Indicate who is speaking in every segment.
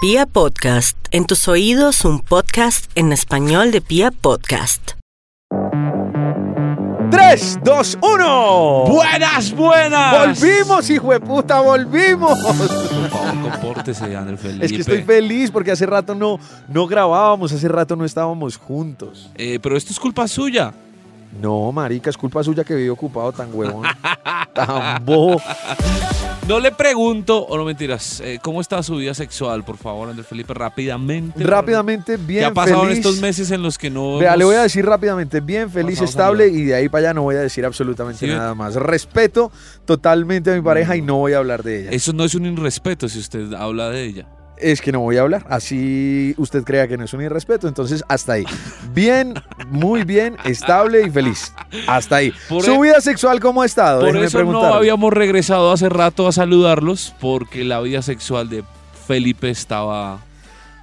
Speaker 1: Pia Podcast, en tus oídos un podcast en español de Pia Podcast.
Speaker 2: 3, 2, 1.
Speaker 3: Buenas, buenas.
Speaker 2: Volvimos, hijo de puta, volvimos.
Speaker 3: Por favor, compórtese, Andrés Felipe.
Speaker 2: Es que estoy feliz porque hace rato no, no grabábamos, hace rato no estábamos juntos.
Speaker 3: Eh, pero esto es culpa suya.
Speaker 2: No, marica, es culpa suya que vive ocupado tan huevón. tan bobo.
Speaker 3: No le pregunto, o no mentiras, eh, ¿cómo está su vida sexual? Por favor, Andrés Felipe, rápidamente.
Speaker 2: Rápidamente, bien
Speaker 3: ¿Qué ha pasado
Speaker 2: feliz.
Speaker 3: en estos meses en los que no.
Speaker 2: Vea,
Speaker 3: hemos-
Speaker 2: le voy a decir rápidamente, bien feliz,
Speaker 3: Vamos a
Speaker 2: estable, y de ahí para allá no voy a decir absolutamente
Speaker 3: Sí, Mm. ve-
Speaker 2: nada más. Respeto totalmente a mi pareja y no voy a hablar de ella. Es,
Speaker 3: Eso no es un irrespeto si usted habla de ella.
Speaker 2: que no voy a hablar, así usted crea que no es un irrespeto, entonces hasta ahí. Bien, muy bien, estable y feliz. Hasta ahí.
Speaker 3: Por
Speaker 2: ¿Su
Speaker 3: e-
Speaker 2: vida sexual cómo ha estado?
Speaker 3: Por
Speaker 2: Déjeme
Speaker 3: eso no
Speaker 2: preguntarle.
Speaker 3: habíamos regresado hace rato a saludarlos, porque la vida sexual de Felipe estaba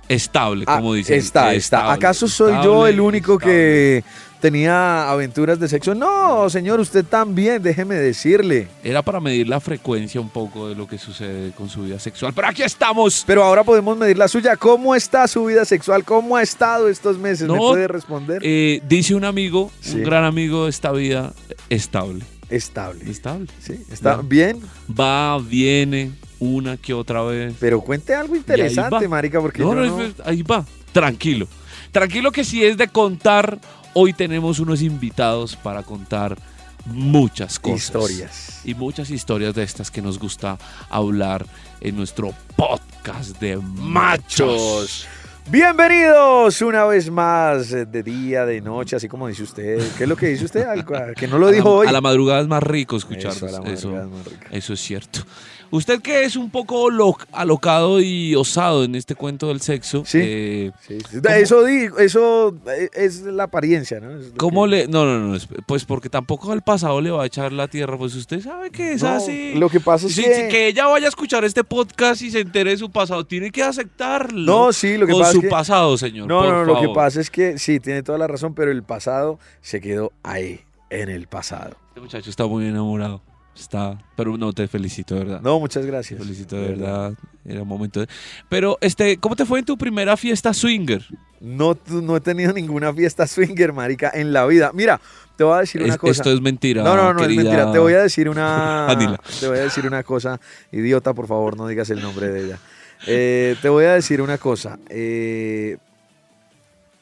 Speaker 3: estable,
Speaker 2: Ah,
Speaker 3: como dicen.
Speaker 2: Está, está.
Speaker 3: Estable,
Speaker 2: ¿Acaso soy yo
Speaker 3: estable,
Speaker 2: el único
Speaker 3: estable.
Speaker 2: que tenía aventuras de sexo? No, señor, usted también, déjeme decirle.
Speaker 3: Era para medir la frecuencia un poco de lo que sucede con su vida sexual. Pero aquí estamos.
Speaker 2: Pero ahora podemos medir la suya. ¿Cómo está su vida sexual? ¿Cómo ha estado estos meses? ¿Me
Speaker 3: No,
Speaker 2: puede responder?
Speaker 3: Eh, dice un amigo,
Speaker 2: Sí.
Speaker 3: un gran amigo de esta vida, estable.
Speaker 2: Estable.
Speaker 3: Estable.
Speaker 2: Sí, está
Speaker 3: Ya.
Speaker 2: bien,
Speaker 3: Va, viene, una que otra vez.
Speaker 2: pero cuente algo interesante,
Speaker 3: va.
Speaker 2: marica, porque yo
Speaker 3: No, no,
Speaker 2: no-
Speaker 3: es- ahí va. Tranquilo. Tranquilo que si es de contar, hoy tenemos unos invitados para contar muchas cosas.
Speaker 2: historias.
Speaker 3: Y muchas historias de estas que nos gusta hablar en nuestro podcast de machos.
Speaker 2: Bienvenidos una vez más eh, de día, de noche, así como dice usted. ¿Qué es lo que dice usted? Algo, ah, que no lo
Speaker 3: A la-
Speaker 2: dijo hoy.
Speaker 3: A la madrugada es más rico escuchar
Speaker 2: Eso, a la
Speaker 3: eso. Eh,
Speaker 2: madrugada, marica.
Speaker 3: Eso es cierto. Usted que es un poco lo- alocado y osado en este cuento del sexo,
Speaker 2: Sí.
Speaker 3: eh,
Speaker 2: Sí, sí. Eso, di- eso eh, es la apariencia, ¿no? Es lo
Speaker 3: ¿cómo
Speaker 2: que-
Speaker 3: le...? No, no, no, esp- pues porque tampoco al pasado le va a echar la tierra, pues usted sabe que es
Speaker 2: No,
Speaker 3: así.
Speaker 2: Lo que pasa es
Speaker 3: Sí,
Speaker 2: que...
Speaker 3: sí, que ella vaya a escuchar este podcast y se entere de su pasado, tiene que aceptarlo.
Speaker 2: No, sí, lo que
Speaker 3: Con
Speaker 2: pasa es
Speaker 3: su
Speaker 2: que-
Speaker 3: pasado, señor.
Speaker 2: No,
Speaker 3: por
Speaker 2: no, no, lo que
Speaker 3: favor.
Speaker 2: pasa es que sí, tiene toda la razón, pero el pasado se quedó ahí, en el pasado.
Speaker 3: Este muchacho está muy enamorado. Está, pero no, te felicito, de ¿verdad?
Speaker 2: No, muchas
Speaker 3: Te
Speaker 2: gracias.
Speaker 3: felicito, de verdad. Era un momento de... Pero, este, ¿cómo te fue en tu primera fiesta swinger?
Speaker 2: No, tu- no he tenido ninguna fiesta swinger, marica, en la vida. Mira, te voy a decir una
Speaker 3: Es-
Speaker 2: cosa.
Speaker 3: Esto es mentira.
Speaker 2: no, no, no,
Speaker 3: querida.
Speaker 2: es mentira. Te voy a decir una.
Speaker 3: Anila.
Speaker 2: Te voy a decir una cosa. Idiota, por favor, no digas el nombre de ella. Eh, te voy a decir una cosa. eh,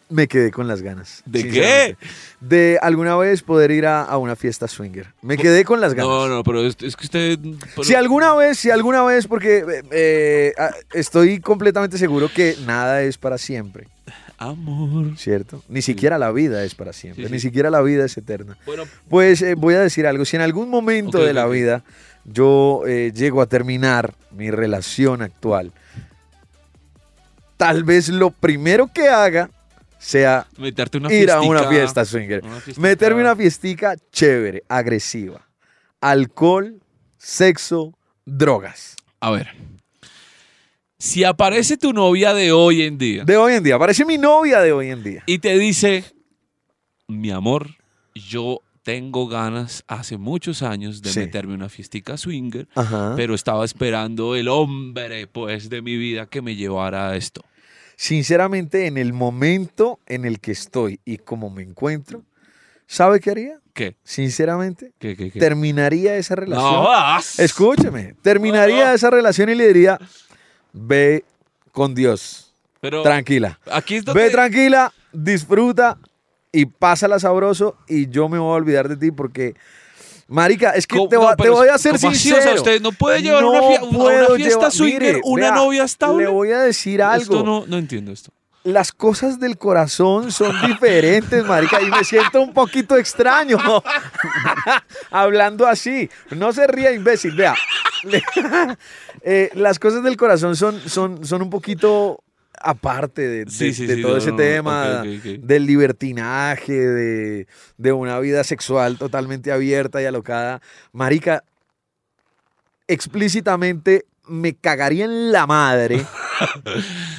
Speaker 2: me quedé con las ganas.
Speaker 3: ¿De qué?
Speaker 2: sinceramente. De alguna vez poder ir a, a una fiesta swinger. Me quedé con las ganas.
Speaker 3: No, no, pero es, es que usted. pero-
Speaker 2: Si alguna vez, si alguna vez, porque eh, eh, ah, estoy completamente seguro que nada es para siempre,
Speaker 3: Amor.
Speaker 2: ¿cierto? Ni siquiera la vida es para siempre,
Speaker 3: Sí, sí.
Speaker 2: ni siquiera la vida es eterna.
Speaker 3: Bueno,
Speaker 2: Pues eh, voy a decir algo, si en algún momento
Speaker 3: Ok,
Speaker 2: de
Speaker 3: ok,
Speaker 2: la
Speaker 3: ok.
Speaker 2: vida yo eh, llego a terminar mi relación actual, tal vez lo primero que haga sea
Speaker 3: meterte una
Speaker 2: ir
Speaker 3: fiesta.
Speaker 2: a una fiesta swinger. Meterme una fiestica chévere, agresiva. Alcohol, sexo, drogas.
Speaker 3: A ver. Si aparece tu novia de hoy en día
Speaker 2: De hoy en día. Parece mi novia de hoy en día.
Speaker 3: y te dice: Mi amor, yo tengo ganas hace muchos años de
Speaker 2: Sí.
Speaker 3: meterme una fiestica swinger,
Speaker 2: Ajá.
Speaker 3: pero estaba esperando el hombre, pues, de mi vida que me llevara a esto.
Speaker 2: Sinceramente, en el momento en el que estoy y como me encuentro, ¿sabe qué haría?
Speaker 3: ¿Qué?
Speaker 2: Sinceramente,
Speaker 3: ¿Qué, qué, qué?
Speaker 2: terminaría esa relación.
Speaker 3: No, vas.
Speaker 2: Escúcheme, terminaría
Speaker 3: No.
Speaker 2: esa relación y le diría, ve con Dios,
Speaker 3: Pero
Speaker 2: tranquila.
Speaker 3: aquí es donde.
Speaker 2: Ve tranquila, disfruta y pásala sabroso y yo me voy a olvidar de ti porque, marica, es que
Speaker 3: ¿Cómo?
Speaker 2: te, va-
Speaker 3: No,
Speaker 2: te
Speaker 3: pero
Speaker 2: voy a ser
Speaker 3: ¿cómo así?
Speaker 2: sincero.
Speaker 3: O sea, usted no puede llevar una,
Speaker 2: No
Speaker 3: fie- una- una
Speaker 2: puedo
Speaker 3: fiesta
Speaker 2: llevar-
Speaker 3: swinger
Speaker 2: mire,
Speaker 3: una
Speaker 2: vea,
Speaker 3: novia estable.
Speaker 2: Le voy a decir algo.
Speaker 3: Esto no, no entiendo esto.
Speaker 2: Las cosas del corazón son diferentes, marica, y me siento un poquito extraño hablando así. No se ría, imbécil. Vea, Le- Eh, las cosas del corazón son, son, son un poquito aparte de, de-
Speaker 3: Sí, sí,
Speaker 2: de
Speaker 3: sí,
Speaker 2: todo
Speaker 3: no,
Speaker 2: ese
Speaker 3: no, no,
Speaker 2: tema
Speaker 3: ok, ok, ok.
Speaker 2: del libertinaje, de, de una vida sexual totalmente abierta y alocada. Marica, explícitamente me cagaría en la madre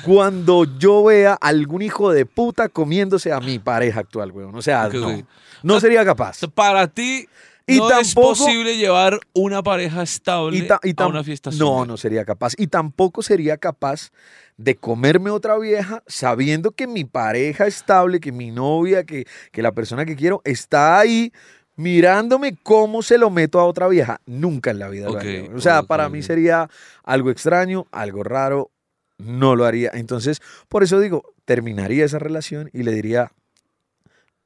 Speaker 2: cuando yo vea algún hijo de puta comiéndose a mi pareja actual, weón. O sea,
Speaker 3: Ok, Ah,
Speaker 2: no,
Speaker 3: ok.
Speaker 2: no sería capaz.
Speaker 3: Para ti,
Speaker 2: Y
Speaker 3: no es
Speaker 2: tampoco-
Speaker 3: posible llevar una pareja estable
Speaker 2: y ta- y
Speaker 3: a
Speaker 2: tam-
Speaker 3: una fiesta
Speaker 2: No,
Speaker 3: swinger.
Speaker 2: no sería capaz. Y tampoco sería capaz de comerme otra vieja sabiendo que mi pareja estable, que mi novia, que, que la persona que quiero está ahí mirándome cómo se lo meto a otra vieja. Nunca en la vida lo
Speaker 3: Ok,
Speaker 2: haría. O sea,
Speaker 3: ok,
Speaker 2: para
Speaker 3: ok.
Speaker 2: mí sería algo extraño, algo raro. No lo haría. Entonces, por eso digo, terminaría esa relación y le diría,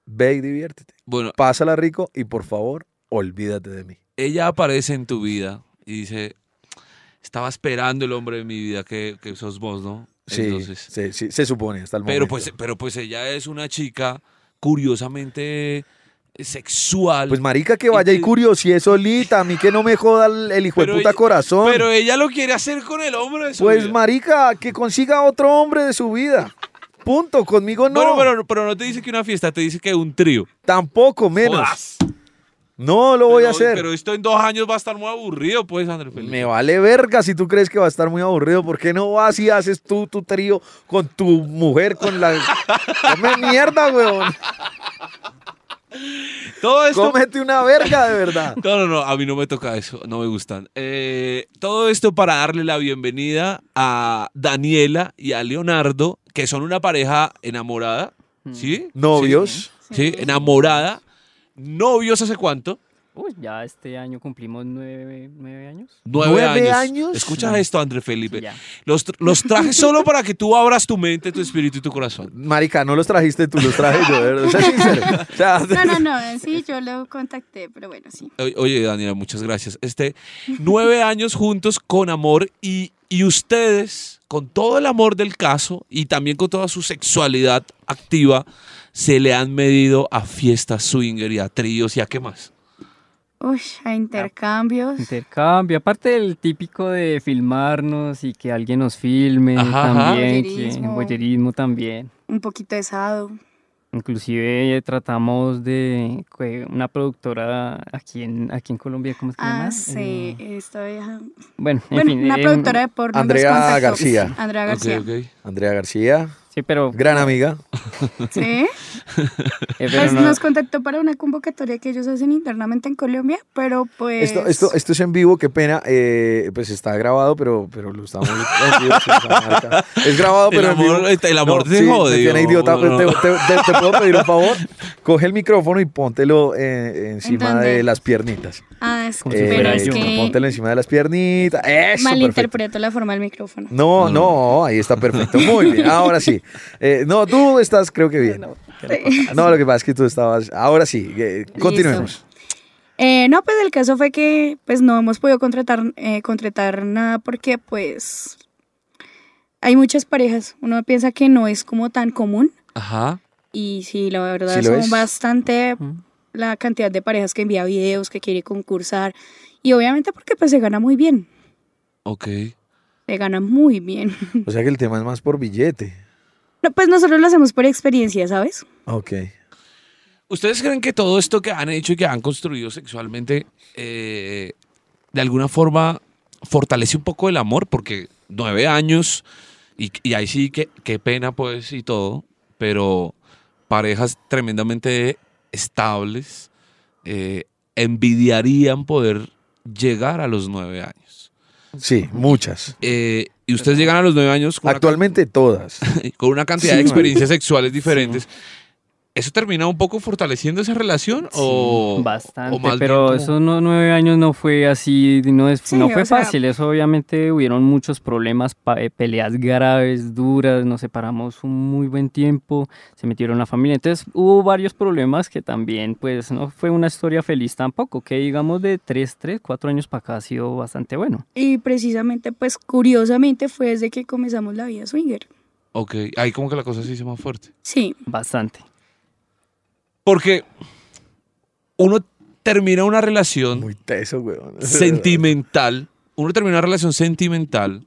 Speaker 2: ve y diviértete.
Speaker 3: Bueno,
Speaker 2: Pásala rico y por favor, olvídate de mí.
Speaker 3: ella aparece en tu vida y dice, estaba esperando el hombre de mi vida que, que sos vos, ¿no?
Speaker 2: Sí,
Speaker 3: Entonces,
Speaker 2: sí, sí, se supone hasta el
Speaker 3: pero
Speaker 2: momento.
Speaker 3: pues, pero pues ella es una chica curiosamente sexual.
Speaker 2: Pues marica que vaya y
Speaker 3: que-
Speaker 2: curiosie solita, a mí que no me joda el, el hijo de
Speaker 3: Pero
Speaker 2: puta
Speaker 3: ella-
Speaker 2: corazón.
Speaker 3: pero ella lo quiere hacer con el hombre de su
Speaker 2: pues
Speaker 3: vida.
Speaker 2: marica, que consiga otro hombre de su vida. Punto, conmigo no.
Speaker 3: Bueno, pero, pero no te dice que una fiesta, te dice que un trío.
Speaker 2: Tampoco menos.
Speaker 3: Jodas.
Speaker 2: No lo voy a
Speaker 3: Pero-
Speaker 2: hacer.
Speaker 3: Pero esto en dos años va a estar muy aburrido, pues, Andrés Felipe.
Speaker 2: Me vale verga si tú crees que va a estar muy aburrido. ¿Por qué no vas y haces tú tu trío con tu mujer, con la... Come mierda, weón.
Speaker 3: Todo esto
Speaker 2: Cómete una verga, de verdad.
Speaker 3: No, no, no, a mí no me toca eso, no me gustan. Eh, todo esto para darle la bienvenida a Daniela y a Leonardo, que son una pareja enamorada, ¿sí?
Speaker 2: Novios.
Speaker 3: Sí, sí, enamorada. ¿Novios hace cuánto?
Speaker 4: Uy, ya este año cumplimos nueve, nueve años.
Speaker 3: Nueve,
Speaker 2: ¿Nueve
Speaker 3: años.
Speaker 2: años?
Speaker 3: Escucha esto, André Felipe.
Speaker 4: Ya.
Speaker 3: Los, tr- los traje solo para que tú abras tu mente, tu espíritu y tu corazón.
Speaker 2: Marica, no los trajiste tú, los traje yo, de verdad. Sé sincero. O sea,
Speaker 5: No, no, no, en sí, yo lo contacté, pero bueno, sí.
Speaker 3: O- Oye, Daniela, muchas gracias. Este, nueve años juntos con amor y, y ustedes, con todo el amor del caso y también con toda su sexualidad activa, se le han medido a fiestas swinger y a tríos y a qué más.
Speaker 5: Uy, a intercambios.
Speaker 4: Intercambio, aparte del típico de filmarnos y que alguien nos filme
Speaker 3: Ajá, ajá.
Speaker 4: también, que
Speaker 5: Voyerismo.
Speaker 4: boyerismo también.
Speaker 5: un poquito de sado.
Speaker 4: Inclusive eh, tratamos de que una productora aquí en aquí en Colombia, ¿cómo se llama?
Speaker 5: Ah, sí, esta vieja.
Speaker 4: bueno, Eh, en
Speaker 5: Bueno,
Speaker 4: fin,
Speaker 5: una
Speaker 4: eh,
Speaker 5: productora de porno. nos
Speaker 2: Andrea
Speaker 5: contactó.
Speaker 2: García.
Speaker 5: Andrea García.
Speaker 3: Ok, ok.
Speaker 2: Andrea García,
Speaker 4: Sí, pero,
Speaker 2: gran amiga.
Speaker 5: Sí.
Speaker 4: eh, pero
Speaker 5: Pues
Speaker 4: no-
Speaker 5: nos contactó para una convocatoria que ellos hacen internamente en Colombia, pero pues.
Speaker 2: Esto, esto, esto es en vivo, qué pena. eh, pues está grabado, pero, pero lo estamos. en vivo, sí, esa marca. es grabado,
Speaker 3: El
Speaker 2: pero en vivo.
Speaker 3: amor, el amor
Speaker 2: No,
Speaker 3: te
Speaker 2: sí,
Speaker 3: jode.
Speaker 2: me tiene este
Speaker 3: digo,
Speaker 2: idiota. pues,
Speaker 3: no,
Speaker 2: Te,
Speaker 3: no.
Speaker 2: te- te- te puedo pedir un favor. Coge el micrófono y póntelo eh, encima
Speaker 5: ¿En dónde?
Speaker 2: de las piernitas. Eh,
Speaker 5: Ah, es,
Speaker 4: Como si
Speaker 5: pero
Speaker 4: fuera
Speaker 5: es
Speaker 4: yo.
Speaker 5: que
Speaker 2: Póntelo encima de las piernitas. Eso, perfecto.
Speaker 5: malinterpreto la forma del micrófono.
Speaker 2: No, no, ahí está perfecto. Muy bien, ahora sí. Eh, no, tú estás, creo que bien. No, lo que pasa es que tú estabas. Ahora sí, eh, continuemos.
Speaker 5: Eh, no, pues el caso fue que pues no hemos podido contratar, eh, contratar nada porque pues hay muchas parejas. Uno piensa que no es como tan común
Speaker 3: Ajá.
Speaker 5: y sí, la verdad
Speaker 2: Sí lo
Speaker 5: son
Speaker 2: es.
Speaker 5: bastante
Speaker 4: Mm.
Speaker 5: la cantidad de parejas que envía videos, que quiere concursar y obviamente porque pues se gana muy bien,
Speaker 3: Ok.
Speaker 5: se gana muy bien.
Speaker 2: O sea que el tema es más por billete.
Speaker 5: No, pues nosotros lo hacemos por experiencia, ¿sabes?
Speaker 2: Ok.
Speaker 3: ¿Ustedes creen que todo esto que han hecho y que han construido sexualmente, eh, de alguna forma, fortalece un poco el amor? Porque nueve años, y, y ahí sí, que, qué pena pues y todo, pero parejas tremendamente estables eh, envidiarían poder llegar a los nueve años.
Speaker 2: Sí, muchas.
Speaker 3: Eh, y ustedes llegan a los nueve años con, una ca-
Speaker 2: Actualmente todas.
Speaker 3: con una cantidad de
Speaker 2: Sí,
Speaker 3: experiencias sexuales diferentes. ¿Eso termina un poco fortaleciendo esa relación? o,
Speaker 4: Bastante,
Speaker 3: o más bien
Speaker 4: pero
Speaker 3: como-
Speaker 4: esos no- nueve años no fue así, no, es,
Speaker 5: Sí,
Speaker 4: no
Speaker 5: o
Speaker 4: fue
Speaker 5: sea-
Speaker 4: fácil. Eso obviamente hubieron muchos problemas, pa- eh, peleas graves, duras, nos separamos un muy buen tiempo, se metieron la familia. Entonces hubo varios problemas que también, pues, no fue una historia feliz tampoco, que digamos de tres, tres, cuatro años para acá ha sido bastante bueno.
Speaker 5: Y precisamente pues curiosamente fue desde que comenzamos la vida swinger.
Speaker 3: Ok, ahí como que la cosa se hizo más fuerte.
Speaker 5: Sí,
Speaker 4: Bastante.
Speaker 3: Porque uno termina una relación
Speaker 2: Muy teso, weón.
Speaker 3: sentimental, uno termina una relación sentimental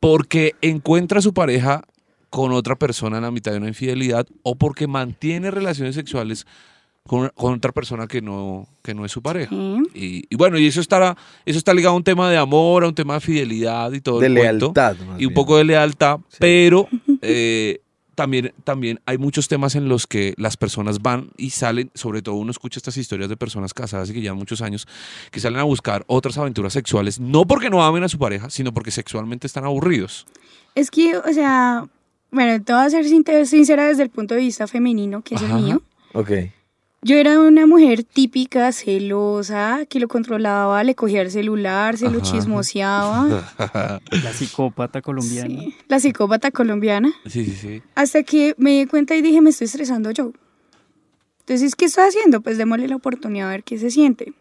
Speaker 3: porque encuentra a su pareja con otra persona en la mitad de una infidelidad o porque mantiene relaciones sexuales con, con otra persona que no, que no es su pareja.
Speaker 5: sí.
Speaker 3: Y, y bueno, y eso, estará, eso está ligado a un tema de amor, a un tema de fidelidad y todo
Speaker 2: De
Speaker 3: el cuento
Speaker 2: lealtad. más
Speaker 3: y un
Speaker 2: bien.
Speaker 3: poco de lealtad,
Speaker 2: Sí.
Speaker 3: pero eh, también, también hay muchos temas en los que las personas van y salen, sobre todo uno escucha estas historias de personas casadas y que llevan muchos años, que salen a buscar otras aventuras sexuales, no porque no amen a su pareja, sino porque sexualmente están aburridos.
Speaker 5: Es que, o sea, bueno, te voy a ser sin- sincera desde el punto de vista femenino, que es
Speaker 3: Ajá.
Speaker 5: el mío.
Speaker 2: Ok.
Speaker 5: Yo era una mujer típica, celosa, que lo controlaba, le cogía el celular, se lo
Speaker 3: Ajá.
Speaker 5: chismoseaba.
Speaker 4: La psicópata colombiana.
Speaker 5: Sí, la psicópata colombiana.
Speaker 3: sí, sí, sí.
Speaker 5: Hasta que me di cuenta y dije, me estoy estresando yo. Entonces, ¿qué estoy haciendo? Pues démosle la oportunidad a ver qué se siente.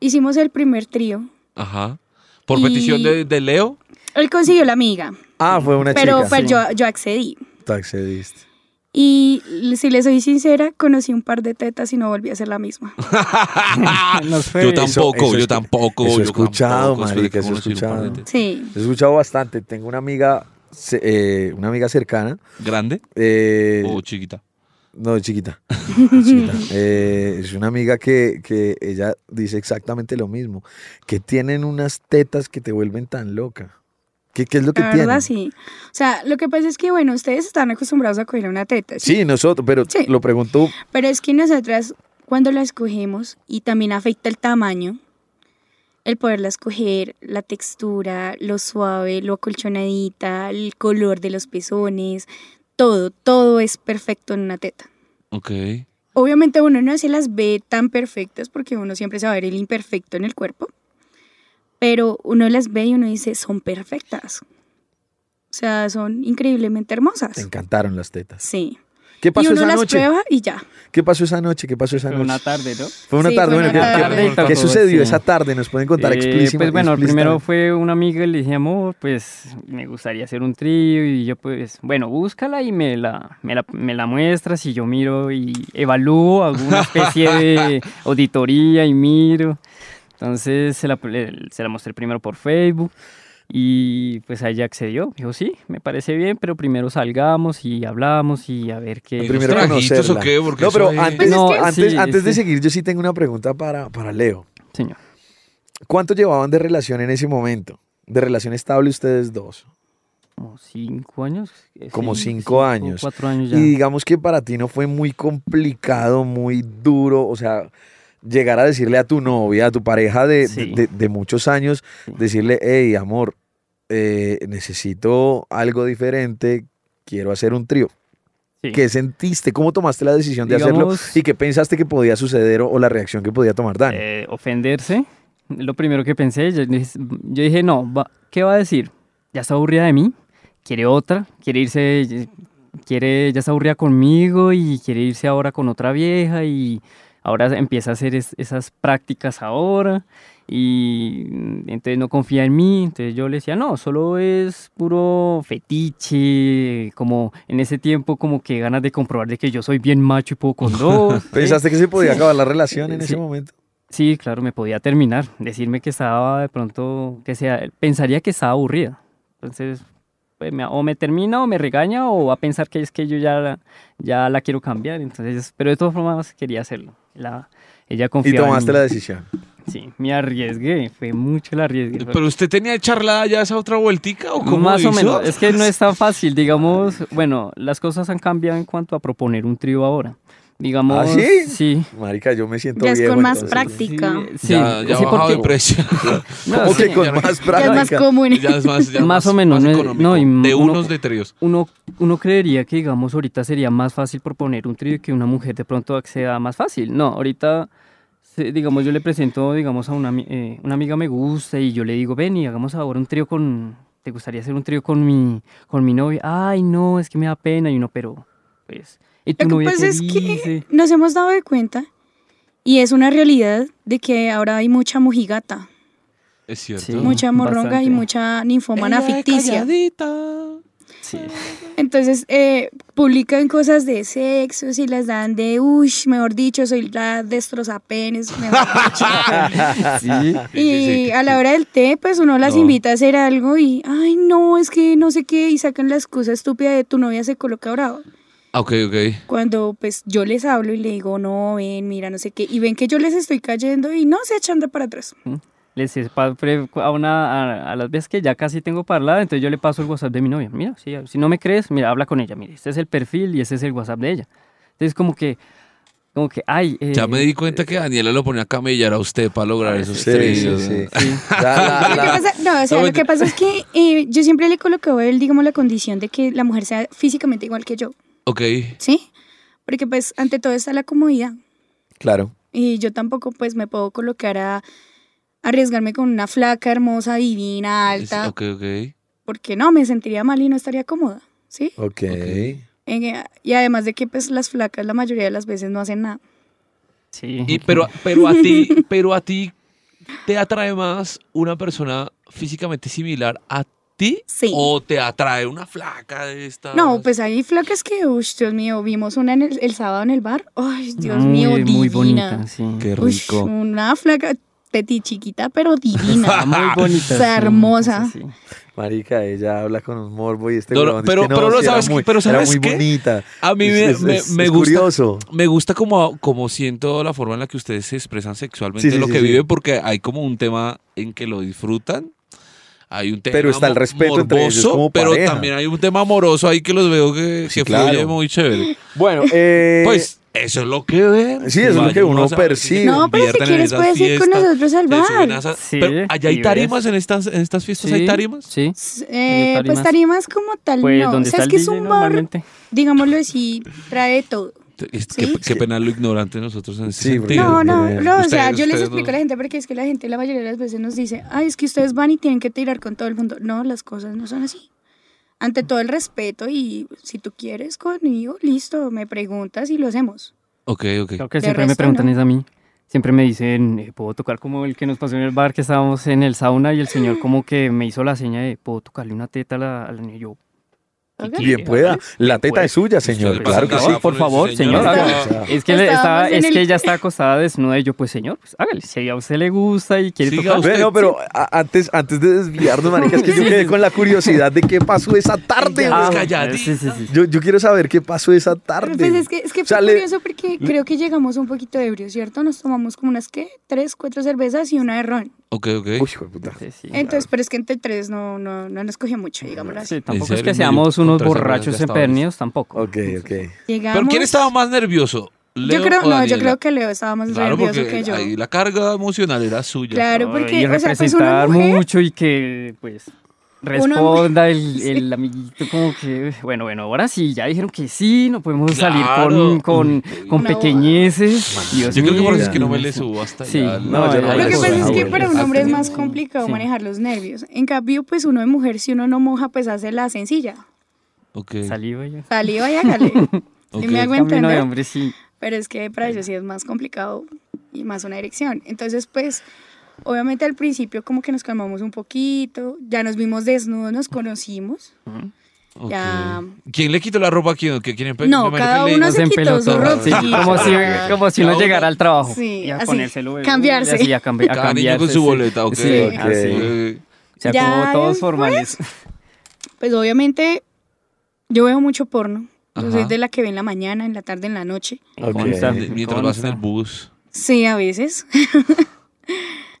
Speaker 5: Hicimos el primer trío.
Speaker 3: Ajá. Por
Speaker 5: Y-
Speaker 3: petición de, de Leo.
Speaker 5: Él consiguió la amiga,
Speaker 2: Ah, fue una
Speaker 5: pero,
Speaker 2: chica.
Speaker 5: pero
Speaker 4: Sí.
Speaker 5: yo, yo accedí.
Speaker 2: Te accediste.
Speaker 5: Y si le soy sincera, conocí un par de tetas y no volví a ser la misma.
Speaker 4: Nos fue
Speaker 3: Yo
Speaker 4: bien.
Speaker 2: Eso-
Speaker 3: tampoco,
Speaker 2: eso
Speaker 3: yo
Speaker 2: es-
Speaker 3: tampoco.
Speaker 2: eso he
Speaker 3: yo
Speaker 2: escuchado,
Speaker 3: tampoco, espera,
Speaker 2: marica,
Speaker 3: que
Speaker 2: eso he
Speaker 3: uno se
Speaker 2: escuchado.
Speaker 3: impone-
Speaker 5: Sí.
Speaker 2: He escuchado bastante. Tengo una amiga, se- eh, una amiga cercana.
Speaker 3: ¿Grande
Speaker 2: eh,
Speaker 3: o chiquita?
Speaker 2: No, chiquita. Chiquita. Eh, es una amiga que, que ella dice exactamente lo mismo. Que tienen unas tetas que te vuelven tan loca. ¿Qué, qué es lo que
Speaker 5: La
Speaker 2: tienen?
Speaker 5: verdad, sí. O sea, lo que pasa es que, bueno, ustedes están acostumbrados a coger una teta, ¿sí?
Speaker 2: Sí, nosotros, pero
Speaker 5: Sí.
Speaker 2: lo preguntó.
Speaker 5: Pero es que nosotras, cuando la escogemos, y también afecta el tamaño, el poderla escoger, la textura, lo suave, lo acolchonadita, el color de los pezones, todo, todo es perfecto en una teta.
Speaker 3: Ok.
Speaker 5: Obviamente uno no se las ve tan perfectas porque uno siempre se va a ver el imperfecto en el cuerpo, pero uno las ve y uno dice, son perfectas. O sea, son increíblemente
Speaker 2: Te
Speaker 5: hermosas.
Speaker 2: encantaron las tetas.
Speaker 5: Sí.
Speaker 2: ¿Qué
Speaker 5: Y
Speaker 2: pasó
Speaker 5: uno
Speaker 2: esa
Speaker 5: las
Speaker 2: noche?
Speaker 5: prueba y ya.
Speaker 2: ¿Qué pasó esa noche? ¿Qué pasó esa
Speaker 4: Fue
Speaker 2: noche?
Speaker 4: una tarde, ¿no?
Speaker 2: Fue una
Speaker 5: Sí,
Speaker 2: tarde.
Speaker 5: fue
Speaker 2: bueno,
Speaker 5: una
Speaker 2: ¿qué- qué-
Speaker 4: tarde y
Speaker 2: ¿qué,
Speaker 4: todo,
Speaker 2: sucedió
Speaker 4: sí.
Speaker 2: esa tarde? ¿Nos pueden contar
Speaker 4: Eh,
Speaker 2: explícita-
Speaker 4: Pues bueno, primero
Speaker 2: explícitamente?
Speaker 4: fue una amiga y le dije, amor, pues me gustaría hacer un trío y yo pues, bueno, búscala y me la, me la, me la muestras y yo miro y evalúo, hago una especie de auditoría y miro. Entonces se la, le- se la mostré primero por Facebook y pues a ella accedió. Dijo, sí, me parece bien, pero primero salgamos y hablamos y a ver qué...
Speaker 3: Primero
Speaker 2: Primero
Speaker 3: traguitos
Speaker 2: conocerla.
Speaker 3: o qué? Porque
Speaker 2: No,
Speaker 3: eso
Speaker 2: pero
Speaker 3: es-
Speaker 2: antes,
Speaker 5: Pues es que-
Speaker 2: antes,
Speaker 4: sí,
Speaker 2: antes de
Speaker 4: sí.
Speaker 2: seguir, yo sí tengo una pregunta para, para Leo.
Speaker 4: Señor.
Speaker 2: ¿Cuánto llevaban de relación en ese momento? De relación estable ustedes dos.
Speaker 4: Como cinco años. eh,
Speaker 2: Como
Speaker 4: sí,
Speaker 2: cinco años.
Speaker 4: Cuatro años ya.
Speaker 2: Y digamos que para ti no fue muy complicado, muy duro, o sea, llegar a decirle a tu novia, a tu pareja de,
Speaker 4: Sí.
Speaker 2: de- de- de muchos años,
Speaker 4: Sí.
Speaker 2: decirle, hey, amor, eh, necesito algo diferente, quiero hacer un trío.
Speaker 4: Sí.
Speaker 2: ¿Qué sentiste? ¿Cómo tomaste la decisión de hacerlo?
Speaker 4: Digamos-
Speaker 2: ¿Y qué pensaste que podía suceder o, o la reacción que podía tomar Dani?
Speaker 4: eh, ofenderse. Lo primero que pensé, yo, dije- yo dije, no, va- ¿qué va a decir? Ya está aburrida de mí, quiere otra, quiere irse, quiere, ya está aburrida conmigo y quiere irse ahora con otra vieja y ahora empieza a hacer es- esas prácticas ahora y mm, entonces no confía en mí, entonces yo le decía, no, solo es puro fetiche, como en ese tiempo como que ganas de comprobar de que yo soy bien macho y puedo con dos. ¿sí?
Speaker 2: ¿Pensaste que se podía acabar la relación en
Speaker 4: Sí.
Speaker 2: ese momento?
Speaker 4: Sí, claro, me podía terminar, decirme que estaba de pronto, que sea, pensaría que estaba aburrida. Entonces, pues, me- o me termina o me regaña o va a pensar que es que yo ya, la- ya la quiero cambiar. Entonces, pero de todas formas quería hacerlo. La, ella
Speaker 2: Y
Speaker 4: confiaba en
Speaker 2: tomaste
Speaker 4: mí.
Speaker 2: la decisión.
Speaker 4: Sí, me arriesgué, fue mucho el arriesgue. fue-
Speaker 3: ¿Pero usted tenía charlada ya esa otra vueltica o cómo
Speaker 4: más o
Speaker 3: hizo?
Speaker 4: menos, es que no es tan fácil, digamos, bueno, las cosas han cambiado en cuanto a proponer un trío ahora.
Speaker 2: ¿Ah,
Speaker 4: Digamos,
Speaker 2: sí?
Speaker 4: sí.
Speaker 2: Marica, yo me siento
Speaker 5: Ya es
Speaker 2: viejo,
Speaker 5: con más
Speaker 2: entonces.
Speaker 5: práctica. Tica.
Speaker 4: Sí, sí,
Speaker 3: ya, ya ha
Speaker 4: sí,
Speaker 3: bajado de
Speaker 4: porque-
Speaker 3: precio.
Speaker 4: no,
Speaker 2: ¿Cómo
Speaker 4: sí.
Speaker 2: que con más
Speaker 5: Ya es más
Speaker 2: práctica?
Speaker 5: común.
Speaker 3: ya es más, ya es
Speaker 4: Más o menos, no es-
Speaker 3: económico.
Speaker 4: no, y
Speaker 3: de
Speaker 4: uno-
Speaker 3: unos de tríos.
Speaker 4: uno, uno creería que, digamos, ahorita sería más fácil proponer un trío y que una mujer de pronto acceda más fácil. No, ahorita, se- digamos, yo le presento, digamos, a una, ami- eh, una amiga me gusta y yo le digo, ven y hagamos ahora un trío con... ¿Te gustaría hacer un trío con mi, con mi novia? Ay, no, es que me da pena. Y uno, pero, pues... ¿Y tu
Speaker 5: Lo que
Speaker 4: novia
Speaker 5: pasa
Speaker 4: qué
Speaker 5: es que
Speaker 4: dice?
Speaker 5: nos hemos dado de cuenta y es una realidad de que ahora hay mucha mojigata,
Speaker 3: Es cierto.
Speaker 2: Ah,
Speaker 4: Sí. Mucha
Speaker 5: mucha morronga y
Speaker 4: bastante.
Speaker 5: mucha ninfomana
Speaker 3: Ella es
Speaker 5: ficticia.
Speaker 3: calladita.
Speaker 4: Sí,
Speaker 5: Entonces eh, publican cosas de sexo y las dan de, uy, mejor dicho, soy la destrozapenes, mejor dicho.
Speaker 4: sí.
Speaker 5: Y
Speaker 3: sí, sí.
Speaker 5: a la hora del té, pues uno las
Speaker 3: No.
Speaker 5: invita a hacer algo y, ay, no, es que no sé qué, y sacan la excusa estúpida de tu novia se coloca bravo.
Speaker 3: Ah, Ok, ok.
Speaker 5: Cuando pues yo les hablo y le digo, no, ven, mira, no sé qué, y ven que yo les estoy cayendo y no se echan de para atrás.
Speaker 4: Le les es pa- pre- a una a, a las veces que ya casi tengo parlada, entonces yo le paso el WhatsApp de mi novia. Mira, si, si no me crees, mira, habla con ella. Mira, este es el perfil y este es el WhatsApp de ella. Entonces como que como que ay, eh,
Speaker 3: Ya me di cuenta que Daniela lo ponía a camellar a usted para lograr esos
Speaker 2: Sí,
Speaker 3: tríos.
Speaker 2: sí, sí.
Speaker 4: Ah, sí.
Speaker 2: La- la-
Speaker 5: Lo que
Speaker 2: la-
Speaker 5: pasa- no, o sea,
Speaker 3: No,
Speaker 5: lo que pasa es que eh, yo siempre le colocaba él, digamos, la condición de que la mujer sea físicamente igual que yo,
Speaker 3: Ok.
Speaker 5: ¿sí? Porque pues ante todo está la comodidad
Speaker 2: Claro.
Speaker 5: y yo tampoco pues me puedo colocar a arriesgarme con una flaca, hermosa, divina,
Speaker 3: Es-
Speaker 5: alta,
Speaker 3: Ok, ok.
Speaker 5: porque no, me sentiría mal y no estaría cómoda, ¿sí?
Speaker 2: Ok.
Speaker 5: En- y además de que pues las flacas la mayoría de las veces no hacen nada.
Speaker 4: sí.
Speaker 3: Y, pero, pero a ti, pero a ti te atrae más una persona físicamente similar a ti
Speaker 5: Sí.
Speaker 3: o te atrae una flaca de esta.
Speaker 5: No, pues hay flacas que, uy, Dios mío, vimos una en el, el sábado en el bar. Ay, Dios mío, divina.
Speaker 4: muy bonita, sí.
Speaker 3: qué
Speaker 5: Uy,
Speaker 3: rico.
Speaker 5: una flaca teti chiquita, pero divina.
Speaker 4: Está muy bonita.
Speaker 5: O
Speaker 4: sí,
Speaker 5: sea, hermosa.
Speaker 4: sí, sí.
Speaker 2: Marica, ella habla con un morbo y este
Speaker 3: No, no,
Speaker 2: huevón dice
Speaker 3: pero-
Speaker 2: que
Speaker 3: pero no
Speaker 2: sí, era
Speaker 3: sabes-
Speaker 2: muy-
Speaker 3: pero
Speaker 2: era
Speaker 3: ¿sabes
Speaker 2: muy
Speaker 3: qué?
Speaker 2: bonita.
Speaker 3: a mí
Speaker 2: Es-
Speaker 3: me,
Speaker 2: es-
Speaker 3: me-
Speaker 2: es-
Speaker 3: me
Speaker 2: es
Speaker 3: gusta.
Speaker 2: curioso.
Speaker 3: Me gusta como, como siento la forma en la que ustedes se expresan sexualmente
Speaker 2: Sí, sí,
Speaker 3: lo
Speaker 2: sí,
Speaker 3: que
Speaker 2: sí.
Speaker 3: viven, porque hay como un tema en que lo disfrutan. Hay un tema
Speaker 2: Pero está el
Speaker 3: mo-
Speaker 2: respeto
Speaker 3: morboso,
Speaker 2: entre ellos como
Speaker 3: pero
Speaker 2: pareja.
Speaker 3: también hay un tema amoroso ahí que los veo que,
Speaker 2: Sí,
Speaker 3: que
Speaker 2: claro.
Speaker 3: fluye muy chévere.
Speaker 2: Bueno, eh,
Speaker 3: Pues eso es lo que ven.
Speaker 2: Sí, eso es lo
Speaker 3: Vaya
Speaker 2: que uno
Speaker 3: a saber si se
Speaker 2: percibe.
Speaker 5: No, pero si
Speaker 3: convierten en
Speaker 5: quieres
Speaker 3: esa
Speaker 5: puedes ir con
Speaker 3: fiesta.
Speaker 5: nosotros al
Speaker 3: Te suben a
Speaker 5: bar.
Speaker 3: esa-
Speaker 4: Sí,
Speaker 3: Pero allá
Speaker 4: y
Speaker 3: hay
Speaker 4: verás.
Speaker 3: tarimas en estas, en estas fiestas, hay
Speaker 4: Sí,
Speaker 3: tarimas.
Speaker 4: Sí.
Speaker 5: S- eh,
Speaker 4: ¿Y
Speaker 5: pues
Speaker 4: tarimas?
Speaker 5: tarimas como tal,
Speaker 4: Pues
Speaker 5: no.
Speaker 4: donde
Speaker 5: O sea,
Speaker 4: está
Speaker 5: es
Speaker 4: el
Speaker 5: que es
Speaker 4: DJ
Speaker 5: un bar,
Speaker 4: normalmente.
Speaker 5: digámoslo así, trae todo.
Speaker 3: Es- qué,
Speaker 5: Sí.
Speaker 3: qué pena lo ignorante de nosotros en ese
Speaker 2: Sí, porque-
Speaker 3: sentido.
Speaker 5: No, no,
Speaker 2: pero-
Speaker 5: no, o sea,
Speaker 3: eh, Ustedes-
Speaker 5: yo les
Speaker 3: ustedes
Speaker 5: explico
Speaker 3: no-
Speaker 5: a la gente porque es que la gente la mayoría de las veces nos dice, ay, es que ustedes van y tienen que tirar con todo el mundo. No, las cosas no son así. Ante todo el respeto y si tú quieres conmigo, listo, me preguntas y lo hacemos.
Speaker 3: Ok, ok.
Speaker 4: Creo que
Speaker 5: De
Speaker 4: siempre me
Speaker 5: resto,
Speaker 4: preguntan
Speaker 5: no.
Speaker 4: es a mí. Siempre me dicen, eh, ¿puedo tocar como el que nos pasó en el bar que estábamos en el sauna? Y el señor como que me hizo la seña de, ¿puedo tocarle una teta a la, a la niña? Y Yo, ¿qué
Speaker 3: eh,
Speaker 5: Ok.
Speaker 4: quiere?
Speaker 2: bien pueda. La teta
Speaker 4: Pues,
Speaker 2: es suya,
Speaker 3: Ustedes
Speaker 2: señor.
Speaker 3: pasan
Speaker 2: Claro que
Speaker 4: Ah,
Speaker 2: sí.
Speaker 3: trabajo,
Speaker 4: por
Speaker 3: les-
Speaker 4: favor, señor,
Speaker 3: señora.
Speaker 2: hágale. Claro.
Speaker 4: Es que, le
Speaker 5: Estábamos
Speaker 4: estaba,
Speaker 5: en
Speaker 4: es
Speaker 5: el-
Speaker 4: que ella está acostada desnuda y yo, pues señor, pues hágale. Si a usted le gusta y quiere
Speaker 3: Siga
Speaker 4: tocar,
Speaker 3: usted.
Speaker 2: Bueno, pero a- antes, antes de desviarnos, marica, es que yo quedé con la curiosidad de qué pasó esa tarde.
Speaker 5: Ya.
Speaker 2: güey.
Speaker 3: calladita.
Speaker 4: Ah, Sí, sí, sí.
Speaker 2: Yo, yo quiero saber qué pasó esa tarde.
Speaker 5: Pues es que, es que
Speaker 2: O sea,
Speaker 5: fue
Speaker 2: le-
Speaker 5: curioso porque creo que llegamos un poquito ebrios, ¿cierto? Nos tomamos como unas, ¿qué? Tres, cuatro cervezas y una de ron.
Speaker 3: Ok, ok.
Speaker 2: Uy, hijo de puta.
Speaker 4: Sí, sí.
Speaker 5: Entonces, pero es que entre tres no, no, no nos cogió mucho, digámoslo así.
Speaker 4: Sí, tampoco es
Speaker 3: serio,
Speaker 4: que seamos
Speaker 3: yo con
Speaker 4: unos
Speaker 3: tres cervezas
Speaker 4: borrachos
Speaker 3: ya estaba
Speaker 4: empernidos, tampoco.
Speaker 2: Ok, ok.
Speaker 5: Llegamos...
Speaker 3: ¿Pero quién estaba más nervioso?
Speaker 5: Yo
Speaker 3: ¿Leo
Speaker 5: creo,
Speaker 3: o
Speaker 5: no, yo
Speaker 3: Daniela?
Speaker 5: creo que Leo estaba más
Speaker 3: Claro,
Speaker 5: nervioso
Speaker 3: porque
Speaker 5: que yo.
Speaker 3: ahí la carga emocional era suya.
Speaker 5: Claro,
Speaker 4: Ay,
Speaker 5: porque,
Speaker 4: y
Speaker 5: o sea, pues una
Speaker 4: representar
Speaker 5: mujer...
Speaker 4: mucho y que, pues, responda el, el amiguito como que, bueno, bueno, ahora sí, ya dijeron que sí, no podemos
Speaker 3: Claro.
Speaker 4: salir con, con, con
Speaker 5: No.
Speaker 4: pequeñeces. Dios
Speaker 3: yo creo que por eso es
Speaker 4: mío.
Speaker 3: que no me le subo hasta
Speaker 4: Sí.
Speaker 3: allá.
Speaker 4: No, yo no
Speaker 3: allá
Speaker 5: Lo que
Speaker 3: la
Speaker 5: pasa es
Speaker 3: cosa.
Speaker 5: que para un hombre es
Speaker 4: Sí,
Speaker 5: más
Speaker 4: sí,
Speaker 5: complicado
Speaker 4: sí.
Speaker 5: manejar los nervios. En cambio, pues uno de mujer, si uno no moja, pues hace la sencilla.
Speaker 3: Ok,
Speaker 4: Saliva ya.
Speaker 5: Saliva y hágale.
Speaker 3: ok.
Speaker 5: Y me hago
Speaker 4: Camino de
Speaker 5: entender.
Speaker 4: hombre, sí.
Speaker 5: Pero es que para ellos sí es más complicado y más una dirección. Entonces, pues, obviamente al principio como que nos calmamos un poquito, ya nos vimos desnudos, nos conocimos.
Speaker 3: ok.
Speaker 5: Ya.
Speaker 3: ¿Quién le quitó la ropa a quién? ¿Que quién empe-
Speaker 5: No,
Speaker 3: me
Speaker 5: cada
Speaker 3: imagino que le-
Speaker 5: uno
Speaker 4: Nos
Speaker 5: se quitó su
Speaker 4: empelotó, sí,
Speaker 5: ropita.
Speaker 4: como si, como si
Speaker 3: Ya
Speaker 4: uno
Speaker 3: uno-
Speaker 4: llegara al trabajo.
Speaker 5: Sí,
Speaker 4: y a
Speaker 5: así,
Speaker 4: ponérselo, eh,
Speaker 5: cambiarse.
Speaker 4: así, a, cambi- a
Speaker 3: Cada niño con
Speaker 4: cambiarse,
Speaker 3: su
Speaker 4: sí.
Speaker 3: boleta, ok.
Speaker 4: Sí,
Speaker 2: ok.
Speaker 4: así.
Speaker 3: Eh,
Speaker 4: O sea,
Speaker 5: Ya
Speaker 4: como todos
Speaker 5: después,
Speaker 4: formales.
Speaker 5: Pues obviamente yo veo mucho porno. Yo soy
Speaker 3: Ajá.
Speaker 5: de la que ve en la mañana, en la tarde, en la noche.
Speaker 2: Ok.
Speaker 4: Consta,
Speaker 3: de- Mientras vas en el
Speaker 4: consta.
Speaker 3: bus.
Speaker 5: Sí, a veces.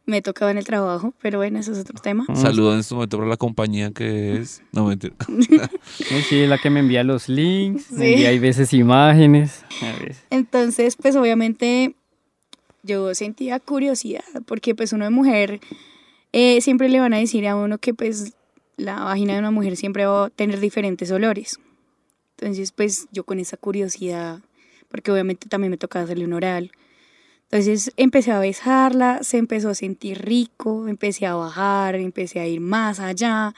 Speaker 5: Me tocaba en el trabajo, pero bueno, ese es otro tema.
Speaker 4: Mm.
Speaker 3: Saluda en este momento para la compañía que es. No, mentira.
Speaker 4: No, sí, la que me envía los links,
Speaker 5: Sí.
Speaker 4: me envía a veces imágenes. A veces.
Speaker 5: Entonces, pues obviamente yo sentía curiosidad, porque pues uno de mujer eh, siempre le van a decir a uno que pues la vagina de una mujer siempre va a tener diferentes olores. Entonces, pues yo con esa curiosidad, porque obviamente también me tocaba hacerle un oral. Entonces empecé a besarla, se empezó a sentir rico, empecé a bajar, empecé a ir más allá.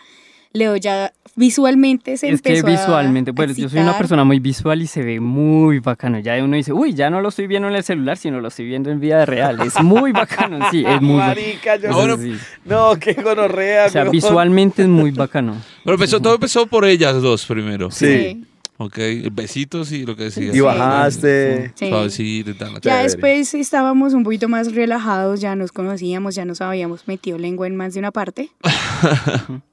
Speaker 5: Leo ya visualmente se
Speaker 4: Es que
Speaker 5: empezó a
Speaker 4: visualmente, bueno, yo soy una
Speaker 5: excitar.
Speaker 4: persona muy visual y se ve muy bacano. Ya uno dice, uy, ya no lo estoy viendo en el celular, sino lo estoy viendo en vida real. Es muy bacano, sí, es muy bacano.
Speaker 2: Marica, yo.
Speaker 4: Eso
Speaker 3: Ahora-
Speaker 4: sí.
Speaker 2: No, qué gonorrea,
Speaker 4: O sea,
Speaker 2: weón.
Speaker 4: visualmente es muy bacano.
Speaker 3: Pero empezó, todo empezó por ellas dos primero.
Speaker 2: Sí.
Speaker 3: Ok, besitos y lo que decías.
Speaker 2: Y bajaste.
Speaker 5: Sí.
Speaker 3: Suavecito y tal.
Speaker 5: Ya
Speaker 2: Chévere.
Speaker 5: después estábamos un poquito más relajados, ya nos conocíamos, ya nos habíamos metido lengua en más de una parte.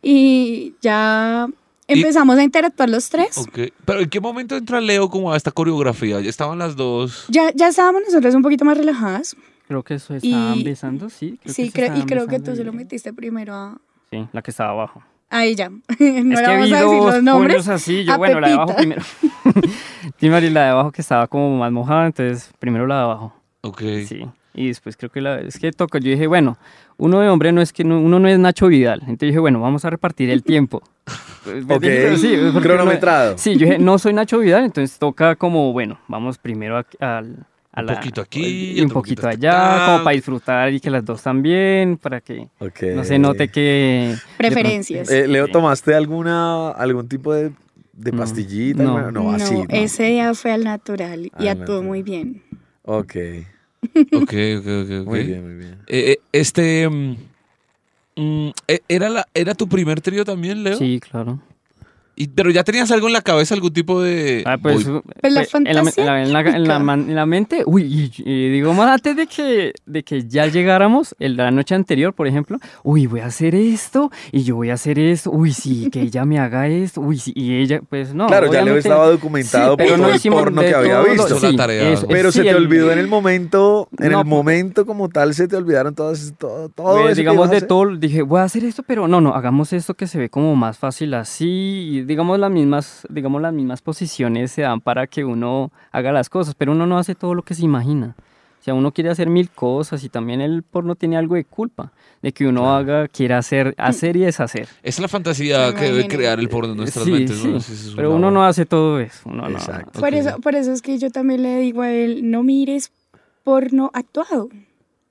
Speaker 5: y ya empezamos a interactuar los tres.
Speaker 3: Ok. Pero ¿en qué momento entra Leo como a esta coreografía? Ya estaban las dos.
Speaker 5: Ya, ya estábamos nosotros un poquito más relajadas.
Speaker 4: Creo que eso estaban
Speaker 5: Y-
Speaker 4: besando, sí. creo que
Speaker 5: sí,
Speaker 4: se
Speaker 5: creo, y
Speaker 4: estaban
Speaker 5: creo que
Speaker 4: besando
Speaker 5: tú se lo
Speaker 4: y-
Speaker 5: metiste primero a,
Speaker 4: Sí, la que estaba abajo.
Speaker 5: a ella. no le vamos
Speaker 4: vi
Speaker 5: a decir
Speaker 4: dos
Speaker 5: los nombres.
Speaker 4: puños así, yo,
Speaker 5: a
Speaker 4: bueno, la de abajo
Speaker 5: Pepita.
Speaker 4: primero. Timar y la de abajo que estaba como más mojada, entonces primero la de abajo.
Speaker 3: Ok.
Speaker 4: Sí. Y después creo que la es que tocó. Yo dije, bueno, uno de hombre no es que no- uno no es Nacho Vidal. Entonces dije, bueno, vamos a repartir el tiempo. Pues,
Speaker 2: Ok,
Speaker 4: dije, sí, pues, porque
Speaker 2: cronometrado.
Speaker 4: no- sí, yo dije, no soy Nacho Vidal, entonces toca como, bueno, vamos primero a, al- a
Speaker 3: Un
Speaker 4: la-
Speaker 3: poquito aquí,
Speaker 4: y un
Speaker 3: otro
Speaker 4: poquito
Speaker 3: poquito
Speaker 4: allá,
Speaker 3: acá.
Speaker 4: como para disfrutar y que las dos también, para que
Speaker 2: Ok.
Speaker 4: no se note
Speaker 3: Eh.
Speaker 4: que...
Speaker 5: Preferencias.
Speaker 2: Eh, Leo,
Speaker 4: Sí.
Speaker 2: ¿tomaste alguna, algún tipo de, de
Speaker 4: No.
Speaker 2: pastillita?
Speaker 4: No.
Speaker 2: hermano? No, así. no.
Speaker 5: ese día fue al natural
Speaker 2: Al
Speaker 5: y actuó
Speaker 2: natural.
Speaker 5: muy bien.
Speaker 2: Ok,
Speaker 3: Ok, ok, ok. ok.
Speaker 2: muy bien, muy bien.
Speaker 3: Eh, eh, este. mm, mm, eh, ¿era, la, ¿Era tu primer trío también, Leo?
Speaker 4: Sí, claro.
Speaker 3: Y- pero ya tenías algo en la cabeza, algún tipo de.
Speaker 4: Ah, pues,
Speaker 3: Voy-
Speaker 5: Pues la
Speaker 4: pues, en, la, en la- en la- en la
Speaker 5: típica.
Speaker 4: man- en la mente, uy, y, y digo, más antes de que, de que ya llegáramos, el, la noche anterior, por ejemplo, uy, voy a hacer esto, y yo voy a hacer esto, uy, sí, que ella me haga esto, uy, sí, y ella, pues no.
Speaker 2: claro, ya Leo
Speaker 4: obviamente-
Speaker 2: estaba
Speaker 4: Sí,
Speaker 2: documentado
Speaker 4: pero
Speaker 2: por
Speaker 4: no
Speaker 2: todo el
Speaker 4: hicimos
Speaker 2: porno
Speaker 4: de
Speaker 2: que había
Speaker 4: todo lo-
Speaker 2: visto.
Speaker 3: Hizo la tarea.
Speaker 4: eso,
Speaker 2: Pero
Speaker 4: sí,
Speaker 2: se te olvidó en el momento, en
Speaker 4: No,
Speaker 2: el momento como tal, se te olvidaron todas, todo, todo eso
Speaker 4: pues,
Speaker 2: que ibas
Speaker 4: digamos
Speaker 2: a
Speaker 4: de
Speaker 2: hacer.
Speaker 4: todo, dije, voy a hacer esto, pero no, no, hagamos esto que se ve como más fácil así, y digamos las mismas, digamos las mismas posiciones se dan para que uno haga las cosas, pero uno no hace todo lo que se imagina. O sea, uno quiere hacer mil cosas y también el porno tiene algo de culpa de que uno haga, quiera hacer, hacer y deshacer.
Speaker 3: Es la fantasía
Speaker 5: Se
Speaker 3: que debe
Speaker 5: imagina.
Speaker 3: crear el porno en nuestras
Speaker 4: Sí,
Speaker 3: mentes. ¿no? Sí,
Speaker 4: sí,
Speaker 3: sí, es
Speaker 4: pero
Speaker 3: una
Speaker 4: uno no
Speaker 3: bola.
Speaker 4: hace todo eso. uno no-
Speaker 2: Exacto.
Speaker 5: Por,
Speaker 3: Ok.
Speaker 5: eso, por eso es que yo también le digo a él, no mires porno actuado.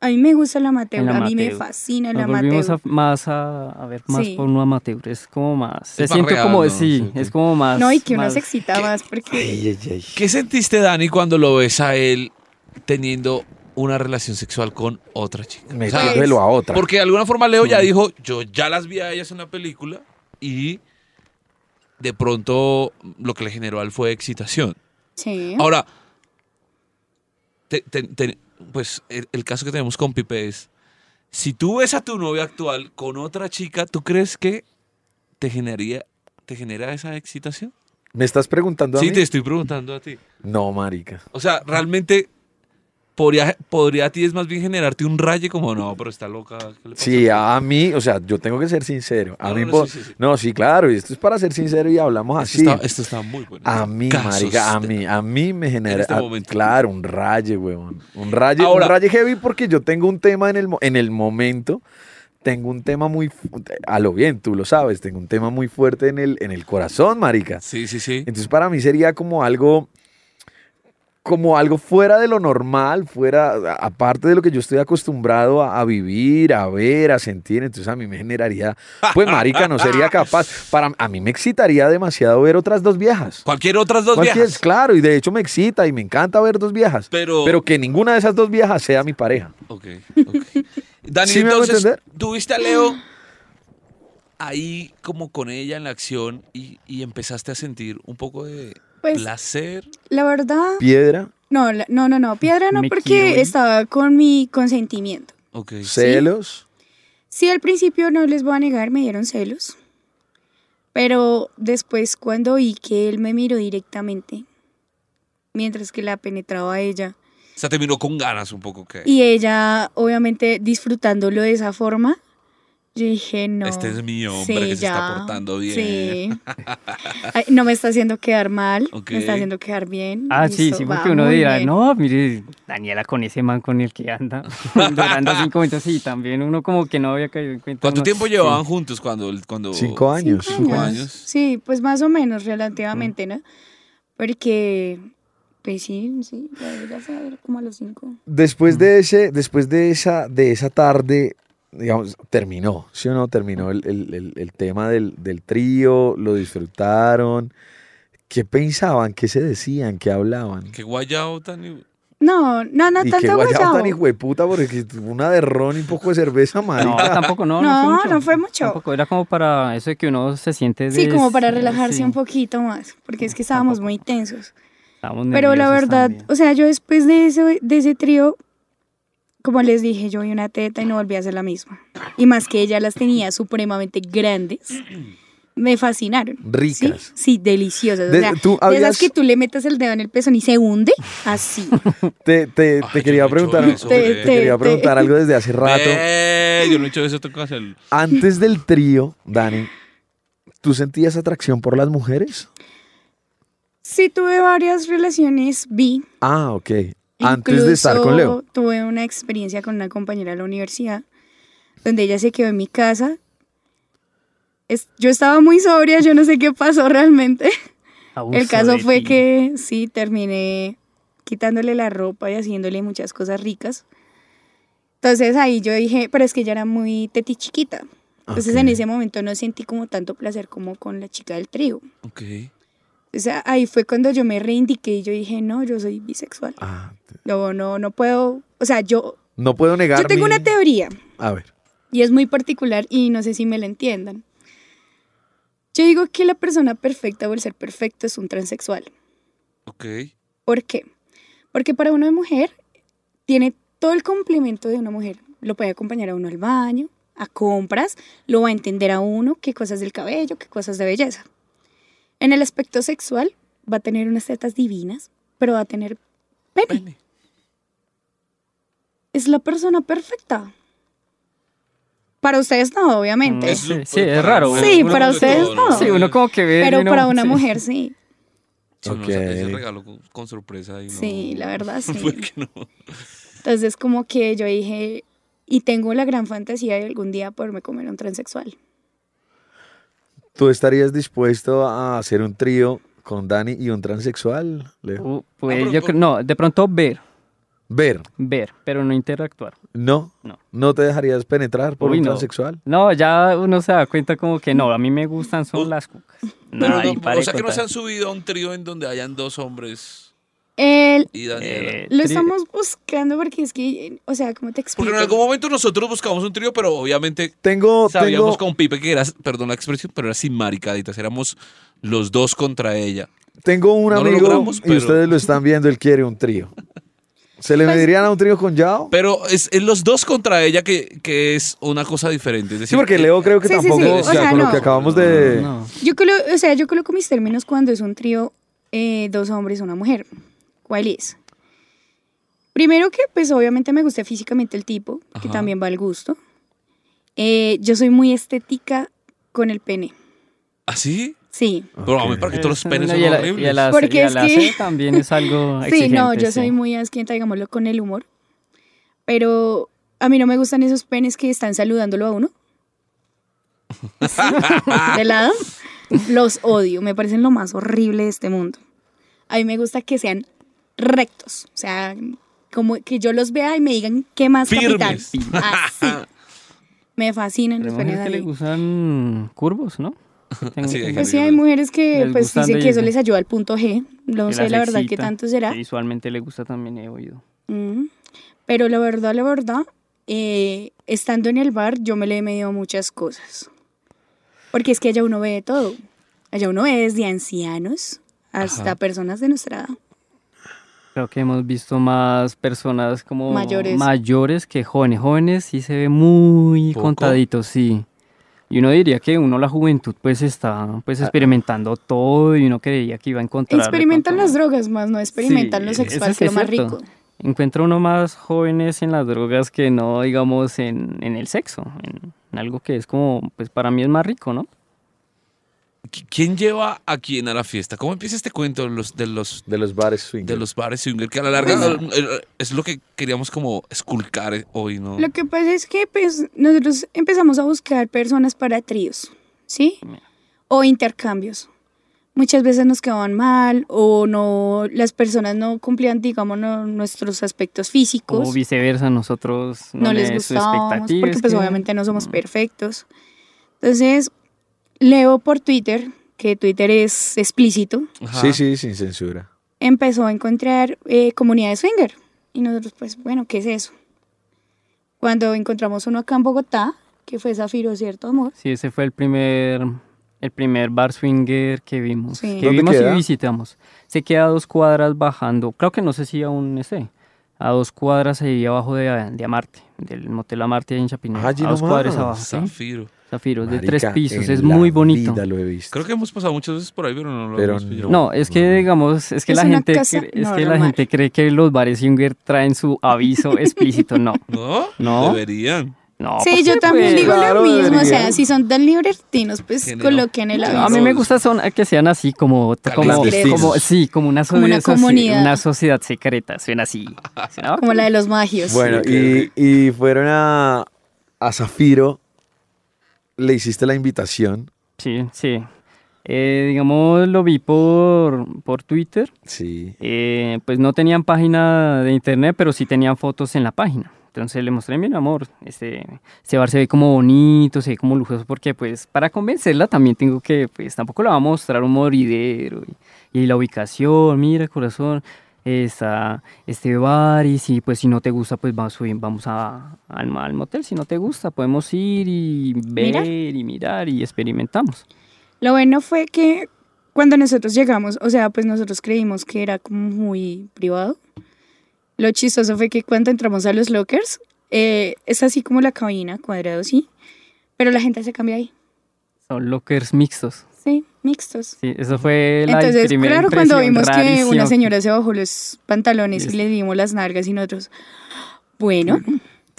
Speaker 5: A mí me gusta el amateur,
Speaker 4: El
Speaker 5: a mí me
Speaker 4: amateur.
Speaker 5: fascina el
Speaker 4: Nos
Speaker 5: amateur.
Speaker 4: volvimos a- más a, a ver más
Speaker 5: Sí.
Speaker 4: porno amateur, es como más, se
Speaker 3: más
Speaker 4: siente
Speaker 3: real,
Speaker 4: como,
Speaker 3: ¿no?
Speaker 4: sí,
Speaker 3: Sí, ok.
Speaker 4: es como más.
Speaker 5: No, y que uno
Speaker 4: más-
Speaker 5: se excita más porque
Speaker 2: Ay, ay, ay.
Speaker 3: ¿Qué sentiste, Dani, cuando lo ves a él teniendo una relación sexual con otra chica?
Speaker 2: Me
Speaker 3: O sea,
Speaker 5: Pues-
Speaker 2: a otra.
Speaker 3: porque de alguna forma Leo ya dijo, yo ya las vi a ellas en una película y de pronto lo que le generó a él fue excitación.
Speaker 5: sí,
Speaker 3: Ahora, te- te- te- pues el, el caso que tenemos con Pipe es, si tú ves a tu novia actual con otra chica, ¿tú crees que te generaría, te genera esa excitación?
Speaker 2: ¿Me estás preguntando a
Speaker 3: Sí,
Speaker 2: mí?
Speaker 3: te estoy preguntando a ti.
Speaker 2: No, marica.
Speaker 3: O sea, realmente podría, podría a ti es más bien generarte un raye como no, pero está loca. ¿qué le pasa?
Speaker 2: Sí, a mí, o sea, yo tengo que ser sincero. A
Speaker 3: No,
Speaker 2: mí,
Speaker 3: no,
Speaker 2: po- no,
Speaker 3: sí, sí, sí.
Speaker 2: claro, y esto es para ser sincero y hablamos
Speaker 3: Esto
Speaker 2: así.
Speaker 3: está, esto está muy bueno.
Speaker 2: ah, A mí,
Speaker 3: Casos
Speaker 2: marica, a
Speaker 3: de-
Speaker 2: mí, a mí me genera,
Speaker 3: este
Speaker 2: ah,
Speaker 3: momento.
Speaker 2: claro, un raye, huevón. Un raye,
Speaker 3: Ahora-
Speaker 2: un raye heavy porque yo tengo un tema en el, mo- en el momento, tengo un tema muy, fu- a lo bien, tú lo sabes, tengo un tema muy fuerte en el, en el corazón, marica.
Speaker 3: Sí, sí, sí.
Speaker 2: Entonces para mí sería como algo, como algo fuera de lo normal, fuera, a- aparte de lo que yo estoy acostumbrado a, a vivir, a ver, a sentir. Entonces a mí me generaría, pues marica, no sería capaz. Para, a mí me excitaría demasiado ver otras dos viejas.
Speaker 3: Cualquier otras dos
Speaker 2: Cualquier-
Speaker 3: viejas.
Speaker 2: Claro, y de hecho me excita y me encanta ver dos viejas.
Speaker 3: Pero-
Speaker 2: pero que ninguna de esas dos viejas sea mi pareja.
Speaker 3: Ok, ok. Dani,
Speaker 2: ¿Sí me hago
Speaker 3: entonces,
Speaker 2: entender?
Speaker 3: tuviste a Leo ahí como con ella en la acción y, y empezaste a sentir un poco de
Speaker 5: Pues-
Speaker 3: placer.
Speaker 5: la verdad,
Speaker 2: Piedra,
Speaker 5: no, la- no, no, no, piedra no
Speaker 4: Me quiero ir.
Speaker 5: porque estaba con mi consentimiento.
Speaker 3: Ok.
Speaker 2: celos.
Speaker 5: Sí, al principio no les voy a negar, me dieron celos. Pero después cuando vi que él me miró directamente, mientras que la penetraba a ella,
Speaker 3: O sea, terminó con ganas un poco que
Speaker 5: y ella obviamente disfrutándolo de esa forma, yo dije, no.
Speaker 3: este es mi hombre que se está
Speaker 5: ya,
Speaker 3: portando bien.
Speaker 5: Sí. Ay, no me está haciendo quedar mal,
Speaker 3: Ok.
Speaker 5: me está haciendo quedar bien.
Speaker 4: Ah, sí,
Speaker 5: listo,
Speaker 4: sí,
Speaker 5: va,
Speaker 4: porque uno
Speaker 5: muy
Speaker 4: dirá,
Speaker 5: bien.
Speaker 4: no, mire, Daniela con ese man con el que anda, durando cinco minutos, sí, también uno como que no había caído en cuenta.
Speaker 3: ¿Cuánto
Speaker 4: uno-
Speaker 3: tiempo
Speaker 4: sí.
Speaker 3: llevaban juntos cuando, el- cuando
Speaker 2: Cinco años.
Speaker 5: Cinco
Speaker 3: Cinco
Speaker 5: años.
Speaker 3: años.
Speaker 5: Sí, pues más o menos, relativamente, ¿no? Porque, pues sí, sí, la verdad se va a ver como a los cinco.
Speaker 2: Después
Speaker 3: Mm.
Speaker 2: de ese, después de esa, de esa tarde, digamos, terminó, ¿sí o no? Terminó el, el- el- el tema del, del trío, lo disfrutaron. ¿Qué pensaban? ¿Qué se decían? ¿Qué hablaban?
Speaker 3: Qué guayao tan...
Speaker 5: No, no, no,
Speaker 2: y qué
Speaker 5: tanto
Speaker 2: guayabo tan
Speaker 5: guayabo.
Speaker 2: hijueputa porque una de ron y un poco de cerveza,
Speaker 4: No,
Speaker 2: marica.
Speaker 4: tampoco, no, no,
Speaker 5: No,
Speaker 4: fue mucho.
Speaker 5: no fue mucho.
Speaker 4: Tampoco, era como para eso de que uno se siente.
Speaker 5: Sí,
Speaker 4: des-
Speaker 5: como para relajarse
Speaker 4: Ah, sí,
Speaker 5: un poquito más, porque es que estábamos muy tensos.
Speaker 4: estábamos
Speaker 5: Pero la
Speaker 4: nerviosos
Speaker 5: verdad,
Speaker 4: también.
Speaker 5: o sea, yo después de, eso, de ese trío, como les dije, yo vi una teta y no volví a hacer la misma. Y más que ella las tenía supremamente grandes, me fascinaron.
Speaker 2: Ricas.
Speaker 5: Sí, sí deliciosas.
Speaker 2: De-
Speaker 5: o sea,
Speaker 2: tú
Speaker 5: de
Speaker 2: habías-
Speaker 5: esas que tú le metes el dedo en el pezón y se hunde, así.
Speaker 2: Te, te- te
Speaker 3: Ay, yo
Speaker 2: quería
Speaker 3: no he hecho
Speaker 2: preguntar,
Speaker 3: eso,
Speaker 2: te,
Speaker 5: ve.
Speaker 2: te quería
Speaker 5: Te- te-
Speaker 2: preguntar algo desde hace rato.
Speaker 3: Ve, yo no he hecho eso, toca hacerlo.
Speaker 2: Antes del trío, Dani, ¿tú sentías atracción por las mujeres?
Speaker 5: Sí, tuve varias relaciones bi.
Speaker 2: Ah, ok. Antes de estar con Leo.
Speaker 5: Incluso Tuve una experiencia con una compañera de la universidad, donde ella se quedó en mi casa. Es- yo estaba muy sobria, yo no sé qué pasó realmente.
Speaker 4: Abuso
Speaker 5: El caso
Speaker 4: de
Speaker 5: fue
Speaker 4: ti.
Speaker 5: que sí, terminé quitándole la ropa y haciéndole muchas cosas ricas. Entonces ahí yo dije, pero es que ella era muy teti chiquita. Entonces en
Speaker 2: Ok.
Speaker 5: ese momento no sentí como tanto placer como con la chica del trío.
Speaker 3: Ok.
Speaker 5: O sea, ahí fue cuando yo me reivindiqué y yo dije, no, yo soy bisexual.
Speaker 2: Ah, te-
Speaker 5: No, no, no puedo. O sea, yo,
Speaker 2: no puedo negar.
Speaker 5: yo tengo
Speaker 2: mi-
Speaker 5: una teoría
Speaker 2: A ver.
Speaker 5: y es muy particular y no sé si me la entiendan. Yo digo que la persona perfecta o el ser perfecto es un transexual.
Speaker 3: Ok.
Speaker 5: ¿Por qué? Porque para una mujer tiene todo el complemento de una mujer. Lo puede acompañar a uno al baño, a compras, lo va a entender a uno qué cosas del cabello, qué cosas de belleza. En el aspecto sexual va a tener unas tetas divinas, pero va a tener pene.
Speaker 3: Pene.
Speaker 5: Es la persona perfecta. Para ustedes no, obviamente.
Speaker 4: Es- Mm, Sí, sí, es raro.
Speaker 5: Sí, para ustedes no.
Speaker 4: Sí, uno como que ve.
Speaker 5: pero
Speaker 4: uno-
Speaker 5: para una
Speaker 4: sí.
Speaker 5: mujer sí.
Speaker 3: Sí, uno
Speaker 2: Ok.
Speaker 3: saca ese regalo con, con sorpresa y no.
Speaker 5: Sí, la verdad, sí.
Speaker 3: ¿Por qué no?
Speaker 5: Entonces como que yo dije, y tengo la gran fantasía de algún día poderme comer a un transexual.
Speaker 2: ¿Tú estarías dispuesto a hacer un trío con Dani y un transexual, Leo?
Speaker 4: Uh, pues
Speaker 3: Ah, pero
Speaker 4: yo
Speaker 3: por-
Speaker 4: creo- no, de pronto ver,
Speaker 2: Ver,
Speaker 4: ver, pero no interactuar.
Speaker 2: ¿no?
Speaker 4: No.
Speaker 2: te dejarías penetrar por
Speaker 4: Uy,
Speaker 2: un
Speaker 4: no.
Speaker 2: transexual?
Speaker 4: No, ya uno se da cuenta como que no, a mí me gustan son las cucas.
Speaker 3: Pero
Speaker 4: Nah,
Speaker 3: no,
Speaker 4: y pare
Speaker 3: o sea
Speaker 4: de
Speaker 3: que no se
Speaker 4: contar.
Speaker 3: han subido a un trío en donde hayan dos hombres
Speaker 5: El,
Speaker 3: y Daniela.
Speaker 4: Eh,
Speaker 5: lo
Speaker 4: tri-
Speaker 5: estamos buscando porque es que, o sea, ¿cómo te explico?
Speaker 3: Porque en algún momento nosotros buscamos un trío, pero obviamente
Speaker 2: Tengo,
Speaker 3: sabíamos
Speaker 2: tengo,
Speaker 3: con Pipe que era, perdón la expresión, pero era sin maricaditas. Éramos los dos contra ella.
Speaker 2: tengo un
Speaker 3: No lo
Speaker 2: amigo
Speaker 3: logramos,
Speaker 2: y
Speaker 3: pero-
Speaker 2: ustedes lo están viendo, él quiere un trío. ¿Se le
Speaker 5: Pues-
Speaker 2: medirían a un trío con Yao?
Speaker 3: Pero es, es los dos contra ella que, que es una cosa diferente. Es decir,
Speaker 2: Sí, porque Leo creo que
Speaker 5: Sí, sí,
Speaker 2: tampoco,
Speaker 5: sí,
Speaker 2: o
Speaker 5: o
Speaker 2: sea,
Speaker 5: sea,
Speaker 2: con lo
Speaker 5: no.
Speaker 2: que acabamos de...
Speaker 4: No.
Speaker 5: Yo colo- o sea, yo coloco mis términos cuando es un trío, eh, dos hombres, una mujer. ¿Cuál es? Primero que, pues obviamente me gusta físicamente el tipo, que
Speaker 3: Ajá.
Speaker 5: también va al gusto. Eh, yo soy muy estética con el pene,
Speaker 3: ¿Así?
Speaker 5: sí.
Speaker 3: ¿Ah, Pero a mí
Speaker 2: Ok.
Speaker 3: para que todos los penes
Speaker 4: Eh, No,
Speaker 3: son
Speaker 4: y a la-
Speaker 3: horribles.
Speaker 4: Y a la,
Speaker 5: Porque
Speaker 4: y a
Speaker 5: es
Speaker 4: la
Speaker 5: que-
Speaker 4: C también es algo
Speaker 5: Sí, no,
Speaker 4: exigente,
Speaker 5: yo
Speaker 4: sí.
Speaker 5: soy muy asquienta, digámoslo, con el humor. Pero a mí no me gustan esos penes que están saludándolo a uno. Sí, de lado. Los odio, me parecen lo más horrible de este mundo. A mí me gusta que sean rectos, o sea, como que yo los vea y me digan qué más capital.
Speaker 3: Firmes.
Speaker 5: Así. Me fascinan
Speaker 4: Pero
Speaker 5: los
Speaker 4: hay
Speaker 5: penes
Speaker 4: mujeres que le
Speaker 5: así.
Speaker 4: gustan curvos, ¿no? Que tengo
Speaker 3: Sí, hay
Speaker 4: entendido.
Speaker 5: Pues sí, hay mujeres que
Speaker 4: Les
Speaker 5: pues
Speaker 4: gustan
Speaker 5: dicen
Speaker 4: de
Speaker 5: que eso
Speaker 4: ellas.
Speaker 5: les ayuda al punto G. No
Speaker 4: Que
Speaker 5: sé
Speaker 4: las
Speaker 5: la verdad qué
Speaker 4: excita,
Speaker 5: tanto será.
Speaker 4: que Visualmente le gusta también, he oído.
Speaker 5: Ujú. Pero la verdad, la verdad, eh, estando en el bar yo me le he medido muchas cosas. Porque es que allá uno ve de todo. Allá uno ve desde ancianos hasta
Speaker 3: Ajá.
Speaker 5: personas de nuestra edad.
Speaker 4: Creo que hemos visto más personas como
Speaker 5: Mayores.
Speaker 4: mayores que jóvenes. Jóvenes sí se ve muy
Speaker 3: ¿Poco?
Speaker 4: contaditos, sí. Y uno diría que uno, la juventud, pues está pues experimentando todo y uno creería que iba a encontrar. de
Speaker 5: Experimentan
Speaker 4: pronto
Speaker 5: las
Speaker 4: más.
Speaker 5: drogas más, no experimentan
Speaker 4: Sí,
Speaker 5: los
Speaker 4: eso
Speaker 5: sexual,
Speaker 4: sí
Speaker 5: que es
Speaker 4: es
Speaker 5: lo más
Speaker 4: cierto.
Speaker 5: rico.
Speaker 4: Encuentra uno más jóvenes en las drogas que no, digamos, en, en el sexo, en, en algo que es como, pues para mí es más rico, ¿no?
Speaker 3: ¿Qui- ¿Quién lleva a quién a la fiesta? ¿Cómo empieza este cuento de los, de los,
Speaker 2: De los bares swing.
Speaker 3: de los bares swinger? Que a la larga eh, es lo que queríamos como esculcar eh, hoy, ¿no?
Speaker 5: Lo que pasa es que pues, nosotros empezamos a buscar personas para tríos, ¿sí?
Speaker 4: Mira.
Speaker 5: O intercambios. Muchas veces nos quedaban mal o no las personas no cumplían, digamos, no- nuestros aspectos físicos.
Speaker 4: O viceversa, nosotros
Speaker 5: no les
Speaker 4: sus
Speaker 5: gustábamos
Speaker 4: expectativas,
Speaker 5: porque pues
Speaker 4: que-
Speaker 5: obviamente no somos
Speaker 4: Mm.
Speaker 5: perfectos. Entonces, leo por Twitter, que Twitter es explícito,
Speaker 3: Ajá.
Speaker 2: Sí, sí, sin censura.
Speaker 5: empezó a encontrar eh, comunidades swinger. Y nosotros pues, bueno, ¿qué es eso? Cuando encontramos uno acá en Bogotá, que fue Zafiro, ¿cierto, amor?
Speaker 4: Sí, ese fue el primer, el primer bar swinger que vimos,
Speaker 5: Sí.
Speaker 4: que
Speaker 2: ¿Dónde
Speaker 4: vimos
Speaker 2: queda?
Speaker 4: y visitamos. Se queda a dos cuadras bajando, creo que no sé si aún esté, a dos cuadras ahí abajo de, de Amarte, del motel Amarte en Chapinero,
Speaker 2: Ah, Allí
Speaker 4: a dos
Speaker 2: nomás.
Speaker 4: cuadras abajo. Ah, ¿sí?
Speaker 3: Zafiro.
Speaker 4: Zafiros de
Speaker 2: Marica,
Speaker 4: tres pisos,
Speaker 2: en
Speaker 4: es
Speaker 2: la
Speaker 4: muy bonito.
Speaker 2: vida lo he visto.
Speaker 3: Creo que hemos pasado muchas veces por ahí, pero no lo
Speaker 2: Pero
Speaker 3: hemos pillado.
Speaker 4: No, es que
Speaker 2: No.
Speaker 4: digamos, es que
Speaker 5: Es
Speaker 4: la
Speaker 5: una
Speaker 4: gente
Speaker 5: casa
Speaker 4: cree- es que la
Speaker 5: normal.
Speaker 4: gente cree que los bares Singer traen su aviso explícito, no.
Speaker 3: ¿No?
Speaker 4: No.
Speaker 3: Deberían.
Speaker 4: No.
Speaker 5: Sí,
Speaker 4: pues,
Speaker 5: yo
Speaker 4: sí,
Speaker 5: también
Speaker 4: pues.
Speaker 5: digo
Speaker 2: Claro,
Speaker 5: lo mismo. O sea,
Speaker 2: deberían.
Speaker 5: si son tan libertinos, pues
Speaker 3: Que no.
Speaker 5: coloquen el
Speaker 3: No,
Speaker 5: aviso.
Speaker 4: A mí me gusta son eh, que sean así como como,
Speaker 2: Clandestinos.
Speaker 4: como- sí, como una,
Speaker 5: Como una
Speaker 4: socie- socie-
Speaker 5: comunidad.
Speaker 4: una sociedad secreta, suena así. ¿no?
Speaker 5: Como la de los magios.
Speaker 2: Bueno, y, y fueron a, a Zafiro, le hiciste la invitación.
Speaker 4: Sí, sí. Eh, digamos, lo vi por, por Twitter.
Speaker 2: Sí.
Speaker 4: Eh, pues no tenían página de internet, pero sí tenían fotos en la página. Entonces le mostré, mira, amor, este, este bar se ve como bonito, se ve como lujoso, porque pues para convencerla también tengo que, pues tampoco la va a mostrar un moridero y, y la ubicación, mira, corazón, está este bar y si, pues si no te gusta, pues vamos, vamos a, al, al motel, si no te gusta, podemos ir y ver
Speaker 5: Mirar.
Speaker 4: y mirar y experimentamos.
Speaker 5: Lo bueno fue que cuando nosotros llegamos, o sea, pues nosotros creímos que era como muy privado. Lo chistoso fue que cuando entramos a los lockers, eh, es así como la cabina, cuadrado, sí. Pero la gente se cambia ahí.
Speaker 4: Son lockers mixtos.
Speaker 5: Sí, mixtos.
Speaker 4: Sí, eso fue la
Speaker 5: Entonces,
Speaker 4: primera
Speaker 5: claro, cuando
Speaker 4: impresión,
Speaker 5: vimos que
Speaker 4: rarísimo.
Speaker 5: una señora se bajó los pantalones
Speaker 4: Yes.
Speaker 5: y les vimos las nalgas y nosotros, bueno,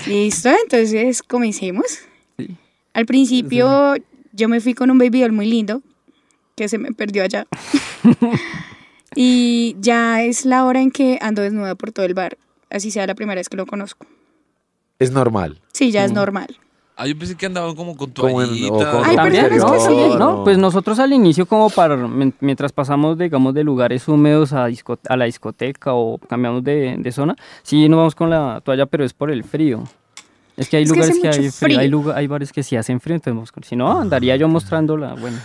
Speaker 5: listo, entonces comencemos.
Speaker 4: Sí.
Speaker 5: Al principio yo me fui con un baby doll muy lindo que se me perdió allá. y ya es la hora en que ando desnuda por todo el bar, así sea la primera vez que lo conozco.
Speaker 2: Es normal.
Speaker 5: Sí, ya es
Speaker 4: Mm.
Speaker 5: normal.
Speaker 3: Ah, yo pensé que andaban como con
Speaker 2: Como en- o
Speaker 3: toallitas.
Speaker 2: con ropa
Speaker 5: Ay, pero
Speaker 4: También,
Speaker 5: es que
Speaker 4: ¿no?
Speaker 2: interior,
Speaker 5: sí,
Speaker 4: También, ¿no? Pues nosotros al inicio como para, mien- mientras pasamos, digamos, de lugares húmedos a, disco- a la discoteca o cambiamos de, de zona, sí nos vamos con la toalla, pero es por el frío. Es que hay
Speaker 5: Es que
Speaker 4: lugares
Speaker 5: hace
Speaker 4: que, hay
Speaker 5: mucho
Speaker 4: frío, Hay,
Speaker 5: frío.
Speaker 4: lugar- hay bares que sí hacen frío, entonces vamos con- si no, andaría yo mostrándola, bueno.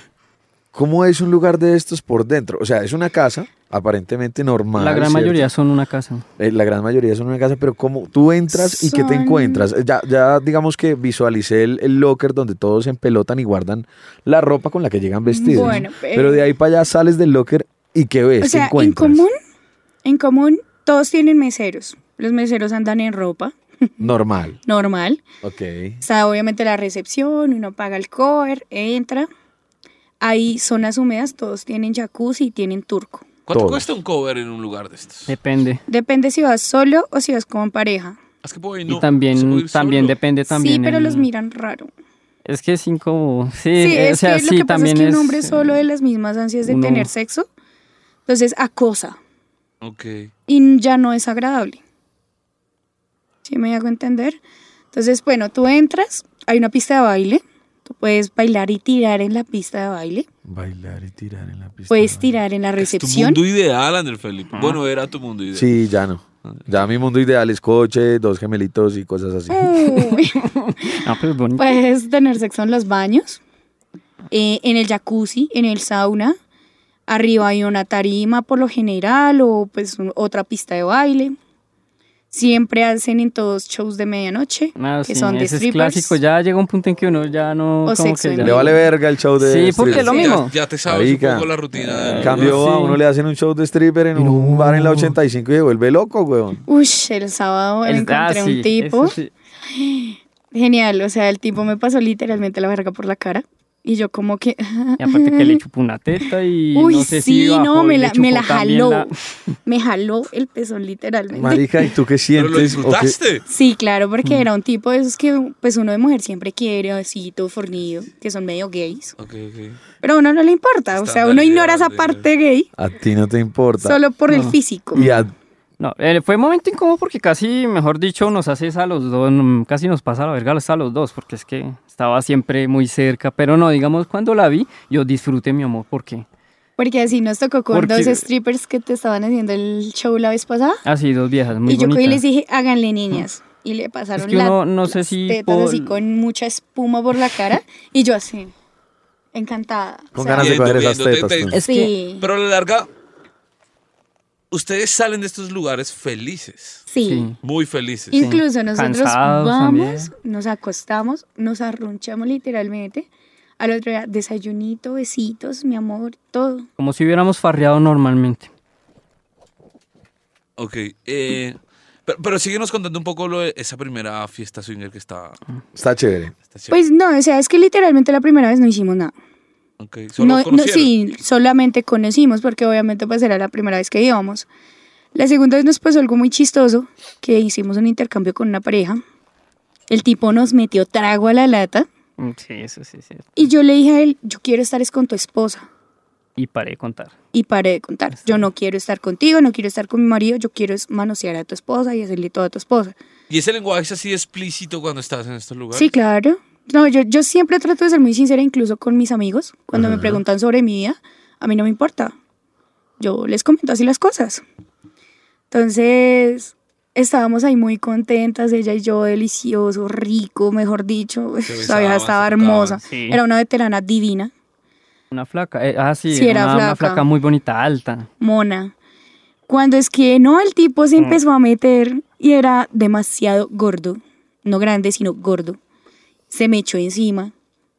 Speaker 2: ¿Cómo es un lugar de estos por dentro? O sea, es una casa aparentemente normal.
Speaker 4: la gran
Speaker 2: ¿cierto?
Speaker 4: mayoría son una casa.
Speaker 2: Eh, la gran mayoría son una casa, pero ¿cómo tú entras y qué te
Speaker 5: Son-
Speaker 2: encuentras? Eh, Ya, ya digamos que visualicé el, el locker donde todos se empelotan y guardan la ropa con la que llegan vestidos.
Speaker 5: Bueno,
Speaker 2: pero de ahí para allá sales del locker y ¿qué ves?
Speaker 5: O
Speaker 2: ¿Qué
Speaker 5: sea, en
Speaker 2: encuentras?
Speaker 5: común, en común todos tienen meseros. Los meseros andan en ropa
Speaker 2: Normal.
Speaker 5: normal.
Speaker 2: Ok.
Speaker 5: Está obviamente la recepción, uno paga el cover, entra. Hay zonas húmedas, todos tienen jacuzzi y tienen turco.
Speaker 3: ¿Cuánto
Speaker 2: Todos.
Speaker 3: cuesta un cover en un lugar de estos?
Speaker 4: Depende.
Speaker 5: Depende si vas solo o si vas con pareja.
Speaker 3: Es que puedo ir,
Speaker 4: y
Speaker 3: no, se puede
Speaker 4: también,
Speaker 3: ir
Speaker 4: también
Speaker 3: solo.
Speaker 4: depende también.
Speaker 5: sí, pero
Speaker 4: el-
Speaker 5: los miran raro. es
Speaker 4: Es que es incómodo. Sí,
Speaker 5: Sí,
Speaker 4: eh,
Speaker 5: es
Speaker 4: o sea,
Speaker 5: que lo
Speaker 4: sí,
Speaker 5: que pasa es
Speaker 4: también
Speaker 5: que un hombre
Speaker 4: es, eh,
Speaker 5: solo de las mismas ansias de
Speaker 4: uno-
Speaker 5: tener sexo, entonces acosa
Speaker 3: Ok.
Speaker 5: y ya no es agradable. ¿Sí me hago entender? Entonces, bueno, tú entras, hay una pista de baile, tú puedes bailar y tirar en la pista de baile,
Speaker 2: Bailar y tirar en la pista.
Speaker 5: puedes tirar en la
Speaker 3: Tu
Speaker 5: recepción.
Speaker 3: mundo ideal, Andrés Felipe. Bueno, era tu mundo ideal.
Speaker 2: Sí, ya no. Ya mi mundo ideal es coche, dos gemelitos y cosas así.
Speaker 5: Uy.
Speaker 4: No, pero es bonito.
Speaker 5: Puedes Pues tener sexo en los baños, eh, en el jacuzzi, en el sauna. Arriba hay una tarima por lo general o pues un- otra pista de baile. Siempre hacen en todos shows de medianoche,
Speaker 4: Ah,
Speaker 5: que
Speaker 4: sí,
Speaker 5: son de
Speaker 4: ese es
Speaker 5: strippers.
Speaker 4: clásico. Ya llega un punto en que uno ya no.
Speaker 5: O
Speaker 4: como
Speaker 5: sexo
Speaker 4: que ya
Speaker 5: en
Speaker 2: Le
Speaker 5: vivo.
Speaker 4: no-
Speaker 2: vale verga el show de
Speaker 4: Sí, porque
Speaker 2: strippers.
Speaker 4: lo
Speaker 3: Ya-
Speaker 4: mismo.
Speaker 3: Ya, te sabes un
Speaker 2: Marica.
Speaker 3: poco la rutina.
Speaker 2: En
Speaker 3: del-
Speaker 2: cambio, a
Speaker 4: Sí.
Speaker 2: uno le hacen un show de stripper en un bar en la 85 y se vuelve loco, weón.
Speaker 5: Uy, el sábado
Speaker 4: El- ah,
Speaker 5: encontré
Speaker 4: sí,
Speaker 5: un tipo.
Speaker 4: eso sí.
Speaker 5: Genial, o sea, el tipo me pasó literalmente la verga por la cara. Y yo como que...
Speaker 4: Y aparte que le chupó una teta y.
Speaker 5: Uy,
Speaker 4: no sé
Speaker 5: sí,
Speaker 4: si bajó
Speaker 5: no,
Speaker 4: y
Speaker 5: me
Speaker 4: le
Speaker 5: la, me
Speaker 4: chupó
Speaker 5: la
Speaker 4: también
Speaker 5: jaló.
Speaker 4: la-
Speaker 5: Me jaló el pezón literalmente.
Speaker 2: Marica, ¿y tú qué
Speaker 3: Pero lo
Speaker 2: sientes? ¿O qué-
Speaker 3: disfrutaste.
Speaker 5: Sí, claro,
Speaker 4: Mm.
Speaker 5: porque era un tipo de esos que pues uno de mujer siempre quiere, así todo fornido, que son medio gays.
Speaker 3: Ok, ok.
Speaker 5: Pero a uno no le importa, o sea, uno ignora esa parte gay
Speaker 2: A ti no te importa.
Speaker 5: solo por el
Speaker 4: No.
Speaker 5: físico.
Speaker 2: Y a
Speaker 4: No, eh, fue un momento incómodo porque casi, mejor dicho, nos hace esa a los dos, mm, casi nos pasa la verga hasta a los dos, porque es que estaba siempre muy cerca. Pero no, digamos, cuando la vi, yo disfruté mi amor, porque
Speaker 5: Porque así nos tocó con
Speaker 4: Porque-
Speaker 5: dos strippers que te estaban haciendo el show la vez pasada.
Speaker 4: así dos viejas, muy
Speaker 5: y yo cogí y
Speaker 4: bonitas.
Speaker 5: les dije, háganle niñas. Y le
Speaker 4: Es
Speaker 5: pasaron
Speaker 4: que
Speaker 5: la-
Speaker 4: uno no sé
Speaker 5: las
Speaker 4: si
Speaker 5: tetas
Speaker 4: por-
Speaker 5: así con mucha espuma por la cara. y yo así, encantada.
Speaker 2: Con ganas de
Speaker 3: Viendo,
Speaker 2: coger esas
Speaker 3: viendo,
Speaker 2: tetas.
Speaker 3: te-
Speaker 2: tú.
Speaker 3: te-
Speaker 4: Es que
Speaker 5: Sí,
Speaker 3: Pero a la larga, ustedes salen de estos lugares felices.
Speaker 5: sí.
Speaker 4: sí.
Speaker 3: Muy felices.
Speaker 5: Incluso nosotros
Speaker 4: Cansados
Speaker 5: vamos,
Speaker 4: también.
Speaker 5: nos acostamos, nos arrunchamos literalmente. Al otro día, desayunito, besitos, mi amor, todo.
Speaker 4: como si hubiéramos farreado normalmente.
Speaker 3: Ok. eh, Pero, pero síguenos contando un poco lo de esa primera fiesta swinger que está.
Speaker 2: Está chévere.
Speaker 3: está chévere.
Speaker 5: Pues no, o sea, es que literalmente la primera vez no hicimos nada.
Speaker 3: Ok, solo
Speaker 5: no, no,
Speaker 3: conocieron.
Speaker 5: sí, solamente conocimos porque obviamente pues era la primera vez que íbamos. La segunda vez nos pasó algo muy chistoso, que hicimos un intercambio con una pareja. El tipo nos metió trago a la lata
Speaker 4: Mm, Sí, eso sí, sí.
Speaker 5: y yo le dije a él, yo quiero estar es con tu esposa.
Speaker 4: Y paré de contar.
Speaker 5: Y paré de contar, yo no quiero estar contigo, no quiero estar con mi marido, yo quiero es manosear a tu esposa y hacerle todo a tu esposa.
Speaker 3: Y ese lenguaje es así explícito cuando estás en estos lugares.
Speaker 5: Sí, claro. No, yo, yo siempre trato de ser muy sincera, incluso con mis amigos. Cuando me preguntan sobre mi vida, a mí no me importa. Yo les comento así las cosas. Entonces, estábamos ahí muy contentas, ella y yo, delicioso, rico, mejor dicho.
Speaker 3: Se
Speaker 5: Esa vieja
Speaker 3: besaban,
Speaker 5: estaba
Speaker 3: se
Speaker 5: hermosa.
Speaker 4: Sí.
Speaker 5: Era una veterana divina,
Speaker 4: Una flaca. eh, ah, sí,
Speaker 5: Sí, era
Speaker 4: una, una
Speaker 5: flaca.
Speaker 4: flaca muy bonita, alta.
Speaker 5: mona. Cuando es que no, el tipo se empezó a meter y era demasiado gordo. No grande, sino gordo. se me echó encima.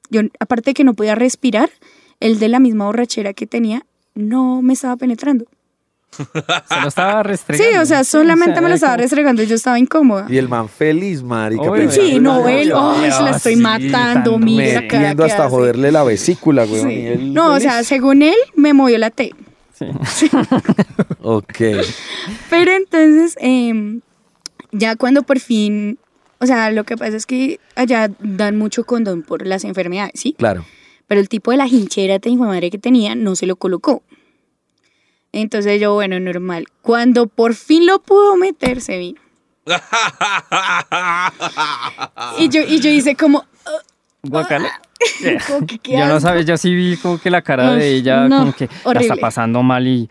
Speaker 5: Yo, aparte de que no podía respirar, el de la misma borrachera que tenía no me estaba penetrando.
Speaker 4: Se lo estaba restregando.
Speaker 5: Sí, o sea, solamente me lo estaba
Speaker 4: restregando.
Speaker 5: restregando y yo estaba incómoda.
Speaker 2: Y el man feliz, marica.
Speaker 4: Obvio.
Speaker 2: pensando
Speaker 5: Sí,
Speaker 2: en la
Speaker 5: no, él,
Speaker 2: novia,
Speaker 5: ay, se la estoy
Speaker 4: Sí,
Speaker 5: matando,
Speaker 4: tan
Speaker 5: mira la cara
Speaker 2: Metiendo
Speaker 5: que
Speaker 2: hasta
Speaker 5: hace.
Speaker 2: joderle la vesícula, güey.
Speaker 5: Sí. No, o sea, según él, me movió la T.
Speaker 2: Ok.
Speaker 5: Pero entonces, em, ya cuando por fin, o sea, lo que pasa es que allá dan mucho condón por las enfermedades, ¿sí?
Speaker 2: Claro.
Speaker 5: Pero el tipo de la hinchera tan hijo de madre que tenía no se lo colocó. Entonces yo, bueno, normal. Cuando por fin lo pudo meter, se vino. Y yo, y yo hice como,
Speaker 4: Guacala. Yeah.
Speaker 5: como que, Ah, qué
Speaker 4: Yo no
Speaker 5: asco.
Speaker 4: sabía, yo sí vi como que la cara
Speaker 5: Uf,
Speaker 4: de ella
Speaker 5: no,
Speaker 4: como que la está
Speaker 5: horrible.
Speaker 4: pasando mal y,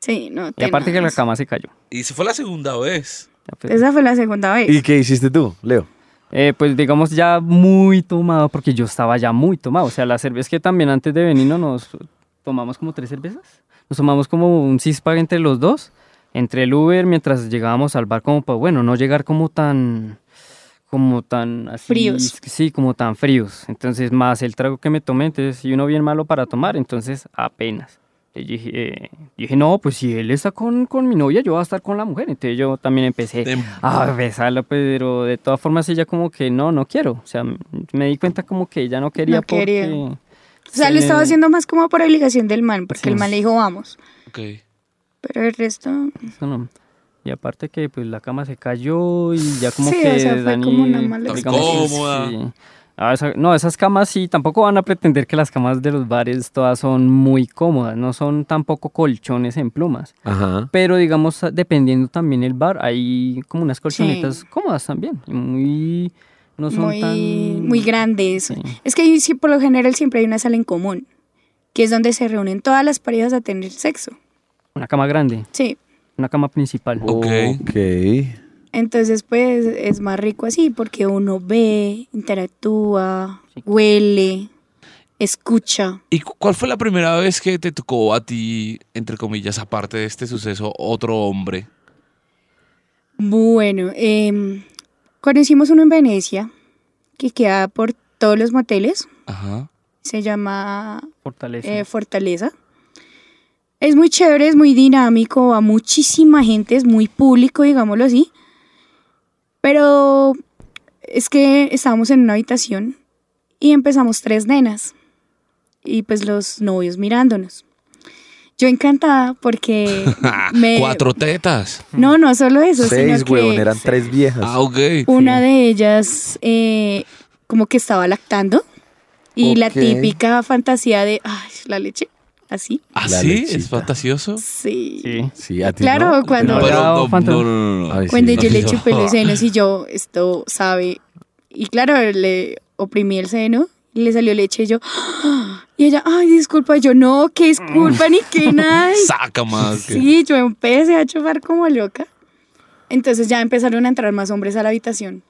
Speaker 5: Sí, no.
Speaker 4: y aparte que la
Speaker 5: tenaz.
Speaker 4: cama se cayó.
Speaker 3: Y se fue la segunda vez.
Speaker 4: Ya, pues,
Speaker 5: Esa fue la segunda vez.
Speaker 2: ¿Y qué hiciste tú, Leo?
Speaker 4: Eh, pues digamos ya muy tomado, porque yo estaba ya muy tomado. O sea, las cervezas que también antes de venir ¿no? nos tomamos como tres cervezas. Nos tomamos como un six-pack entre los dos, entre el Uber, mientras llegábamos al bar, como para, bueno, no llegar como tan. Como tan así,
Speaker 5: Fríos.
Speaker 4: Sí, como tan fríos. Entonces, más el trago que me tomé, entonces, y uno bien malo para tomar, entonces apenas. Y yo dije, eh, yo dije, no, pues si él está con, con mi novia, yo voy a estar con la mujer. Entonces yo también empecé
Speaker 3: Te-
Speaker 4: Ah, besarla, pero de todas formas ella como que no, no quiero. O sea, m- me di cuenta como que ella no quería
Speaker 5: No quería.
Speaker 4: porque...
Speaker 5: o sea, lo
Speaker 4: se-
Speaker 5: estaba haciendo más como por obligación del man, porque
Speaker 4: Sí.
Speaker 5: el man le dijo, vamos.
Speaker 3: Ok.
Speaker 5: Pero el resto,
Speaker 4: eso no. Y aparte que pues la cama se cayó y ya como
Speaker 5: Sí, o
Speaker 4: que
Speaker 5: sea, fue
Speaker 4: Dani,
Speaker 5: como una mala
Speaker 4: digamos, pues,
Speaker 3: experiencia. Cómoda.
Speaker 4: sí. Ah, esa- no, esas camas sí, tampoco van a pretender que las camas de los bares todas son muy cómodas, no son tampoco colchones en plumas.
Speaker 2: Ajá.
Speaker 4: Pero digamos, a- dependiendo también el bar, hay como unas colchonetas cómodas también. y Muy... No son
Speaker 5: muy,
Speaker 4: tan...
Speaker 5: muy grandes.
Speaker 4: Sí.
Speaker 5: Es que ahí sí, por lo general siempre hay una sala en común, que es donde se reúnen todas las parejas a tener sexo.
Speaker 4: Una cama grande,
Speaker 5: Sí.
Speaker 4: una cama principal.
Speaker 3: Ok.
Speaker 2: Ok.
Speaker 5: Entonces, pues es más rico así porque uno ve, interactúa, huele, escucha.
Speaker 3: ¿Y cu- cuál fue la primera vez que te tocó a ti, entre comillas, aparte de este suceso, otro hombre?
Speaker 5: Bueno, em, conocimos uno en Venecia que queda por todos los moteles.
Speaker 3: Ajá.
Speaker 5: Se llama
Speaker 4: Fortaleza.
Speaker 5: eh, Fortaleza. Es muy chévere, es muy dinámico, a muchísima gente, es muy público, digámoslo así. Pero es que estábamos en una habitación y empezamos tres nenas y pues los novios mirándonos. Yo encantada porque me...
Speaker 3: Ah, Cuatro tetas.
Speaker 5: No, no solo eso,
Speaker 2: Seis,
Speaker 5: sino que
Speaker 2: huevón, eran tres viejas.
Speaker 3: Ah, ok.
Speaker 5: una de ellas eh, como que estaba lactando y la
Speaker 2: Ok.
Speaker 5: típica fantasía de, ay, la leche, así.
Speaker 3: ¿Ah,
Speaker 2: La
Speaker 3: sí? ¿Es
Speaker 2: lechita.
Speaker 3: fantasioso?
Speaker 5: Sí.
Speaker 4: Sí.
Speaker 2: Sí, a ti
Speaker 5: Claro,
Speaker 2: no.
Speaker 5: cuando,
Speaker 4: No, era un fantasma.
Speaker 3: no,
Speaker 2: Ay, sí.
Speaker 5: cuando yo le
Speaker 3: No.
Speaker 5: chupé los senos y yo, esto sabe. Y claro, le oprimí el seno y le salió leche y yo, ¡ah! y ella, ay, disculpa, y yo, no, que disculpa ni que nada. Y
Speaker 3: Saca más. que-
Speaker 5: Sí, yo empecé a chupar como loca. Entonces ya empezaron a entrar más hombres a la habitación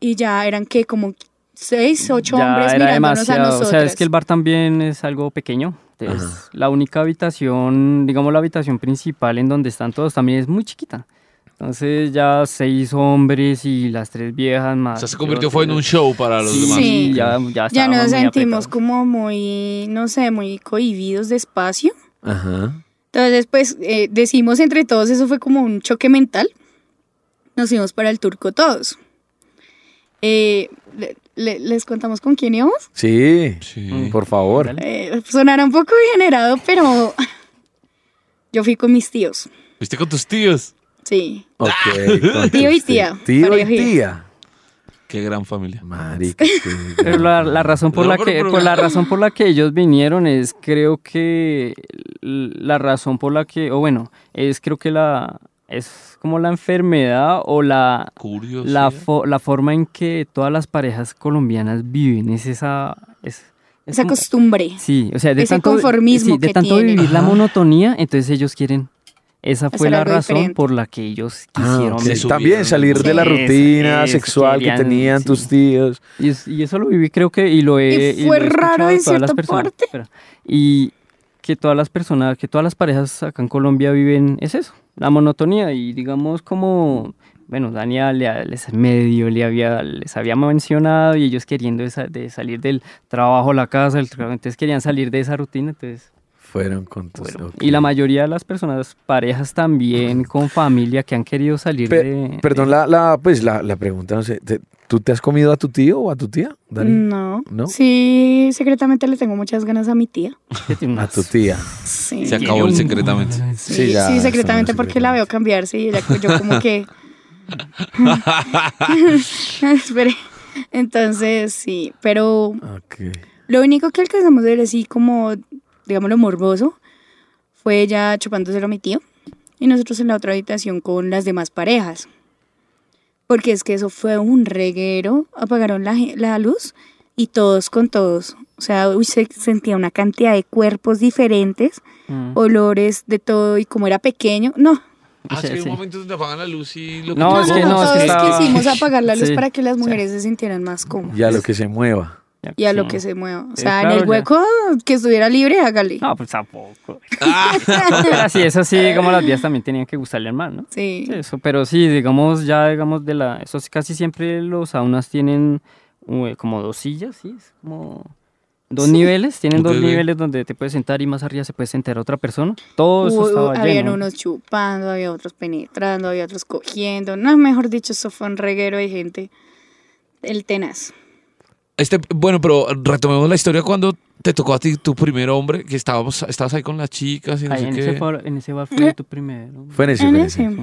Speaker 5: y ya eran que como seis, ocho hombres mirándonos a nosotros.
Speaker 4: O sea, es que el bar también es algo pequeño. Entonces, la única habitación, digamos la habitación principal en donde están todos también es muy chiquita. Entonces ya seis hombres y las tres viejas más.
Speaker 3: O sea, se convirtió fue en un
Speaker 4: Sí,
Speaker 3: show para los demás.
Speaker 5: Sí.
Speaker 4: ya, ya,
Speaker 5: ya
Speaker 4: estábamos
Speaker 5: nos
Speaker 4: muy
Speaker 5: sentimos
Speaker 4: apretados.
Speaker 5: como muy, no sé, muy cohibidos de espacio.
Speaker 2: Ajá.
Speaker 5: Entonces, pues eh, decimos entre todos, eso fue como un choque mental. nos fuimos para el turco todos. Eh, le- le- ¿Les contamos con quién íbamos?
Speaker 2: Sí,
Speaker 3: Sí.
Speaker 2: por favor.
Speaker 4: Dale.
Speaker 5: Eh, sonará un poco generado, pero yo fui con mis tíos.
Speaker 3: ¿Viste con tus tíos?
Speaker 5: Sí.
Speaker 2: Ok, con
Speaker 5: Tío y
Speaker 2: tus
Speaker 5: tía,
Speaker 2: tíos. Tío y
Speaker 5: pareja.
Speaker 2: tía.
Speaker 3: Qué gran familia.
Speaker 2: Marica. qué
Speaker 4: Pero la, la razón por
Speaker 3: No,
Speaker 4: la
Speaker 3: pero-
Speaker 4: que
Speaker 3: pero-
Speaker 4: por la razón por la que ellos vinieron es creo que la razón por la que o bueno, es creo que la es como la enfermedad o la
Speaker 3: Curioso.
Speaker 4: la, fo- la forma en que todas las parejas colombianas viven es esa es, es
Speaker 5: Esa
Speaker 4: como-
Speaker 5: costumbre.
Speaker 4: Sí, o sea, de
Speaker 5: ese
Speaker 4: tanto
Speaker 5: conformismo
Speaker 4: sí, de
Speaker 5: que
Speaker 4: tanto
Speaker 5: tienen.
Speaker 4: vivir la
Speaker 3: Ajá.
Speaker 4: monotonía, entonces ellos quieren esa
Speaker 5: Hacer
Speaker 4: fue la
Speaker 5: algo
Speaker 4: razón
Speaker 5: diferente.
Speaker 4: por la que ellos
Speaker 2: Ah,
Speaker 4: quisieron
Speaker 2: ok.
Speaker 3: Se subieron.
Speaker 2: También salir de la
Speaker 5: Sí,
Speaker 2: rutina
Speaker 4: eso,
Speaker 2: sexual que
Speaker 4: querían,
Speaker 2: tenían
Speaker 4: sí.
Speaker 2: tus tíos.
Speaker 4: Y, es- y eso lo viví, creo que, y lo he.
Speaker 5: Y
Speaker 4: lo
Speaker 5: fue
Speaker 4: he escuchado
Speaker 5: raro
Speaker 4: de
Speaker 5: en
Speaker 4: todas las
Speaker 5: cierta
Speaker 4: personas.
Speaker 5: parte.
Speaker 4: Espera. Y que todas las personas, que todas las parejas acá en Colombia viven, es eso, la monotonía. Y digamos, como. Bueno, Dania le- les medio le había, les había mencionado y ellos queriendo esa- de salir del trabajo a la casa, del trabajo, entonces querían salir de esa rutina, entonces
Speaker 2: Fueron con tus
Speaker 4: fueron.
Speaker 2: Pues, ok.
Speaker 4: Y la mayoría de las personas, parejas también, con familia, que han querido salir
Speaker 2: Pe-
Speaker 4: de...
Speaker 2: Perdón, la, la, pues, la, la pregunta, no sé. te- ¿Tú te has comido a tu tío o a tu tía, Dani?
Speaker 5: No.
Speaker 2: ¿No?
Speaker 5: Sí, secretamente le tengo muchas ganas a mi tía.
Speaker 4: que tiene
Speaker 2: A
Speaker 4: unas-
Speaker 2: tu tía.
Speaker 5: Sí.
Speaker 3: Se acabó el secretamente.
Speaker 5: Mm. Sí,
Speaker 2: Sí, ya, eso
Speaker 5: sí,
Speaker 2: no
Speaker 5: secretamente
Speaker 2: se
Speaker 5: porque
Speaker 2: cree.
Speaker 5: la veo cambiarse y ella, yo como que... Espere. Entonces, sí, pero
Speaker 2: Ok.
Speaker 5: lo único que alcanzamos a ver así como, digámoslo, morboso, fue ella chupándoselo a mi tío y nosotros en la otra habitación con las demás parejas. Porque es que eso fue un reguero, apagaron la, gen- la luz y todos con todos. O sea, uy, se sentía una cantidad de cuerpos diferentes,
Speaker 4: Mm.
Speaker 5: olores de todo y como era pequeño, no,
Speaker 3: Ah, es que hay
Speaker 4: Sí.
Speaker 3: un momento donde apagan la luz y lo
Speaker 4: No, es que no, es
Speaker 5: todos
Speaker 4: que estaba-
Speaker 5: quisimos apagar la luz
Speaker 4: Sí,
Speaker 5: para que las mujeres se sintieran más cómodas
Speaker 2: Ya lo que se mueva.
Speaker 5: y a
Speaker 4: Sí.
Speaker 5: lo que se mueva. O
Speaker 4: Sí,
Speaker 5: sea, en
Speaker 4: claro,
Speaker 5: el
Speaker 4: ya.
Speaker 5: hueco que estuviera libre, hágale.
Speaker 4: No, pues tampoco. Pero así es así, como las vías también tenían que gustarle al mal, ¿no?
Speaker 5: Pues, Sí.
Speaker 4: Sí, Eso, pero sí, digamos, ya digamos de la... Eso sí, casi siempre los saunas tienen eh, como dos sillas, sí, es como... Dos niveles, tienen dos
Speaker 3: Ok, ok.
Speaker 4: niveles donde te puedes sentar y más arriba se puede sentar otra persona. Todo eso
Speaker 5: Hubo-
Speaker 4: estaba
Speaker 5: habían
Speaker 4: lleno.
Speaker 5: unos chupando, había otros penetrando, había otros cogiendo. No, mejor dicho, eso fue un reguero de gente. El tenaz.
Speaker 3: Este, bueno, pero retomemos la historia cuando te tocó a ti tu primer hombre, que estábamos, estabas ahí con las chicas y no
Speaker 4: Ahí
Speaker 3: sé
Speaker 4: en,
Speaker 3: qué.
Speaker 4: ese bar, en ese bar fue tu primero.
Speaker 2: Fue en ese,
Speaker 5: En
Speaker 2: fue en
Speaker 5: ese.
Speaker 2: ese.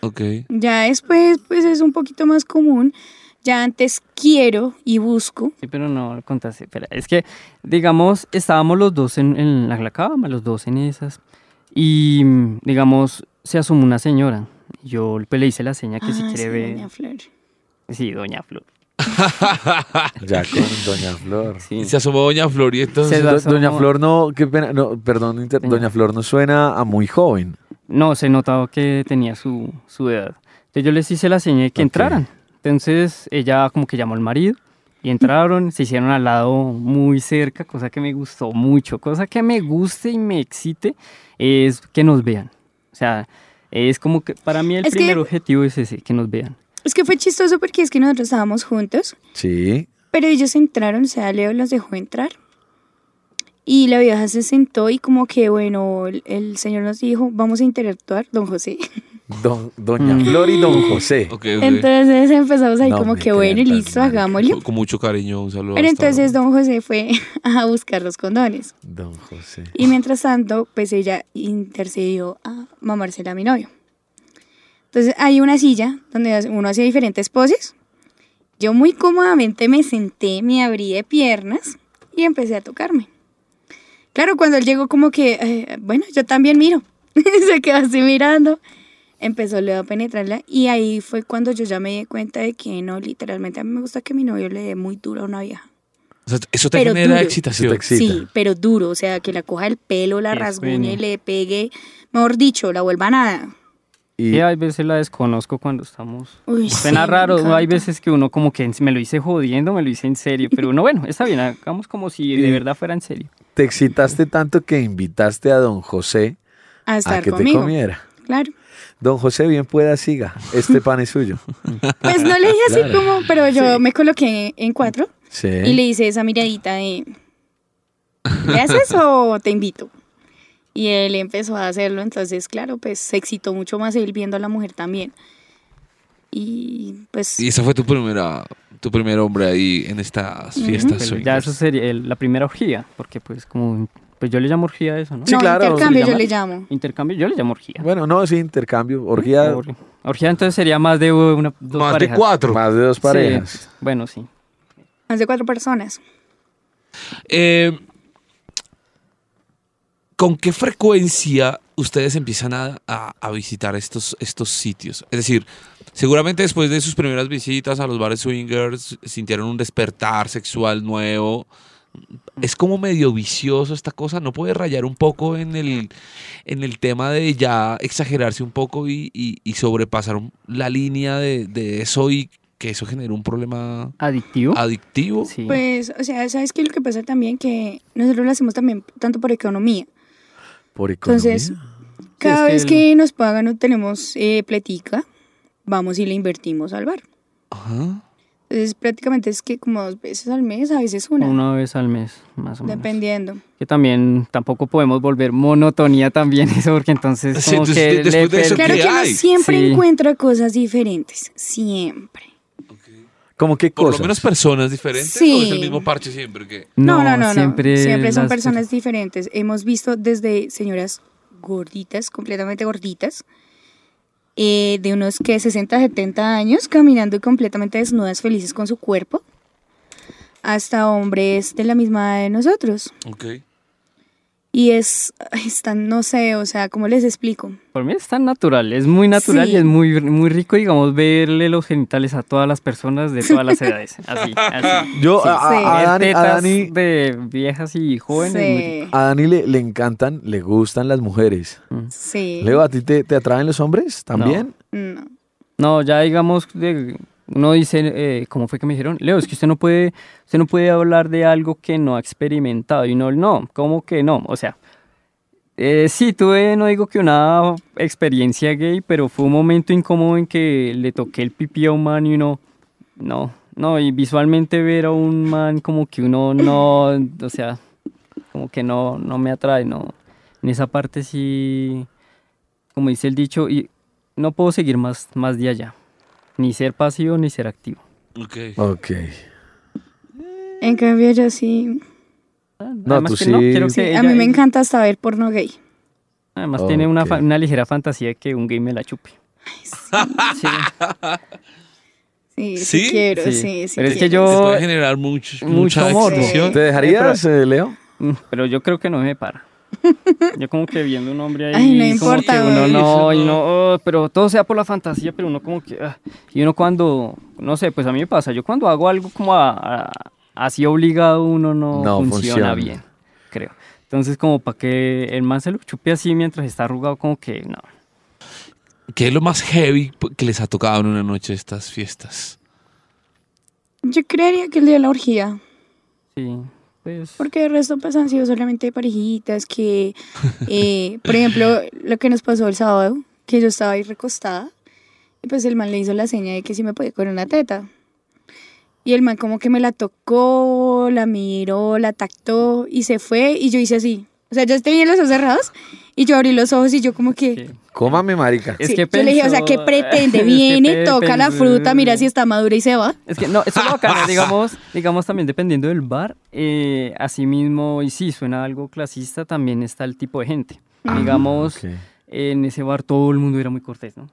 Speaker 3: Ok.
Speaker 5: Ya después, pues es un poquito más común. Ya antes quiero y busco.
Speaker 4: Sí, pero no lo contaste. espera. Es que, digamos, estábamos los dos en, en la, la cama, los dos en esas. Y, mm, digamos, se asomó una señora. Yo pues, le hice la seña que si
Speaker 5: Ah,
Speaker 4: quiere
Speaker 5: sí,
Speaker 4: ver.
Speaker 5: doña Flor.
Speaker 4: Sí, doña Flor.
Speaker 2: Ya con Doña Flor.
Speaker 4: Sí.
Speaker 3: Y se asomó Doña Flor y entonces.
Speaker 4: Se-
Speaker 2: Do-
Speaker 4: asomó-
Speaker 2: Doña Flor no, qué pena, no, perdón, inter-
Speaker 4: Señor.
Speaker 2: Doña Flor no suena a muy joven.
Speaker 4: No, se notaba que tenía su, su edad. Entonces yo les hice la seña de que
Speaker 2: Ok.
Speaker 4: entraran. Entonces ella como que llamó al marido y entraron, se hicieron al lado muy cerca, cosa que me gustó mucho, cosa que me guste y me excite es que nos vean. O sea, es como que para mí el
Speaker 5: Es que-
Speaker 4: primer objetivo es ese, que nos vean.
Speaker 5: Es que fue chistoso porque es que nosotros estábamos juntos
Speaker 2: Sí.
Speaker 5: Pero ellos entraron, o sea, Leo los dejó entrar. Y la vieja se sentó y como que, bueno, el, el señor nos dijo, vamos a interactuar, don José.
Speaker 2: Don- Doña
Speaker 4: Mm.
Speaker 2: Flor y Don José.
Speaker 3: Ok, ok.
Speaker 5: Entonces empezamos ahí
Speaker 2: No
Speaker 5: como
Speaker 2: me
Speaker 5: que, bueno,
Speaker 2: crean tan
Speaker 5: listo,
Speaker 2: marica.
Speaker 5: hagámoslo.
Speaker 3: Con mucho cariño, un saludo.
Speaker 5: Pero
Speaker 3: hasta
Speaker 5: entonces
Speaker 3: ahora.
Speaker 5: don José fue a buscar los condones.
Speaker 2: Don José.
Speaker 5: Y mientras tanto, pues ella intercedió a mamársela a mi novio. Entonces hay una silla donde uno hace diferentes poses. Yo muy cómodamente me senté, me abrí de piernas y empecé a tocarme. Claro, cuando él llegó como que, eh, bueno, yo también miro. Se quedó así mirando. Empezó luego a penetrarla y ahí fue cuando yo ya me di cuenta de que no, literalmente a mí me gusta que mi novio le dé muy duro a una vieja.
Speaker 3: O sea, eso te
Speaker 5: Pero
Speaker 3: genera
Speaker 5: duro.
Speaker 2: Se te
Speaker 3: excitación.
Speaker 2: excita.
Speaker 5: Sí, pero duro, o sea, que la coja el pelo, la
Speaker 4: Que
Speaker 5: rasguñe
Speaker 4: suene.
Speaker 5: y le pegue, mejor dicho, la vuelva nada.
Speaker 2: Y,
Speaker 4: Y a veces la desconozco cuando estamos...
Speaker 5: Uy,
Speaker 4: Suena
Speaker 5: sí, me
Speaker 4: raro, hay
Speaker 5: encanta.
Speaker 4: veces que uno como que me lo hice jodiendo, me lo hice en serio, pero no, bueno, está bien, hagamos como si de
Speaker 2: Y-
Speaker 4: verdad fuera en serio.
Speaker 2: te excitaste tanto que invitaste a Don José
Speaker 5: A estar
Speaker 2: a que te
Speaker 5: conmigo.
Speaker 2: comiera.
Speaker 5: Claro.
Speaker 2: Don José, bien pueda, siga. Este pan es suyo.
Speaker 5: Pues no le dije así
Speaker 2: Claro.
Speaker 5: como, pero yo me coloqué en cuatro
Speaker 2: Sí.
Speaker 5: y le hice esa miradita de, ¿le haces o te invito? Y él empezó a hacerlo, entonces, claro, pues se excitó mucho más él viendo a la mujer también. Y pues
Speaker 3: Y ese fue tu primera, tu primer hombre ahí en estas
Speaker 5: Ujú.
Speaker 3: fiestas
Speaker 4: Pero ya
Speaker 3: swingers.
Speaker 4: eso sería el- la primera orgía, porque pues como, pues yo le llamo orgía a eso, ¿no?
Speaker 2: Sí,
Speaker 5: no,
Speaker 2: claro,
Speaker 5: intercambio
Speaker 4: sí.
Speaker 5: yo le llamo.
Speaker 4: Intercambio, yo le llamo orgía.
Speaker 2: Bueno, no, sí, intercambio, orgía,
Speaker 4: Or- Orgía entonces sería más de una, dos
Speaker 3: Más de
Speaker 4: parejas.
Speaker 3: cuatro.
Speaker 2: más de dos
Speaker 4: Sí,
Speaker 2: parejas.
Speaker 4: bueno, sí.
Speaker 5: Más de cuatro personas.
Speaker 3: Eh, ¿Con qué frecuencia ustedes empiezan a, a- a visitar estos, estos sitios? Es decir, seguramente después de sus primeras visitas a los bares swingers sintieron un despertar sexual nuevo. Es como medio vicioso esta cosa, no puede rayar un poco en el, en el tema de ya exagerarse un poco y, y- y sobrepasar un- la línea de, de eso y que eso genere un problema
Speaker 4: ¿Adictivo?
Speaker 3: adictivo.
Speaker 4: Sí.
Speaker 5: Pues, o sea, ¿sabes qué? Lo que pasa también que nosotros lo hacemos también tanto por economía.
Speaker 2: Por economía.
Speaker 5: Entonces,
Speaker 4: es
Speaker 5: cada
Speaker 4: que
Speaker 5: vez
Speaker 4: el-
Speaker 5: que nos pagan o tenemos eh, pletica, vamos y le invertimos al bar.
Speaker 3: Ajá.
Speaker 5: Entonces, prácticamente es que como dos veces al mes, a veces una,
Speaker 4: Una vez al mes, más o menos.
Speaker 5: dependiendo.
Speaker 4: Que también tampoco podemos volver monotonía también eso, porque entonces
Speaker 3: Sí,
Speaker 4: como
Speaker 3: entonces,
Speaker 4: que
Speaker 3: de- después de eso,
Speaker 4: per-
Speaker 5: Claro
Speaker 3: ¿qué
Speaker 5: que uno
Speaker 3: hay?
Speaker 5: siempre
Speaker 4: Sí.
Speaker 5: encuentra cosas diferentes, siempre.
Speaker 2: ¿Cómo qué
Speaker 3: por
Speaker 2: cosas?
Speaker 3: lo menos personas diferentes o es el
Speaker 5: Sí.
Speaker 3: mismo parche siempre que
Speaker 5: No, no, no, no.
Speaker 4: Siempre,
Speaker 5: Siempre, son
Speaker 4: las-
Speaker 5: personas diferentes. Hemos visto desde señoras gorditas, completamente gorditas, eh, de unos que 60, 70 años, caminando y completamente desnudas, felices con su cuerpo, hasta hombres de la misma edad de nosotros. Y es, ay, están, no sé, o sea, ¿cómo les explico?
Speaker 4: Por mí es tan natural, es muy natural
Speaker 5: Sí.
Speaker 4: y es muy, muy rico, digamos, verle los genitales a todas las personas de todas las edades. Así, así.
Speaker 2: Yo
Speaker 4: Sí.
Speaker 2: a, a- a
Speaker 4: Ver
Speaker 2: Dani, a
Speaker 4: tetas
Speaker 2: Dani-
Speaker 4: de viejas y jóvenes. muy rico.
Speaker 5: Sí,
Speaker 2: a Dani le, le encantan, le gustan las mujeres.
Speaker 5: sí.
Speaker 2: Leo, ¿a ti te, te atraen los hombres también?
Speaker 5: No.
Speaker 4: No, ya digamos, de- uno dice, eh, ¿cómo fue que me dijeron? Leo, es que usted no puede, usted no puede hablar de algo que no ha experimentado. Y uno, no, ¿cómo que no? O sea, eh, sí, tuve, no digo que una experiencia gay, pero fue un momento incómodo en que le toqué el pipí a un man y uno, no, no, y visualmente ver a un man como que uno no, o sea, como que no, no me atrae, no. En esa parte sí, como dice el dicho, y no puedo seguir más, más de allá. Ni ser pasivo ni ser activo.
Speaker 2: Ok.
Speaker 5: En cambio, yo sí.
Speaker 4: No,
Speaker 2: tú
Speaker 4: que
Speaker 2: sí.
Speaker 4: no, quiero que
Speaker 5: sí,
Speaker 4: ella-
Speaker 5: a mí me encanta hasta ver porno gay.
Speaker 4: Además tiene una, fa-
Speaker 2: Ok.
Speaker 4: una ligera fantasía de que un gay me la chupe. Sí,
Speaker 5: Sí, sí,
Speaker 3: ¿Sí?
Speaker 5: quiero,
Speaker 4: Sí.
Speaker 5: sí, sí.
Speaker 4: Pero es que
Speaker 5: quiero.
Speaker 3: Se
Speaker 4: Yo-
Speaker 3: puede generar mucho,
Speaker 4: Mucho
Speaker 3: mucha
Speaker 4: amor.
Speaker 3: excitación.
Speaker 2: ¿Te dejarías, eh, Leo?
Speaker 4: Mm, pero yo creo que no me para. Yo como que viendo un hombre ahí,
Speaker 5: Ay, no
Speaker 4: como
Speaker 5: importa,
Speaker 4: que uno
Speaker 5: güey.
Speaker 4: no, y no, oh, pero todo sea por la fantasía, pero uno como que, ah. y uno cuando, no sé, pues a mí me pasa, yo cuando hago algo como a- a- así obligado, uno no,
Speaker 2: No
Speaker 4: funciona,
Speaker 2: funciona.
Speaker 4: bien, creo. Entonces como para que el man se lo chupe así mientras está arrugado, como que no.
Speaker 3: ¿Qué es lo más heavy que les ha tocado en una noche de estas fiestas?
Speaker 5: Yo creería que el día de la orgía,
Speaker 4: Sí, pues,
Speaker 5: porque el resto pues han sido solamente parejitas que, eh, por ejemplo, lo que nos pasó el sábado, que yo estaba ahí recostada, y pues el man le hizo la seña de que sí me podía con una teta. Y el man como que me la tocó, la miró, la tactó y se fue y yo hice así. O sea, yo tenía los ojos cerrados y yo abrí los ojos y yo como que...
Speaker 4: que-
Speaker 2: Cómame, marica.
Speaker 4: es
Speaker 5: sí.
Speaker 4: que
Speaker 5: yo le dije, o sea,
Speaker 4: pensó-
Speaker 5: ¿qué pretende?
Speaker 4: es que
Speaker 5: Viene,
Speaker 4: pe-
Speaker 5: toca la
Speaker 4: pensó-
Speaker 5: fruta, mira si está madura y se va.
Speaker 4: Es que no, eso es lo bacano, digamos, digamos también dependiendo del bar, eh, así mismo, y sí, suena algo clasista, también está el tipo de gente. digamos,
Speaker 2: Ah, Ok.
Speaker 4: en ese bar todo el mundo era muy cortés, ¿no?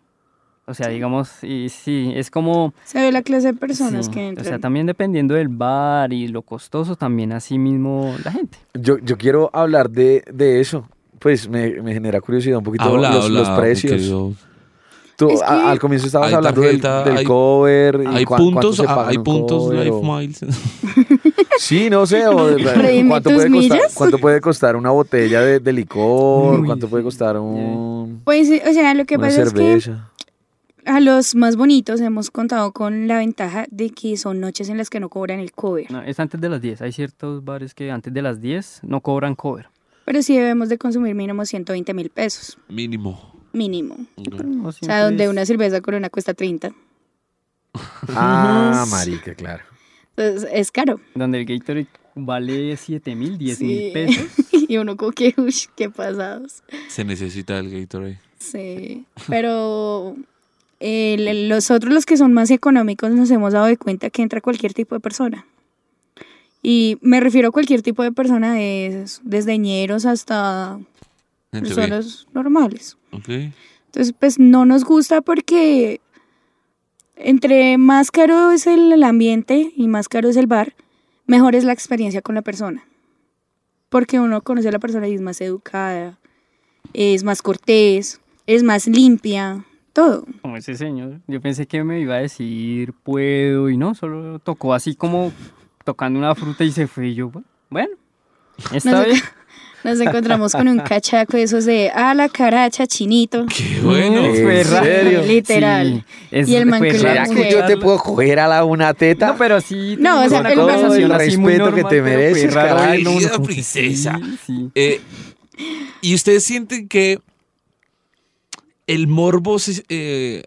Speaker 4: O sea, digamos, y sí, es como...
Speaker 5: Se ve la clase de personas
Speaker 4: sí,
Speaker 5: que
Speaker 4: o
Speaker 5: entran.
Speaker 4: sea, también dependiendo del bar y lo costoso, también así mismo la gente.
Speaker 2: Yo, yo quiero hablar de, de eso. Pues me, me genera curiosidad un poquito
Speaker 3: Habla,
Speaker 2: los,
Speaker 3: habla,
Speaker 2: los
Speaker 3: mi
Speaker 2: precios.
Speaker 3: querido.
Speaker 2: Tú,
Speaker 5: Es que-
Speaker 2: a- al comienzo estabas
Speaker 3: Hay
Speaker 2: hablando del-
Speaker 3: tarjeta,
Speaker 2: del,
Speaker 3: hay-
Speaker 2: cover. y
Speaker 3: Hay
Speaker 2: cua- cuánto
Speaker 3: puntos, ah,
Speaker 2: se paga
Speaker 3: hay
Speaker 2: en un
Speaker 3: puntos
Speaker 2: cover,
Speaker 3: Life
Speaker 2: o-
Speaker 3: Miles.
Speaker 2: Sí, no sé. o-
Speaker 5: Redime
Speaker 2: ¿cuánto,
Speaker 5: tus
Speaker 2: puede costar,
Speaker 5: millas.
Speaker 2: cuánto puede costar una botella de, de licor?
Speaker 4: Uy,
Speaker 2: ¿Cuánto puede
Speaker 4: sí,
Speaker 2: costar un,
Speaker 5: Pues, o sea, lo que
Speaker 2: una
Speaker 5: pasa es
Speaker 2: cerveza?
Speaker 5: que a los más bonitos hemos contado con la ventaja de que son noches en las que no cobran el cover.
Speaker 4: No, es antes de las 10. Hay ciertos bares que antes de las 10 no cobran cover.
Speaker 5: Pero sí debemos de consumir mínimo 120 mil pesos,
Speaker 3: Mínimo.
Speaker 5: mínimo.
Speaker 4: No
Speaker 5: O
Speaker 4: siempre
Speaker 5: sea, donde
Speaker 4: es-
Speaker 5: una cerveza con una cuesta 30.
Speaker 2: Ah, marica, claro.
Speaker 5: Entonces, pues, es caro.
Speaker 4: Donde el Gatorade vale 7 mil, 10 mil
Speaker 5: Sí.
Speaker 4: pesos.
Speaker 5: y uno como que, uy, qué pasados.
Speaker 3: Se necesita el Gatorade.
Speaker 5: Sí. Pero Eh, le- los otros, los que son más económicos, nos hemos dado de cuenta que entra cualquier tipo de persona. Y me refiero a cualquier tipo de persona, de esos, desde ñeros hasta
Speaker 3: Gente bien.
Speaker 5: personas normales.
Speaker 3: Ok.
Speaker 5: Entonces, pues no nos gusta porque entre más caro es el, el ambiente y más caro es el bar, mejor es la experiencia con la persona. Porque uno conoce a la persona y es más educada, es más cortés, es más limpia, todo.
Speaker 4: Como ese señor. Yo pensé que me iba a decir puedo y no, solo tocó así como tocando una fruta y se fue. Y yo, bu- bueno, está
Speaker 5: Nos-
Speaker 4: bien.
Speaker 5: Nos encontramos con un cachaco de esos de a la caracha, chinito.
Speaker 3: Qué bueno.
Speaker 4: Sí,
Speaker 2: ¿En
Speaker 4: raro.
Speaker 2: serio?
Speaker 5: Literal.
Speaker 4: es-
Speaker 5: Y el man
Speaker 4: fue
Speaker 5: que lo
Speaker 2: ¿Será
Speaker 4: raro
Speaker 2: que yo te
Speaker 4: escucharlo.
Speaker 2: puedo coger a la una teta?
Speaker 4: No, pero sí.
Speaker 5: No,
Speaker 4: tuvimos
Speaker 5: o sea,
Speaker 4: una
Speaker 5: el man-
Speaker 4: conversación así muy
Speaker 2: Respeto que te
Speaker 4: normal, pero fue
Speaker 2: mereces,
Speaker 4: raro
Speaker 2: caray.
Speaker 4: verlo, uno
Speaker 3: Querida
Speaker 4: como que sí,
Speaker 3: princesa.
Speaker 4: sí.
Speaker 3: Eh, ¿Y ustedes sienten que el morbo se- eh,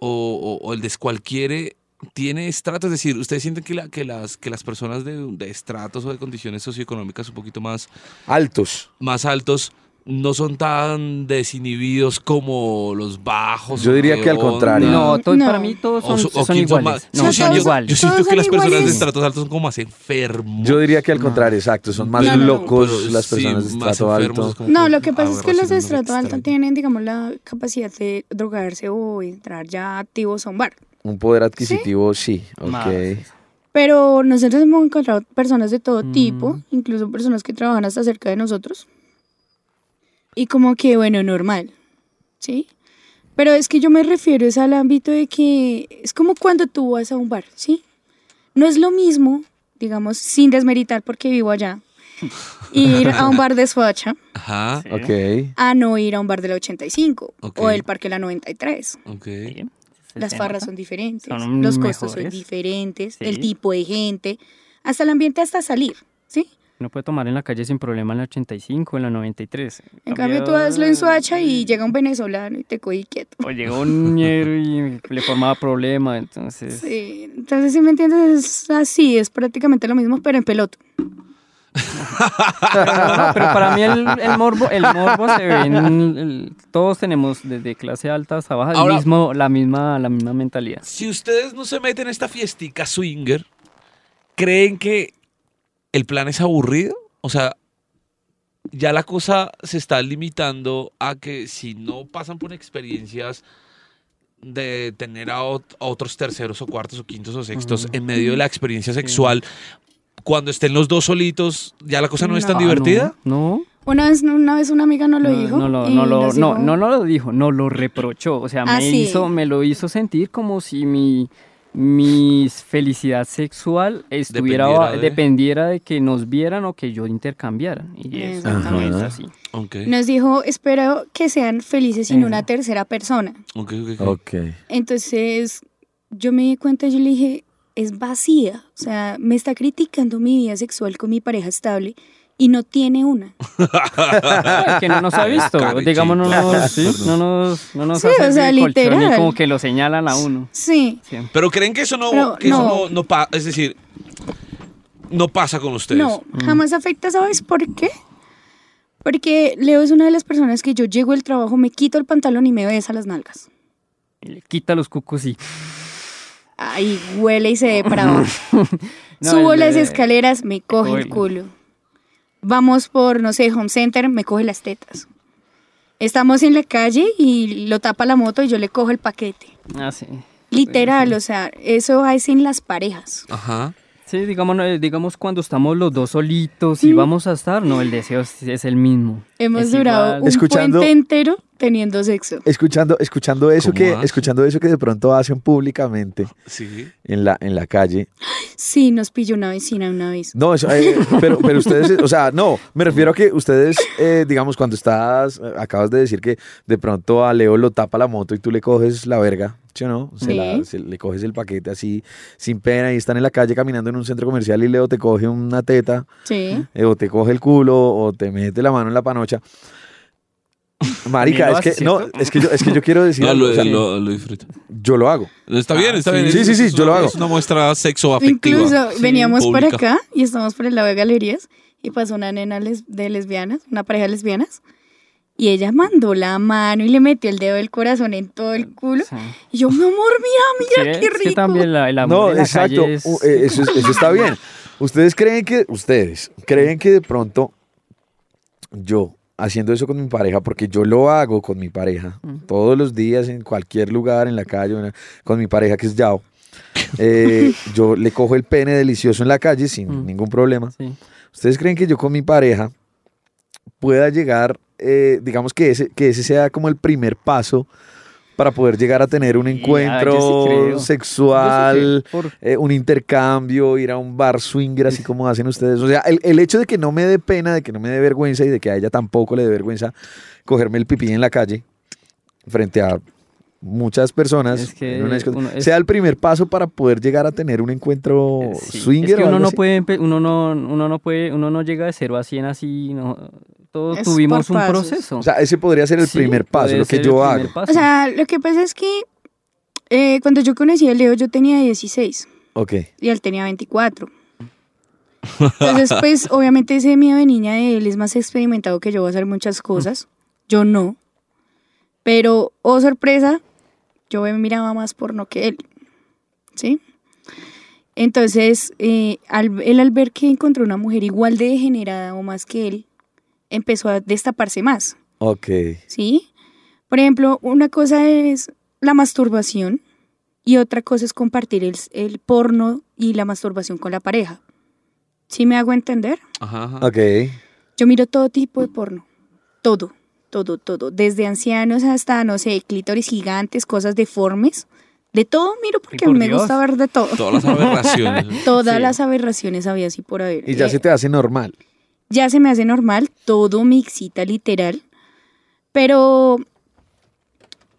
Speaker 3: o, o- o el descualquiere tiene estratos? Es decir, ¿ustedes sienten que, la- que, las, que las personas de, de estratos o de condiciones socioeconómicas un poquito más,
Speaker 2: Altos.
Speaker 3: más altos no son tan desinhibidos como los bajos?
Speaker 2: Yo
Speaker 3: o
Speaker 2: diría que al
Speaker 3: onda?
Speaker 2: contrario.
Speaker 4: No, todo-
Speaker 5: No.
Speaker 4: para mí todos
Speaker 3: O
Speaker 4: son,
Speaker 3: su- o
Speaker 4: son
Speaker 3: quién son
Speaker 4: iguales.
Speaker 3: más-
Speaker 4: No,
Speaker 5: Sí,
Speaker 3: yo,
Speaker 4: son
Speaker 3: siento-
Speaker 4: iguales.
Speaker 3: yo siento
Speaker 5: Todos
Speaker 3: que
Speaker 5: son
Speaker 3: las personas de
Speaker 5: iguales.
Speaker 3: estratos altos son como más enfermos.
Speaker 2: Yo diría que al
Speaker 4: No.
Speaker 2: contrario, exacto. Son más
Speaker 5: No, no, no.
Speaker 2: locos
Speaker 3: Pero,
Speaker 2: las
Speaker 3: sí,
Speaker 2: personas de
Speaker 3: más
Speaker 2: estrato
Speaker 3: enfermos,
Speaker 2: alto.
Speaker 3: como
Speaker 5: No, lo que pasa es que los de
Speaker 3: aberraciones
Speaker 5: estrato alto
Speaker 3: extrañas.
Speaker 5: tienen, digamos, la capacidad de drogarse o entrar ya activos a un bar.
Speaker 2: Un poder adquisitivo, sí. Ok.
Speaker 4: Más.
Speaker 5: Pero nosotros hemos encontrado personas de todo
Speaker 4: Mm.
Speaker 5: tipo, incluso personas que trabajan hasta cerca de nosotros. Y como que, bueno, normal, ¿sí? Pero es que yo me refiero es al ámbito de que es como cuando tú vas a un bar, ¿sí? No es lo mismo, digamos, sin desmeritar porque vivo allá, ir a un bar de Soacha
Speaker 3: Ajá,
Speaker 4: Sí.
Speaker 2: Ah, Ok.
Speaker 5: a no ir a un bar de la 85 o
Speaker 3: Ok.
Speaker 5: el parque de la 93.
Speaker 3: ok.
Speaker 4: Sí, se
Speaker 5: Las
Speaker 4: te
Speaker 5: farras
Speaker 4: nota.
Speaker 5: son diferentes,
Speaker 4: Son
Speaker 5: los costos son
Speaker 4: mejores.
Speaker 5: diferentes,
Speaker 4: Sí.
Speaker 5: el tipo de gente, hasta el ambiente, hasta salir, ¿sí?
Speaker 4: Uno puede tomar en la calle sin problema en la 85, en la 93.
Speaker 5: En cambio, tú hazlo en Soacha y llega un venezolano y te coge quieto.
Speaker 4: O llegó un ñero y le formaba problema, entonces...
Speaker 5: Sí, entonces, si me entiendes, es así, es prácticamente lo mismo, pero en pelota.
Speaker 4: Pero, no, no, pero para mí el, el morbo, el morbo se ve en el- todos tenemos desde clase alta hasta baja el
Speaker 3: Ahora-
Speaker 4: mismo, la misma, la misma mentalidad.
Speaker 3: Si ustedes no se meten en esta fiestica swinger, ¿creen que el plan es aburrido? O sea, ya la cosa se está limitando a que si no pasan por experiencias de tener a, ot- a otros terceros o cuartos o quintos o sextos
Speaker 4: Mm.
Speaker 3: en medio de la experiencia sexual, cuando estén los dos solitos, ya la cosa no, es tan
Speaker 5: No.
Speaker 3: divertida.
Speaker 4: Ah, No.
Speaker 5: Una vez, una vez una amiga no lo
Speaker 4: no,
Speaker 5: dijo.
Speaker 4: No, lo-
Speaker 5: y
Speaker 4: no, lo,
Speaker 5: nos
Speaker 4: no,
Speaker 5: dijo-
Speaker 4: no, no lo dijo, no lo reprochó. O sea,
Speaker 5: Ah,
Speaker 4: me,
Speaker 5: sí.
Speaker 4: hizo, me lo hizo sentir como si mi, mi felicidad sexual estuviera
Speaker 3: Dependiera
Speaker 4: dependiera
Speaker 3: de-
Speaker 4: de... que nos vieran o que yo intercambiara. Y eso Ah, no es
Speaker 2: Ajá.
Speaker 4: así.
Speaker 3: Ok,
Speaker 5: Nos dijo, espero que sean felices sin
Speaker 4: Eso.
Speaker 5: una tercera persona.
Speaker 3: ok, ok, ok.
Speaker 2: Ok.
Speaker 5: Entonces, yo me di cuenta, yo le dije, es vacía. O sea, me está criticando mi vida sexual con mi pareja estable y no tiene una.
Speaker 4: Ay, que no nos ha visto.
Speaker 3: Carechito.
Speaker 4: Digamos, no nos, sí,
Speaker 3: Perdón.
Speaker 4: no nos, no nos
Speaker 5: Sí,
Speaker 4: hace
Speaker 5: o sea,
Speaker 4: el colchón y
Speaker 5: literal.
Speaker 4: como que lo señalan a uno.
Speaker 5: Sí,
Speaker 4: Sí.
Speaker 3: Pero creen que eso no,
Speaker 5: Pero
Speaker 3: que eso
Speaker 5: no.
Speaker 3: no- no pa- es decir, no pasa con ustedes.
Speaker 5: no,
Speaker 4: Mm.
Speaker 5: jamás afecta, ¿sabes por qué? Porque Leo es una de las personas que yo llego al trabajo, me quito el pantalón y me besa las nalgas.
Speaker 4: Y le quita los cucos y.
Speaker 5: Ahí huele y se deprava.
Speaker 4: No,
Speaker 5: Subo
Speaker 4: el-
Speaker 5: las escaleras, me coge
Speaker 4: Coge.
Speaker 5: el culo. Vamos por, no sé, Home Center, me coge las tetas. Estamos en la calle y lo tapa la moto y yo le cojo el paquete.
Speaker 4: Ah, sí.
Speaker 5: Literal, o sea, eso es en las parejas.
Speaker 3: Ajá.
Speaker 4: Sí, digamos, no, eh, digamos cuando estamos los dos solitos
Speaker 5: Mm.
Speaker 4: y vamos a estar, no, el deseo es, es el mismo.
Speaker 5: Hemos
Speaker 4: Es
Speaker 5: durado
Speaker 4: igual.
Speaker 5: un
Speaker 2: Escuchando-
Speaker 5: puente entero teniendo sexo.
Speaker 2: Escuchando, escuchando eso
Speaker 3: ¿Cómo
Speaker 2: que,
Speaker 3: hace?
Speaker 2: escuchando eso que de pronto hacen públicamente
Speaker 3: Sí.
Speaker 2: en la, en la calle.
Speaker 5: Sí, nos pilló una vecina una vez.
Speaker 2: No, eso, eh, pero, pero ustedes, eh, o sea, no, me refiero a que ustedes, eh, digamos, cuando estás, eh, acabas de decir que de pronto a Leo lo tapa la moto y tú le coges la verga, ¿sí o no? Se la-
Speaker 5: Sí.
Speaker 2: se- le coges el paquete así, sin pena, y están en la calle caminando en un centro comercial y Leo te coge una teta,
Speaker 5: Sí.
Speaker 2: eh, o te coge el culo, o te mete la mano en la panocha. Marica,
Speaker 4: También lo
Speaker 2: es que,
Speaker 4: haces,
Speaker 2: no,
Speaker 4: ¿cierto?
Speaker 2: es que, yo, es que yo quiero decir,
Speaker 3: No,
Speaker 2: algo,
Speaker 3: lo,
Speaker 2: o sea,
Speaker 3: lo- lo disfruto.
Speaker 2: yo lo hago.
Speaker 3: Está
Speaker 4: Ah,
Speaker 3: bien, está
Speaker 4: sí.
Speaker 3: bien.
Speaker 2: Sí,
Speaker 3: Es-
Speaker 2: sí, sí,
Speaker 3: es
Speaker 2: yo
Speaker 3: una-
Speaker 2: lo hago.
Speaker 3: Es una muestra sexo afectiva.
Speaker 5: Incluso
Speaker 4: Sí,
Speaker 5: veníamos por
Speaker 3: pública.
Speaker 5: acá y estábamos por el lado de galerías y pasó una nena les- de lesbianas, una pareja de lesbianas, Y ella mandó la mano y le metió el dedo del corazón en todo el culo.
Speaker 4: Sí.
Speaker 5: Y yo, mi amor, mira,
Speaker 4: Sí,
Speaker 5: mira, qué
Speaker 4: es que
Speaker 5: rico.
Speaker 4: también la, el amor
Speaker 2: No,
Speaker 4: en la
Speaker 2: exacto.
Speaker 4: calle es-
Speaker 2: u- eh, Eso, es- eso está bien. Ustedes creen que, ustedes creen que de pronto yo haciendo eso con mi pareja, porque yo lo hago con mi pareja todos los días en cualquier lugar, en la calle, en la- con mi pareja que es Yao. eh, yo le cojo el pene delicioso en la calle sin
Speaker 4: Mm.
Speaker 2: ningún problema.
Speaker 4: sí.
Speaker 2: ¿Ustedes creen que yo con mi pareja pueda llegar, eh, digamos que ese, que ese sea como el primer paso para poder llegar a tener un
Speaker 4: Ya, yo sí
Speaker 2: encuentro
Speaker 4: creo.
Speaker 2: sexual,
Speaker 4: Yo sí que por-
Speaker 2: eh, un intercambio, ir a un bar swinger, así como hacen ustedes? O sea, el, el hecho de que no me dé pena, de que no me dé vergüenza y de que a ella tampoco le dé vergüenza cogerme el pipí en la calle frente a muchas personas,
Speaker 4: Es que
Speaker 2: en una discoteca,
Speaker 4: uno es- Eh,
Speaker 2: sea el primer paso para poder llegar a tener un encuentro
Speaker 4: Sí,
Speaker 2: swinger.
Speaker 4: Es que
Speaker 2: o
Speaker 4: uno
Speaker 2: algo
Speaker 4: no
Speaker 2: así.
Speaker 4: puede, empe- uno no, uno no puede, uno no llega de 0 a 100 así, no. Todos
Speaker 5: Es
Speaker 4: tuvimos
Speaker 5: por
Speaker 4: un
Speaker 5: pasos.
Speaker 4: proceso.
Speaker 2: O sea, ese podría ser el
Speaker 4: Sí,
Speaker 2: primer paso,
Speaker 4: puede
Speaker 2: lo que
Speaker 4: ser el
Speaker 2: yo
Speaker 4: primer
Speaker 2: hago.
Speaker 4: paso.
Speaker 5: O sea, lo que pasa es que eh, cuando yo conocí a Leo, yo tenía 16
Speaker 2: Ok.
Speaker 5: y él tenía 24. Entonces, pues, obviamente ese miedo de niña de él es más experimentado que yo voy a hacer muchas cosas. Yo no. Pero, oh sorpresa, yo me miraba más porno que él. ¿Sí? Entonces, eh, al- él al ver que encontró una mujer igual de degenerada o más que él, empezó a destaparse más.
Speaker 2: Ok.
Speaker 5: ¿sí? Por ejemplo, una cosa es la masturbación y otra cosa es compartir el, el porno y la masturbación con la pareja. ¿Sí me hago entender?
Speaker 3: Ajá, ajá.
Speaker 2: Ok.
Speaker 5: Yo miro todo tipo de porno, todo, todo, todo, desde ancianos hasta, no sé, clítores gigantes, cosas deformes, de todo miro porque
Speaker 4: por
Speaker 5: me
Speaker 4: Dios.
Speaker 5: gusta ver de todo.
Speaker 3: Todas las aberraciones.
Speaker 5: Todas
Speaker 4: Sí.
Speaker 5: las aberraciones había así por haber.
Speaker 2: Y ya
Speaker 5: Eh,
Speaker 2: se te hace normal.
Speaker 5: ya se me hace normal, todo me excita literal, pero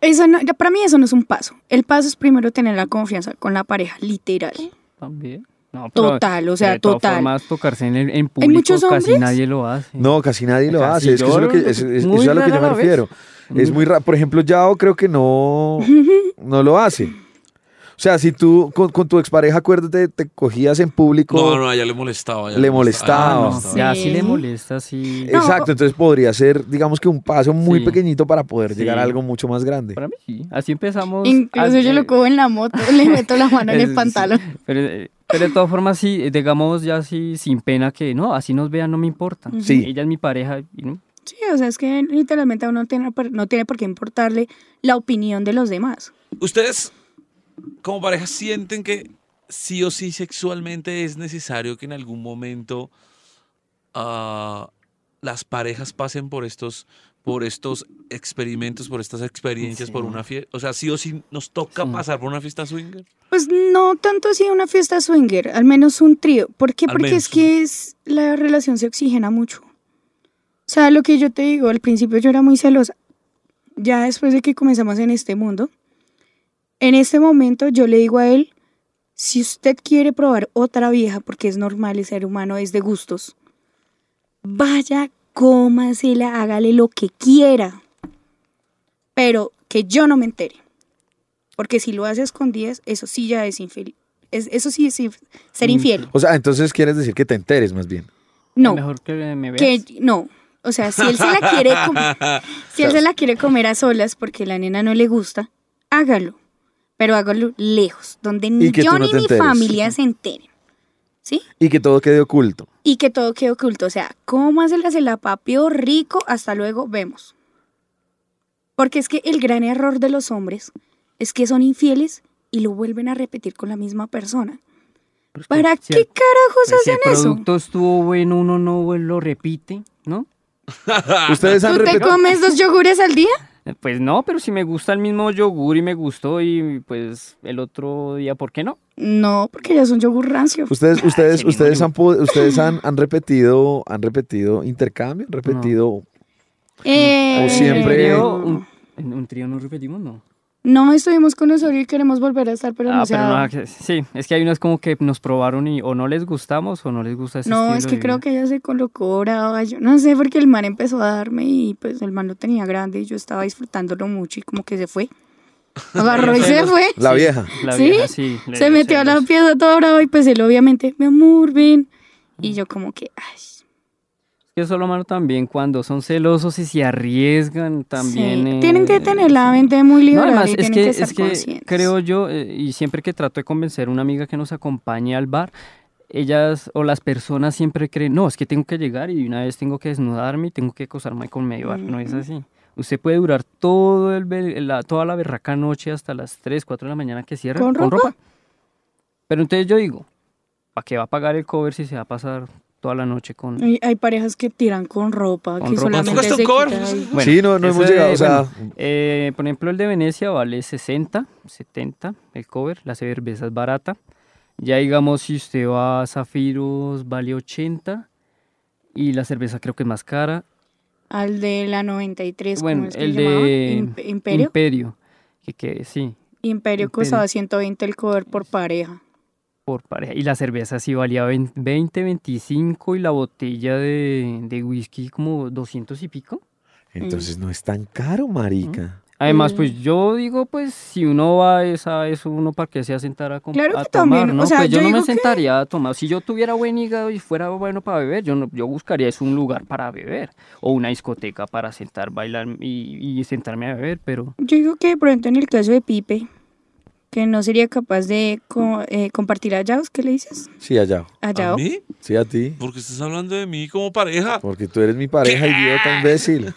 Speaker 5: eso no, ya para mí eso no es un paso. El paso es primero tener la confianza con la pareja, literal,
Speaker 4: También. No, pero-
Speaker 5: total, o
Speaker 4: pero
Speaker 5: sea,
Speaker 4: de todas
Speaker 5: total.
Speaker 4: formas, tocarse en, el, en público
Speaker 5: muchos
Speaker 4: casi
Speaker 5: hombres?
Speaker 4: nadie lo hace.
Speaker 2: No, casi nadie lo
Speaker 4: Casi
Speaker 2: hace. Es que eso es, lo que,
Speaker 4: lloro,
Speaker 2: es- es-
Speaker 4: muy
Speaker 2: eso es a lo que yo
Speaker 4: rara
Speaker 2: me
Speaker 4: vez.
Speaker 2: refiero. Es muy raro. Por ejemplo, Yao creo que no, no lo hace. O sea, si tú con, con tu expareja, acuérdate, te cogías en público.
Speaker 3: No, no, ya le molestaba. ya
Speaker 2: Le
Speaker 4: Ah,
Speaker 2: molestaba.
Speaker 4: no,
Speaker 3: Ah,
Speaker 5: Sí.
Speaker 4: Ya sí le molesta, sí.
Speaker 5: No.
Speaker 2: Exacto, entonces podría ser, digamos que un paso muy
Speaker 4: Sí.
Speaker 2: pequeñito para poder llegar a
Speaker 4: Sí.
Speaker 2: algo mucho más grande.
Speaker 4: Para mí sí. Así empezamos.
Speaker 5: Incluso yo
Speaker 4: antes-
Speaker 5: lo cojo en la moto, le meto la mano en
Speaker 4: Es-
Speaker 5: el pantalón.
Speaker 4: sí, Pero, eh, pero de todas formas, sí, eh, digamos ya así sin pena que no, así nos vean, no me importa.
Speaker 2: Sí.
Speaker 4: Ella es mi pareja. y no-
Speaker 5: Sí, o sea, es que literalmente a uno tiene por- no tiene por qué importarle la opinión de los demás.
Speaker 3: ¿Ustedes, como pareja, sienten que sí o sí sexualmente es necesario que en algún momento ah, las parejas pasen por estos, por estos experimentos, por estas experiencias,
Speaker 4: Sí.
Speaker 3: por una fiesta? O sea, sí o sí nos toca
Speaker 4: Sí.
Speaker 3: pasar por una fiesta swinger.
Speaker 5: Pues no tanto así una fiesta swinger, al menos un trío. ¿Por qué?
Speaker 3: Al
Speaker 5: Porque
Speaker 3: menos
Speaker 5: es que es, la relación se oxigena mucho. O sea, lo que yo te digo, al principio yo era muy celosa. Ya después de que comenzamos en este mundo, en este momento yo le digo a él, si usted quiere probar otra vieja, porque es normal, el ser humano es de gustos, vaya, cómasela, hágale lo que quiera, pero que yo no me entere. Porque si lo hace a escondidas, eso sí ya es infiel. es- eso sí es inf- ser infiel.
Speaker 2: O sea, entonces quieres decir que te enteres más bien.
Speaker 5: No,
Speaker 4: Mejor que me veas.
Speaker 5: que no. O sea, si él se la quiere com- si él se la quiere comer a solas porque la nena no le gusta, hágalo. Pero hágalo lejos, donde ni
Speaker 2: Y que tú
Speaker 5: yo
Speaker 2: no
Speaker 5: ni
Speaker 2: te
Speaker 5: mi
Speaker 2: enteres.
Speaker 5: familia se enteren. ¿Sí?
Speaker 2: Y que todo quede oculto.
Speaker 5: Y que todo quede oculto. O sea, cómasela, se la papió rico, hasta luego, vemos. Porque es que el gran error de los hombres es que son infieles y lo vuelven a repetir con la misma persona. ¿Para
Speaker 4: Pues si
Speaker 5: qué
Speaker 4: el-
Speaker 5: carajos
Speaker 4: Pues, si
Speaker 5: hacen
Speaker 4: el
Speaker 5: eso?
Speaker 4: producto estuvo bueno, uno no lo repite, ¿no?
Speaker 3: Ah,
Speaker 2: ¿Ustedes han
Speaker 5: ¿Tú te
Speaker 2: repetido?
Speaker 5: comes dos yogures al día?
Speaker 4: Eh, Pues no, pero si me gusta el mismo yogur y me gustó y pues el otro día, ¿por qué no?
Speaker 5: No, porque ya es un yogur rancio.
Speaker 4: Pues,
Speaker 2: Ustedes, ustedes,
Speaker 4: sí,
Speaker 2: ustedes
Speaker 4: mismo
Speaker 2: han pod- ustedes han, han repetido, han repetido intercambio, han repetido.
Speaker 5: Eh,
Speaker 2: O siempre-
Speaker 4: Creo mm, pues un- en un trío no repetimos, no.
Speaker 5: No estuvimos con Osorio y queremos volver a estar, pero
Speaker 4: ah,
Speaker 5: no se ha
Speaker 4: pero
Speaker 5: dado.
Speaker 4: no, que- sí, es que hay unas como que nos probaron y o no les gustamos o no les gusta ese
Speaker 5: No,
Speaker 4: estilo
Speaker 5: es que
Speaker 4: de
Speaker 5: creo
Speaker 4: vida.
Speaker 5: que ella se colocó brava, yo no sé, porque el man empezó a darme y pues el man lo tenía grande y yo estaba disfrutándolo mucho y como que se fue. Agarró y se fue.
Speaker 2: La vieja.
Speaker 4: La
Speaker 5: ¿Sí?
Speaker 4: vieja, sí, le
Speaker 5: Se
Speaker 4: dio
Speaker 5: metió a la
Speaker 4: celos.
Speaker 5: pieza todo bravo y pues él obviamente, mi amor, ven. Y yo como que, ay,
Speaker 4: que solo malo también cuando son celosos y se arriesgan también.
Speaker 5: Sí,
Speaker 4: eh,
Speaker 5: Tienen que tener la mente muy
Speaker 4: No,
Speaker 5: liberal
Speaker 4: además,
Speaker 5: y
Speaker 4: es
Speaker 5: tienen
Speaker 4: que,
Speaker 5: que,
Speaker 4: es
Speaker 5: estar
Speaker 4: que
Speaker 5: conscientes.
Speaker 4: creo yo, eh, y siempre que trato de convencer a una amiga que nos acompañe al bar, ellas o las personas siempre creen, no, es que tengo que llegar y una vez tengo que desnudarme y tengo que acosarme con medio bar. No es
Speaker 5: Ujú.
Speaker 4: así. Usted puede durar todo el, be- la- toda la berraca noche hasta las 3, 4 de la mañana que cierra
Speaker 5: ¿Con ropa?
Speaker 4: Pero entonces yo digo, ¿para qué va a pagar el cover si se va a pasar toda la noche con...
Speaker 5: Hay, hay parejas que tiran con ropa,
Speaker 4: Con
Speaker 5: que
Speaker 4: ropa.
Speaker 5: solamente
Speaker 3: Supuesto,
Speaker 5: se
Speaker 3: cover.
Speaker 5: quita ahí.
Speaker 4: Bueno,
Speaker 2: sí, no, no hemos
Speaker 4: ese-
Speaker 2: llegado. O sea,
Speaker 4: Eh, por ejemplo, el de Venecia vale 60, 70 el cover, la cerveza es barata. Ya digamos, si usted va a Zafiros, vale 80 y la cerveza creo que es más cara.
Speaker 5: Al de la 93,
Speaker 4: Bueno,
Speaker 5: ¿cómo es que
Speaker 4: el
Speaker 5: le llamaban?
Speaker 4: de
Speaker 5: Imp- Imperio.
Speaker 4: que, que sí,
Speaker 5: Imperio
Speaker 4: Imperio.
Speaker 5: costaba 120 el cover por pareja.
Speaker 4: por pareja. Y la cerveza sí valía 20, 20, 25 y la botella de, de whisky como 200 y pico.
Speaker 2: entonces no es tan caro, marica.
Speaker 4: Además,
Speaker 5: Mm.
Speaker 4: pues yo digo, pues si uno va es a eso, uno para que se va a sentar a, com-
Speaker 5: Claro
Speaker 4: a
Speaker 5: que
Speaker 4: tomar,
Speaker 5: también,
Speaker 4: ¿no?
Speaker 5: o sea,
Speaker 4: pues yo, no
Speaker 5: yo
Speaker 4: me
Speaker 5: digo que-
Speaker 4: sentaría a tomar. Si yo tuviera buen hígado y fuera bueno para beber, yo no, yo buscaría es un lugar para beber o una discoteca para sentar, bailar y, y sentarme a beber, pero
Speaker 5: Yo digo que de pronto en el caso de Pipe, que no sería capaz de co- eh, compartir a Yaos, ¿qué le dices?
Speaker 2: Sí, allá.
Speaker 5: A
Speaker 3: ¿A
Speaker 5: Yao.
Speaker 3: mí?
Speaker 2: Sí, a ti.
Speaker 3: Porque estás hablando de mí como pareja.
Speaker 2: Porque tú eres mi pareja, idiota imbécil.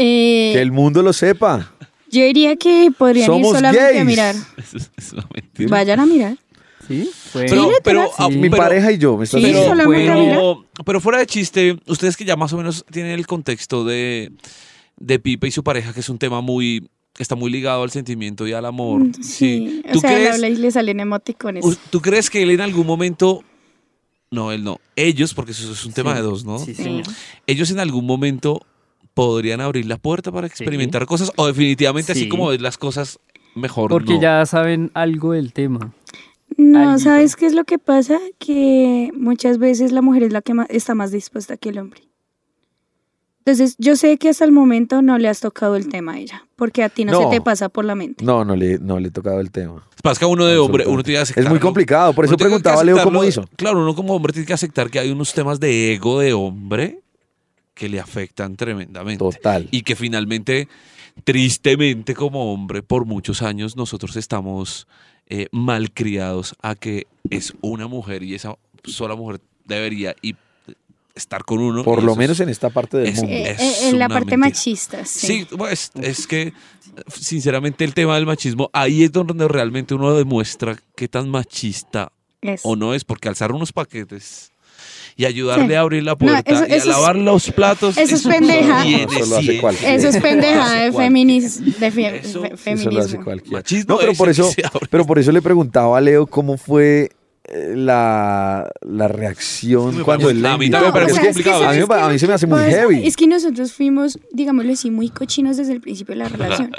Speaker 5: Eh,
Speaker 2: Que el mundo lo sepa.
Speaker 5: yo diría que podrían
Speaker 2: Somos
Speaker 5: ir solamente
Speaker 2: gays.
Speaker 5: a mirar.
Speaker 3: Eso es, es una mentira.
Speaker 5: Vayan a mirar.
Speaker 4: sí, pues,
Speaker 3: Pero,
Speaker 5: literal,
Speaker 3: pero,
Speaker 5: sí.
Speaker 3: ah,
Speaker 4: Mi
Speaker 2: Mi
Speaker 3: pero-
Speaker 2: pareja y yo, me estás
Speaker 5: Sí,
Speaker 3: pero,
Speaker 2: diciendo.
Speaker 5: solamente
Speaker 3: pero-
Speaker 5: mira.
Speaker 3: pero fuera de chiste, ustedes que ya más o menos tienen el contexto de, de Pipe y su pareja, que es un tema muy que está muy ligado al sentimiento y al amor.
Speaker 5: Mm,
Speaker 3: Sí.
Speaker 5: Sí, o
Speaker 3: ¿Tú,
Speaker 5: sea, le
Speaker 3: crees,
Speaker 5: habla y le salen emoticones.
Speaker 3: u- ¿Tú crees que él en algún momento... No, él no. Ellos, porque eso es un tema
Speaker 4: Sí,
Speaker 3: de dos, ¿no?
Speaker 4: sí,
Speaker 5: Sí.
Speaker 4: señor.
Speaker 3: Ellos en algún momento podrían abrir la puerta para experimentar cosas o definitivamente así
Speaker 4: Sí.
Speaker 3: como ves las cosas mejor.
Speaker 4: Porque
Speaker 3: no.
Speaker 4: ya saben algo del tema.
Speaker 5: No,
Speaker 4: Alguito.
Speaker 5: ¿sabes qué es lo que pasa? Que muchas veces la mujer es la que ma- está más dispuesta que el hombre. Entonces, yo sé que hasta el momento no le has tocado el tema a ella, porque a ti no,
Speaker 2: No.
Speaker 5: se te pasa por la mente.
Speaker 2: No, no le, no le he tocado el tema.
Speaker 3: Pasa que uno de hombre, uno tiene que
Speaker 2: Es muy
Speaker 3: aceptarlo.
Speaker 2: complicado, por
Speaker 3: Uno
Speaker 2: eso
Speaker 3: tiene que
Speaker 2: preguntaba a Leo cómo
Speaker 3: aceptarlo.
Speaker 2: hizo.
Speaker 3: Claro, uno como hombre tiene que aceptar que hay unos temas de ego de hombre que le afectan tremendamente.
Speaker 2: Total.
Speaker 3: Y que finalmente, tristemente como hombre, por muchos años nosotros estamos eh, malcriados a que es una mujer y esa sola mujer debería y estar con uno.
Speaker 2: Por
Speaker 3: y
Speaker 2: lo
Speaker 3: eso
Speaker 2: menos
Speaker 3: es-
Speaker 2: en esta parte del
Speaker 3: es-
Speaker 2: mundo.
Speaker 5: Eh,
Speaker 3: Es
Speaker 5: eh, en la
Speaker 3: una
Speaker 5: parte
Speaker 3: mentira.
Speaker 5: machista, sí.
Speaker 3: Sí, pues es que sinceramente el tema del machismo, ahí es donde realmente uno demuestra qué tan machista
Speaker 5: es.
Speaker 3: o no es, porque alzar unos paquetes y ayudarle a abrir la puerta
Speaker 5: eso-
Speaker 3: y a
Speaker 5: eso es-
Speaker 3: lavar los platos.
Speaker 5: eso es pendeja.
Speaker 3: viene
Speaker 2: Eso lo hace
Speaker 3: siempre.
Speaker 2: cualquiera.
Speaker 5: Eso es pendejada de, feminis- de fe-
Speaker 2: Eso
Speaker 3: Eso-
Speaker 5: fe-
Speaker 2: lo hace
Speaker 5: feminismo.
Speaker 2: cualquiera.
Speaker 3: Machismo
Speaker 2: No, pero
Speaker 3: es
Speaker 2: por
Speaker 3: el que
Speaker 2: eso,
Speaker 3: se abre.
Speaker 2: pero por eso le preguntaba a Leo cómo fue eh, la, la reacción
Speaker 3: Sí, me
Speaker 2: cuando
Speaker 3: parece-
Speaker 2: él
Speaker 3: a
Speaker 2: la
Speaker 3: mí
Speaker 2: invitó, porque
Speaker 3: también me parece
Speaker 2: es que
Speaker 3: complicado.
Speaker 2: a mí, me-
Speaker 5: ¿sabes
Speaker 2: a mí
Speaker 5: qué?
Speaker 2: se me hace muy
Speaker 5: Pues,
Speaker 2: heavy.
Speaker 5: Es que nosotros fuimos, digámoslo así, muy cochinos desde el principio de la relación.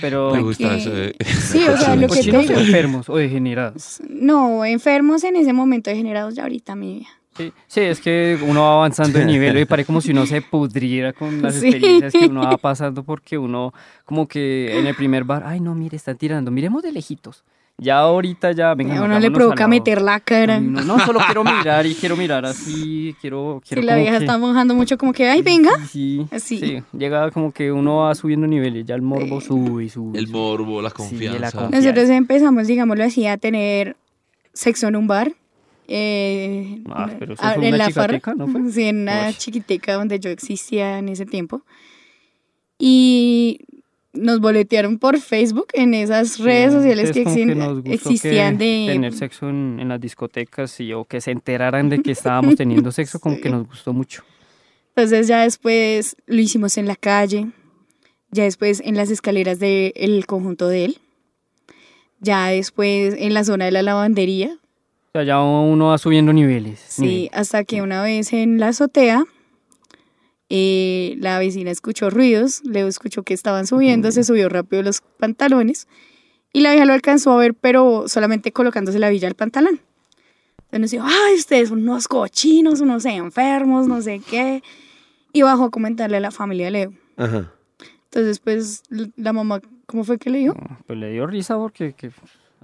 Speaker 4: Pero
Speaker 3: Me gusta
Speaker 5: que-
Speaker 3: eso. de-
Speaker 5: Sí, o sea, lo que te
Speaker 4: cochinos
Speaker 5: digo.
Speaker 4: enfermos o degenerados.
Speaker 5: No, enfermos en ese momento, degenerados ya ahorita, mi vida.
Speaker 4: Sí, sí, es que uno va avanzando de nivel y parece como si uno se pudriera con las
Speaker 5: Sí.
Speaker 4: experiencias que uno va pasando porque uno como que en el primer bar, ay no, mire, están tirando, miremos de lejitos. Ya ahorita ya, venga,
Speaker 5: a uno le
Speaker 4: hagámonos
Speaker 5: provoca
Speaker 4: al lado.
Speaker 5: meter la
Speaker 4: Y
Speaker 5: cara.
Speaker 4: uno, no, solo quiero mirar y quiero mirar así, quiero...
Speaker 5: Si
Speaker 4: quiero
Speaker 5: la
Speaker 4: como
Speaker 5: vieja
Speaker 4: que-
Speaker 5: está mojando mucho, como que, ay, venga.
Speaker 4: Sí,
Speaker 5: Así.
Speaker 4: sí, llega como que uno va subiendo niveles, ya el morbo
Speaker 5: Sí.
Speaker 4: sube y sube.
Speaker 3: El
Speaker 4: sube.
Speaker 3: morbo, la
Speaker 4: la
Speaker 3: confianza.
Speaker 4: confianza.
Speaker 5: Nosotros empezamos, digámoslo así, a tener sexo en un bar. eh,
Speaker 4: Ah, pero eso
Speaker 5: a-
Speaker 4: fue
Speaker 5: en
Speaker 4: una
Speaker 5: la farra.
Speaker 4: chicateca, ¿no fue?
Speaker 5: Sí, en una
Speaker 4: Uy.
Speaker 5: chiquitica donde yo existía en ese tiempo. Y nos boletearon por Facebook en esas redes
Speaker 4: Sí,
Speaker 5: sociales que,
Speaker 4: antes como
Speaker 5: exi-
Speaker 4: nos gustó
Speaker 5: existían
Speaker 4: que
Speaker 5: de...
Speaker 4: tener sexo en, en las discotecas y o que se enteraran de que estábamos teniendo sexo como que
Speaker 5: Sí.
Speaker 4: nos gustó mucho
Speaker 5: Entonces ya después lo hicimos en la calle, ya después en las escaleras del conjunto de él, ya después en la zona de la lavandería,
Speaker 4: o sea ya uno va subiendo niveles
Speaker 5: sí, hasta que una vez en la azotea eh, la vecina escuchó ruidos, Leo escuchó que estaban subiendo, se subió rápido los pantalones y la vieja lo alcanzó a ver, pero solamente colocándose la villa al pantalón. Entonces nos dijo, ay, ustedes son unos cochinos, unos enfermos, no sé qué. Y bajó a comentarle a la familia de Leo.
Speaker 2: Ajá.
Speaker 5: Entonces, pues, l- la mamá, ¿cómo fue que le dijo?
Speaker 4: nivel. pues le dio risa porque que-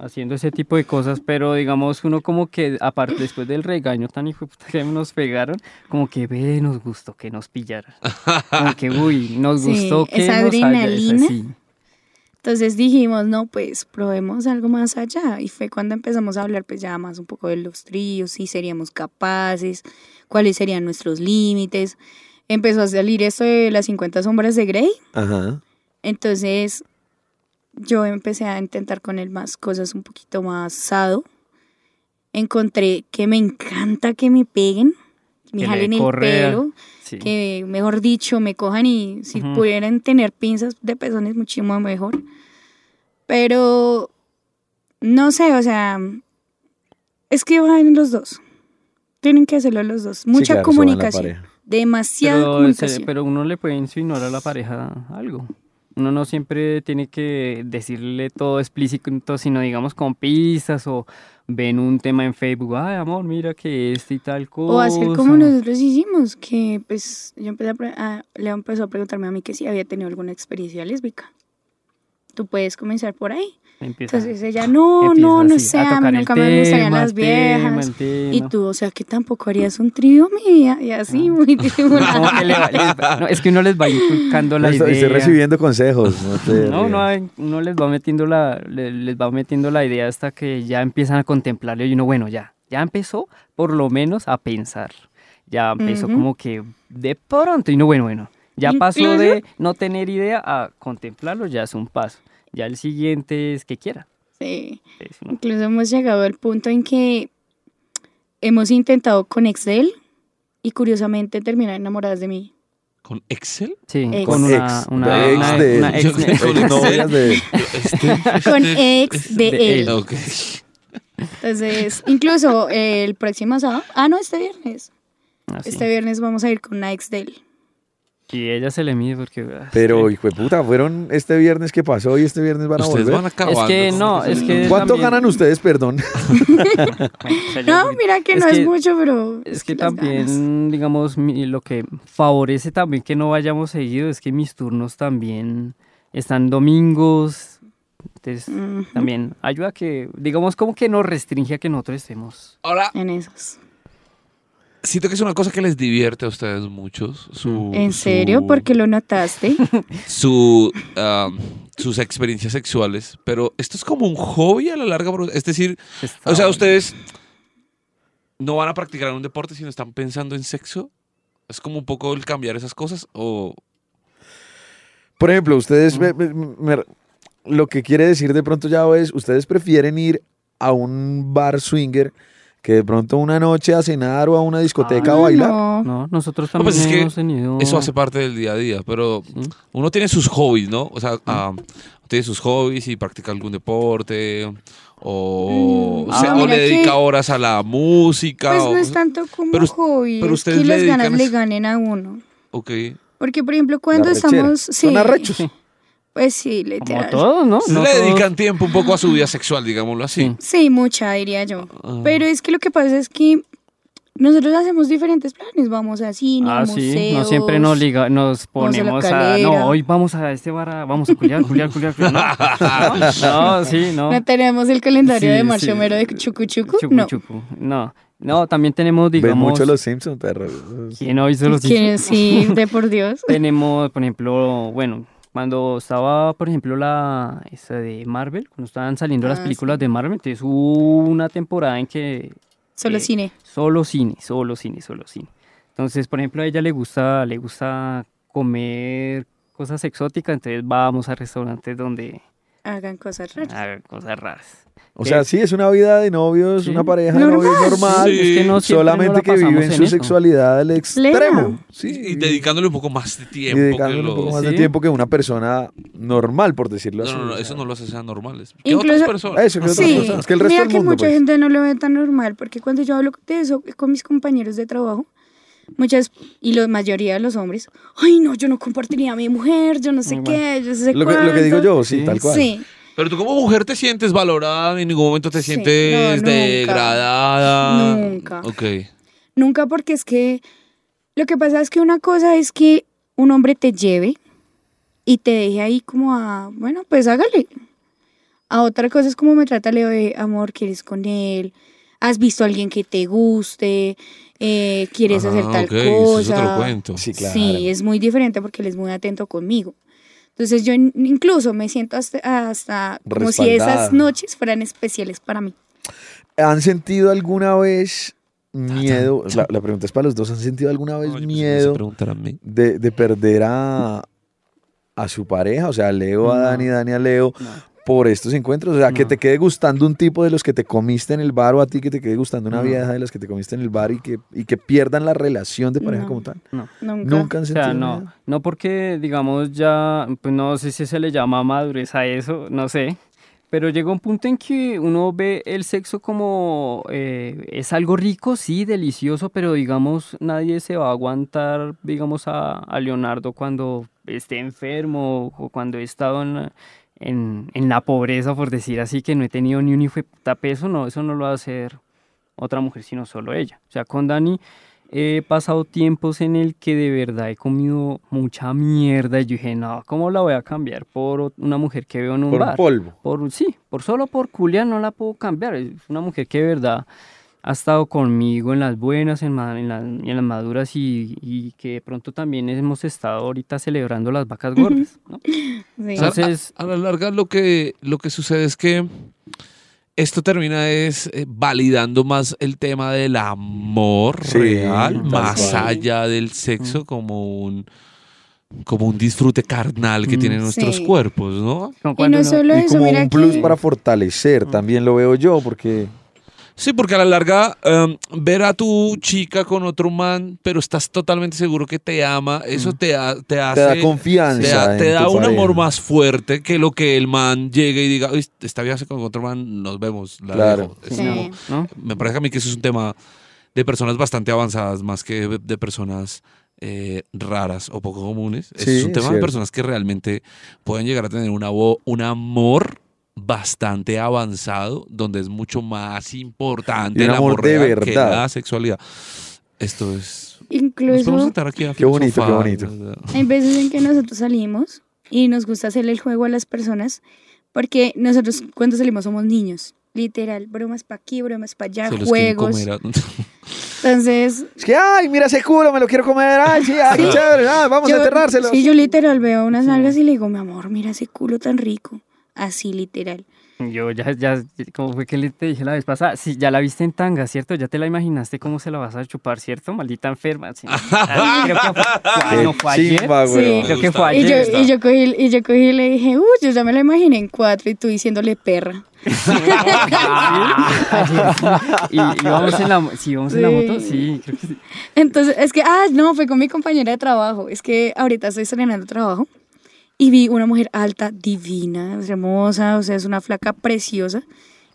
Speaker 4: haciendo ese tipo de cosas, pero digamos uno como que, aparte después del regaño tan hijo de puta que nos pegaron, como que ve, nos gustó que nos pillaran. Como que, uy, nos
Speaker 5: Sí,
Speaker 4: gustó que
Speaker 5: esa
Speaker 4: nos haya-
Speaker 5: adrenalina.
Speaker 4: sí.
Speaker 5: Entonces dijimos, no, pues probemos algo más allá. Y fue cuando empezamos a hablar, pues ya más un poco de los tríos, si seríamos capaces, cuáles serían nuestros límites. Empezó a salir esto de las 50 sombras de Grey.
Speaker 2: Ajá.
Speaker 5: Entonces yo empecé a intentar con él más cosas un poquito más sado. Encontré que me encanta que me peguen, que me
Speaker 4: Que le
Speaker 5: jalen el
Speaker 4: correan.
Speaker 5: pelo
Speaker 4: Sí.
Speaker 5: que mejor dicho me cojan y si
Speaker 4: Ujú.
Speaker 5: pudieran tener pinzas de pezones muchísimo mejor. Pero no sé, o sea, es que van los dos. Tienen que hacerlo los dos. Mucha comunicación, demasiada
Speaker 4: Pero, se-
Speaker 5: comunicación.
Speaker 4: pero uno le puede insinuar a la pareja algo. Uno no siempre tiene que decirle todo explícito, sino digamos con pistas o ven un tema en Facebook, ay amor, mira que este y tal cosa.
Speaker 5: O hacer como nosotros hicimos, que pues yo empecé a, pre- a- Leo empezó a preguntarme a mí que si había tenido alguna experiencia lésbica. Tú puedes comenzar por ahí.
Speaker 4: Empieza-
Speaker 5: Entonces ella, no,
Speaker 4: empieza
Speaker 5: no, no
Speaker 4: así,
Speaker 5: sé,
Speaker 4: a
Speaker 5: a mí
Speaker 4: tocar el
Speaker 5: nunca me gustarían
Speaker 4: tema,
Speaker 5: las
Speaker 4: el tema,
Speaker 5: viejas.
Speaker 4: el tema.
Speaker 5: Y tú, o sea, que tampoco harías un trío, mía, y así,
Speaker 4: Ah.
Speaker 5: muy de una.
Speaker 4: Como que le va- les va- no, es que uno les va inculcando la idea.
Speaker 2: Estoy recibiendo consejos. No, te
Speaker 4: No,
Speaker 2: rías.
Speaker 4: no, hay- uno les va metiendo la, le- les va metiendo la idea hasta que ya empiezan a contemplarlo y uno, bueno, ya, ya empezó por lo menos a pensar. Ya empezó
Speaker 5: Ujú.
Speaker 4: como que de pronto y no, bueno, bueno, ya pasó
Speaker 5: Incluso-
Speaker 4: de no tener idea a contemplarlo, ya es un paso. Ya el siguiente es que quiera.
Speaker 5: Sí.
Speaker 4: Es uno-
Speaker 5: Incluso hemos llegado al punto en que hemos intentado con Excel y curiosamente terminan enamoradas de mí.
Speaker 3: ¿Con Excel?
Speaker 4: Sí,
Speaker 5: Ex.
Speaker 4: con
Speaker 2: Con
Speaker 4: una,
Speaker 2: ex,
Speaker 4: una,
Speaker 2: de
Speaker 4: una-
Speaker 2: ex de-
Speaker 4: una
Speaker 3: yo-
Speaker 4: ex-
Speaker 3: con Excel.
Speaker 2: Novias de-
Speaker 5: Con ex de
Speaker 4: de
Speaker 5: él.
Speaker 3: Este, Ok.
Speaker 5: Entonces, incluso el próximo sábado, ah, no, este viernes.
Speaker 4: así.
Speaker 5: Este viernes vamos a ir con una ex de él.
Speaker 4: Y ella se le mide porque... ah,
Speaker 2: Pero, hijo de puta, fueron este viernes que pasó y este viernes van a
Speaker 3: Ustedes
Speaker 2: volver.
Speaker 3: van acabando.
Speaker 4: Es que
Speaker 3: ¿cómo
Speaker 4: no,
Speaker 3: se
Speaker 4: es
Speaker 3: llama?
Speaker 4: que
Speaker 2: ¿Cuánto
Speaker 4: también-
Speaker 2: ganan ustedes, perdón?
Speaker 4: bueno, o sea, yo-
Speaker 5: No, mira que
Speaker 4: Es
Speaker 5: no
Speaker 4: que-
Speaker 5: es mucho, pero.
Speaker 4: Es que
Speaker 5: las
Speaker 4: también,
Speaker 5: ganas.
Speaker 4: digamos, mi- lo que favorece también que no vayamos seguido es que mis turnos también están domingos. Entonces,
Speaker 5: Ujú,
Speaker 4: también ayuda a que, digamos, como que nos restringe a que nosotros estemos.
Speaker 3: Ahora,
Speaker 5: En esas.
Speaker 3: siento que es una cosa que les divierte a ustedes muchos. Su,
Speaker 5: ¿En
Speaker 3: su-
Speaker 5: serio? ¿Por qué lo notaste?
Speaker 3: su, um, sus experiencias sexuales. Pero esto es como un hobby a la larga. bro. Es decir,
Speaker 4: Está
Speaker 3: o sea,
Speaker 4: bueno.
Speaker 3: ustedes no van a practicar un deporte, sino están pensando en sexo. Es como un poco el cambiar esas cosas. O
Speaker 2: Por ejemplo, ustedes, me- me- me- lo que quiere decir de pronto ya es, ustedes prefieren ir a un bar swinger que de pronto una noche a cenar o a una discoteca
Speaker 4: Ah,
Speaker 2: a bailar.
Speaker 5: No,
Speaker 4: No, nosotros
Speaker 3: No,
Speaker 4: también
Speaker 3: pues es que
Speaker 4: hemos tenido...
Speaker 3: eso hace parte del día a día. Pero
Speaker 4: Sí.
Speaker 3: uno tiene sus hobbies, ¿no? O sea, ah, tiene sus hobbies y practica algún deporte. O,
Speaker 5: Mm,
Speaker 3: o sea, o
Speaker 4: ah,
Speaker 5: mira
Speaker 3: le
Speaker 5: que-
Speaker 3: dedica horas a la música.
Speaker 5: Pues
Speaker 3: o-
Speaker 5: no es tanto como
Speaker 3: pero us-
Speaker 5: hobby,
Speaker 3: pero
Speaker 5: es que
Speaker 3: ustedes le
Speaker 5: las ganas
Speaker 3: dedican
Speaker 5: le
Speaker 3: eso.
Speaker 5: ganen a uno.
Speaker 3: Ok.
Speaker 5: Porque, por ejemplo, cuando
Speaker 2: La rechera.
Speaker 5: estamos...
Speaker 2: Son arrechos.
Speaker 4: Sí.
Speaker 5: Pues sí,
Speaker 4: Como
Speaker 5: literal.
Speaker 4: todos, ¿no?
Speaker 3: Se
Speaker 4: No
Speaker 3: le
Speaker 4: todos-
Speaker 3: dedican tiempo un poco a su vida sexual, digámoslo así.
Speaker 5: Sí, mucha, diría yo.
Speaker 3: Ah.
Speaker 5: Pero es que lo que pasa es que nosotros hacemos diferentes planes. Vamos a cine, a
Speaker 4: Ah, sí, no
Speaker 5: museos.
Speaker 4: siempre nos, liga, nos
Speaker 5: vamos a la
Speaker 4: ponemos a, No,
Speaker 5: calera.
Speaker 4: hoy vamos a este bar, a- vamos a culiar, culiar, culiar, culiar. No, no, no, sí, no.
Speaker 5: No tenemos el calendario
Speaker 4: Sí,
Speaker 5: de
Speaker 4: sí.
Speaker 5: Marchomero de Chucu Chucu.
Speaker 4: Chucu,
Speaker 5: no.
Speaker 4: chucu. No. No, también tenemos,
Speaker 2: Ven
Speaker 4: digamos.
Speaker 2: mucho los Simpsons, perro.
Speaker 4: ¿Quién hoy se los dice?
Speaker 5: Que sí, de por Dios.
Speaker 4: Tenemos, por ejemplo, bueno, cuando estaba, por ejemplo, la esa de Marvel, cuando estaban saliendo las
Speaker 5: Ah,
Speaker 4: películas
Speaker 5: sí.
Speaker 4: de Marvel, entonces hubo una temporada en que
Speaker 5: Solo
Speaker 4: Eh,
Speaker 5: cine.
Speaker 4: solo cine, solo cine, solo cine. Entonces, por ejemplo, a ella le gusta, le gusta comer cosas exóticas, entonces vamos a restaurantes donde
Speaker 5: Hagan cosas raras.
Speaker 4: hagan cosas raras.
Speaker 2: O sea, sí, es una vida de novios,
Speaker 4: Sí.
Speaker 2: una pareja de
Speaker 5: Normal.
Speaker 2: novios normal.
Speaker 3: Sí.
Speaker 4: siempre no la
Speaker 2: solamente que
Speaker 4: pasamos
Speaker 2: viven su
Speaker 4: eso.
Speaker 2: sexualidad al extremo. Sí,
Speaker 3: Y dedicándole un poco más de
Speaker 2: y
Speaker 3: tiempo. que
Speaker 2: dedicándole un
Speaker 3: lo-
Speaker 2: poco más
Speaker 4: Sí.
Speaker 2: de tiempo que una persona normal, por decirlo así.
Speaker 3: No, no, no,
Speaker 2: o
Speaker 3: eso
Speaker 2: sea.
Speaker 3: no lo hace anormales. ¿Qué
Speaker 5: Incluso-
Speaker 3: otras personas?
Speaker 2: Eso, que otras
Speaker 5: Sí,
Speaker 2: personas, que el resto
Speaker 5: mira
Speaker 2: del
Speaker 5: que
Speaker 2: mundo,
Speaker 5: mucha
Speaker 2: pues.
Speaker 5: gente no lo ve tan normal, porque cuando yo hablo de eso con mis compañeros de trabajo, muchas, y la mayoría de los hombres, ay no, yo no compartiría a mi mujer, yo no sé
Speaker 4: Muy
Speaker 5: qué, yo no sé
Speaker 2: Lo que, lo que digo
Speaker 5: cuánto".
Speaker 2: yo, sí,
Speaker 4: Sí.
Speaker 2: tal cual.
Speaker 5: Sí,
Speaker 3: Pero tú como mujer te sientes valorada, en ningún momento te
Speaker 5: Sí, no,
Speaker 3: sientes
Speaker 5: nunca.
Speaker 3: degradada.
Speaker 5: Nunca.
Speaker 3: Ok.
Speaker 5: nunca porque es que lo que pasa es que una cosa es que un hombre te lleve y te deje ahí como a, bueno, pues hágale. A otra cosa es cómo me trata Leo de amor, quieres con él, has visto a alguien que te guste, Eh, quieres
Speaker 3: Ah,
Speaker 5: hacer tal
Speaker 3: ok, eso es
Speaker 5: cosa.
Speaker 3: otro cuento.
Speaker 2: Sí, claro.
Speaker 5: Sí, es muy diferente porque él es muy atento conmigo. Entonces yo in- incluso me siento hasta, hasta como si
Speaker 2: Respaldada.
Speaker 5: esas noches fueran especiales para mí.
Speaker 2: ¿Han sentido alguna vez miedo? La, la pregunta es para los dos. ¿Han sentido alguna
Speaker 3: Ay,
Speaker 2: vez
Speaker 3: yo pensé que pues, me ibas a
Speaker 2: miedo
Speaker 3: preguntar a mí.
Speaker 2: de, de perder a, a su pareja? O sea, a Leo a
Speaker 4: No.
Speaker 2: Dani, Dani a Leo
Speaker 4: No.
Speaker 2: por estos encuentros. O sea, que
Speaker 4: No.
Speaker 2: te quede gustando un tipo de los que te comiste en el bar o a ti que te quede gustando una
Speaker 4: No.
Speaker 2: vieja de las que te comiste en el bar y que, y que pierdan la relación de pareja
Speaker 5: No.
Speaker 2: como tal.
Speaker 5: Nunca.
Speaker 2: Nunca han
Speaker 4: O
Speaker 2: sentido.
Speaker 4: sea, no,
Speaker 2: miedo?
Speaker 4: no porque, digamos, ya, pues no sé si se le llama madurez a eso, no sé, pero llega un punto en que uno ve el sexo como, eh, es algo rico, sí, delicioso, pero digamos, nadie se va a aguantar, digamos, a, a Leonardo cuando esté enfermo o cuando he estado en, en, en la pobreza, por decir así, que no he tenido ni un hijo de puta peso, no, eso no lo va a hacer otra mujer, sino solo ella. O sea, con Dani he pasado tiempos en el que de verdad he comido mucha mierda y yo dije, no, ¿cómo la voy a cambiar por ot- una mujer que veo en un
Speaker 2: Por un
Speaker 4: bar?
Speaker 2: polvo.
Speaker 4: Por, sí, por solo por culiar no la puedo cambiar. Es una mujer que de verdad ha estado conmigo en las buenas, en, ma- en las, y en las maduras y, y que de pronto también hemos estado ahorita celebrando las vacas gordas. ¿no?
Speaker 5: Sí.
Speaker 3: O sea,
Speaker 4: Entonces-
Speaker 3: a, a la larga lo que, lo que sucede es que esto termina es eh, validando más el tema del amor
Speaker 2: Sí,
Speaker 3: real,
Speaker 2: tal Mm.
Speaker 3: más
Speaker 5: cual.
Speaker 3: allá del sexo como un como un disfrute carnal que
Speaker 4: Mm.
Speaker 3: tienen nuestros
Speaker 5: Sí.
Speaker 3: cuerpos, ¿no?
Speaker 4: Como
Speaker 5: Y
Speaker 4: cuando
Speaker 5: no
Speaker 4: uno-
Speaker 5: solo
Speaker 2: Y
Speaker 5: eso,
Speaker 2: como
Speaker 5: mira
Speaker 2: un plus
Speaker 5: que-
Speaker 2: para fortalecer,
Speaker 3: Mm.
Speaker 2: también lo veo yo, porque
Speaker 3: Sí, porque a la larga em, ver a tu chica con otro man, pero estás totalmente seguro que te ama, eso te, ha- te hace...
Speaker 2: Mm. te da confianza.
Speaker 3: Te da,
Speaker 2: en
Speaker 3: te da
Speaker 2: tu
Speaker 3: un amor
Speaker 2: pareja.
Speaker 3: más fuerte que lo que el man llegue y diga, "Uy, esta vieja se con otro man, nos vemos. la
Speaker 2: Claro.
Speaker 3: dejo". Es
Speaker 5: Sí.
Speaker 3: como-
Speaker 4: ¿no?
Speaker 3: me parece a mí que eso es un tema de personas bastante avanzadas, más que de- de personas eh, raras o poco comunes.
Speaker 2: Sí,
Speaker 3: es un
Speaker 2: es
Speaker 3: tema de
Speaker 2: cierto.
Speaker 3: personas que realmente pueden llegar a tener una vo- un amor bastante avanzado, donde es mucho más importante
Speaker 2: Y un
Speaker 3: el amor,
Speaker 2: amor de
Speaker 3: real que
Speaker 2: verdad.
Speaker 3: la sexualidad. Esto es... Nos podemos
Speaker 5: Incluso
Speaker 3: sentar aquí a
Speaker 2: Qué bonito, qué
Speaker 3: filosofar.
Speaker 5: hay veces en que nosotros salimos y nos gusta hacerle el juego a las personas porque nosotros cuando salimos somos niños. Literal, bromas para aquí, bromas para allá,
Speaker 3: Se los quieren
Speaker 5: juegos.
Speaker 3: comer a-
Speaker 5: Entonces,
Speaker 2: Es que, ay, mira ese culo, me lo quiero comer. Ay, sí, ay, qué chévere. ah, vamos
Speaker 5: yo,
Speaker 2: a enterrárselo.
Speaker 5: sí, yo literal veo unas
Speaker 4: Sí.
Speaker 5: nalgas y le digo, mi amor, mira ese culo tan rico. Así, literal.
Speaker 4: Yo ya, ya, como fue que le te dije la vez pasada, si ya la viste en tanga, ¿cierto? Ya te la imaginaste cómo se la vas a chupar, ¿cierto? Maldita enferma. sí. Ah, Creo que fue,
Speaker 2: Qué
Speaker 3: Eh,
Speaker 4: no, fue ayer.
Speaker 2: chimba,
Speaker 5: Sí.
Speaker 2: weón.
Speaker 4: Creo que fue
Speaker 5: Y
Speaker 4: ayer.
Speaker 5: yo, y, yo cogí, y yo cogí y le dije, uy, yo ya me la imaginé en cuatro y tú diciéndole perra.
Speaker 4: Ayer sí. Y, y vamos en la, mo- sí, vamos en la moto,
Speaker 5: Sí.
Speaker 4: sí, creo que sí.
Speaker 5: Entonces, es que, ah, no, fue con mi compañera de trabajo. Es que ahorita estoy estrenando trabajo y vi una mujer alta, divina, es hermosa, o sea, es una flaca preciosa.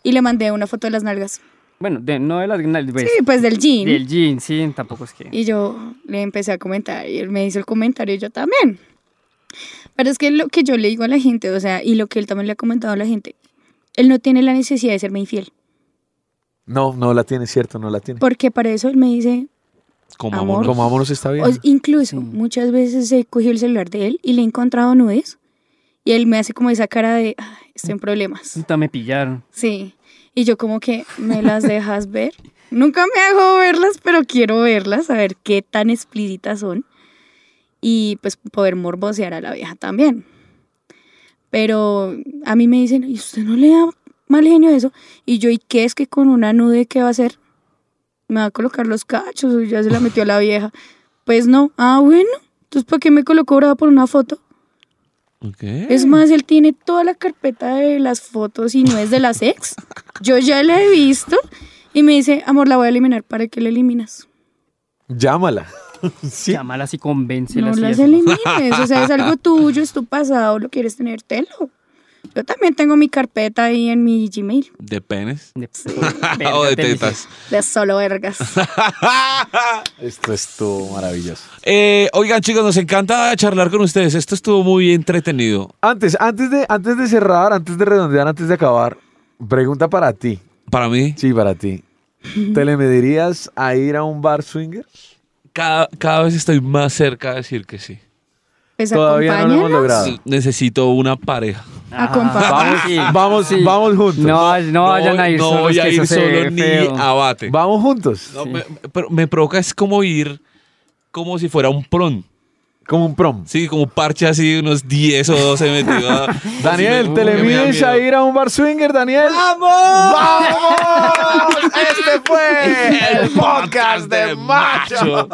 Speaker 5: Y le mandé una foto de las nalgas.
Speaker 4: Bueno, de, no de las pues,
Speaker 5: Sí, pues del jean.
Speaker 4: del jean, sí, tampoco es que.
Speaker 5: Y yo le empecé a comentar y él me hizo el comentario y yo también. Pero es que lo que yo le digo a la gente, o sea, y lo que él también le ha comentado a la gente, él no tiene la necesidad de serme infiel.
Speaker 2: No, no la tiene, cierto, no la tiene.
Speaker 5: Porque para eso él me dice,
Speaker 3: Como
Speaker 5: Amor.
Speaker 3: amor.
Speaker 2: Comámonos esta
Speaker 5: o-
Speaker 2: bien.
Speaker 5: incluso
Speaker 4: Sí.
Speaker 5: muchas veces he cogido el celular de él y le he encontrado nudes. Y él me hace como esa cara de, "Ay, estoy en problemas.
Speaker 4: Puta, me pillaron.
Speaker 5: Sí. Y yo como que, ¿me las dejas ver? Nunca me hago verlas, pero quiero verlas, a ver qué tan explícitas son. Y pues poder morbosear a la vieja también. Pero a mí me dicen, ¿y usted no le da mal genio eso? Y yo, ¿y qué es que con una nude qué va a hacer? Me va a colocar los cachos, o ya se la metió a la vieja. Pues no, ah, bueno, entonces ¿para qué me colocó brava por una foto?
Speaker 3: Ok.
Speaker 2: Mm.
Speaker 5: Es más, él tiene toda la carpeta de las fotos y no es de las ex. Yo ya la he visto y me dice, amor, la voy a eliminar. ¿Para qué la eliminas?
Speaker 2: Llámala. sí.
Speaker 4: Llámala así, convéncela
Speaker 5: no
Speaker 4: así.
Speaker 5: las
Speaker 4: así.
Speaker 5: elimines. O sea, es algo tuyo, es tu pasado, lo quieres tener, tenlo. Yo también tengo mi carpeta ahí en mi Gmail.
Speaker 3: De penes.
Speaker 4: De-
Speaker 3: o de
Speaker 4: Verga, te
Speaker 3: tetas.
Speaker 5: De solo vergas.
Speaker 2: Esto es todo maravilloso.
Speaker 3: Eh, oigan, chicos, nos encanta charlar con ustedes. Esto estuvo muy entretenido.
Speaker 2: Antes, antes de, antes de cerrar, antes de redondear, antes de acabar, pregunta para ti.
Speaker 3: Para mí,
Speaker 2: Sí, para ti. ¿Te le medirías a ir a un bar swinger?
Speaker 3: cada, cada vez estoy más cerca de decir que sí.
Speaker 5: Pues
Speaker 2: Todavía no lo hemos
Speaker 5: acompáñanos.
Speaker 2: logrado.
Speaker 3: Necesito una pareja.
Speaker 4: dije, Ah,
Speaker 5: Acompañado.
Speaker 4: vamos, sí.
Speaker 2: Vamos,
Speaker 4: Sí.
Speaker 2: vamos juntos.
Speaker 4: No, no, vayan a ir
Speaker 3: no
Speaker 4: solos,
Speaker 3: voy a
Speaker 4: que eso
Speaker 3: ir
Speaker 4: se ve
Speaker 3: solo ni
Speaker 4: feo.
Speaker 3: a bate.
Speaker 2: Vamos juntos.
Speaker 3: No,
Speaker 4: Sí.
Speaker 3: me- pero me provoca es como ir como si fuera un prom.
Speaker 2: Como un prom.
Speaker 3: Sí, como un parche así, unos 10 o 12 metido. a-
Speaker 2: Daniel,
Speaker 3: Así me-
Speaker 2: ¿te le
Speaker 3: que me da
Speaker 2: mides
Speaker 3: miedo.
Speaker 2: a ir a un bar swinger, Daniel?
Speaker 3: ¡Vamos!
Speaker 2: ¡Vamos! Este fue el podcast de Macho.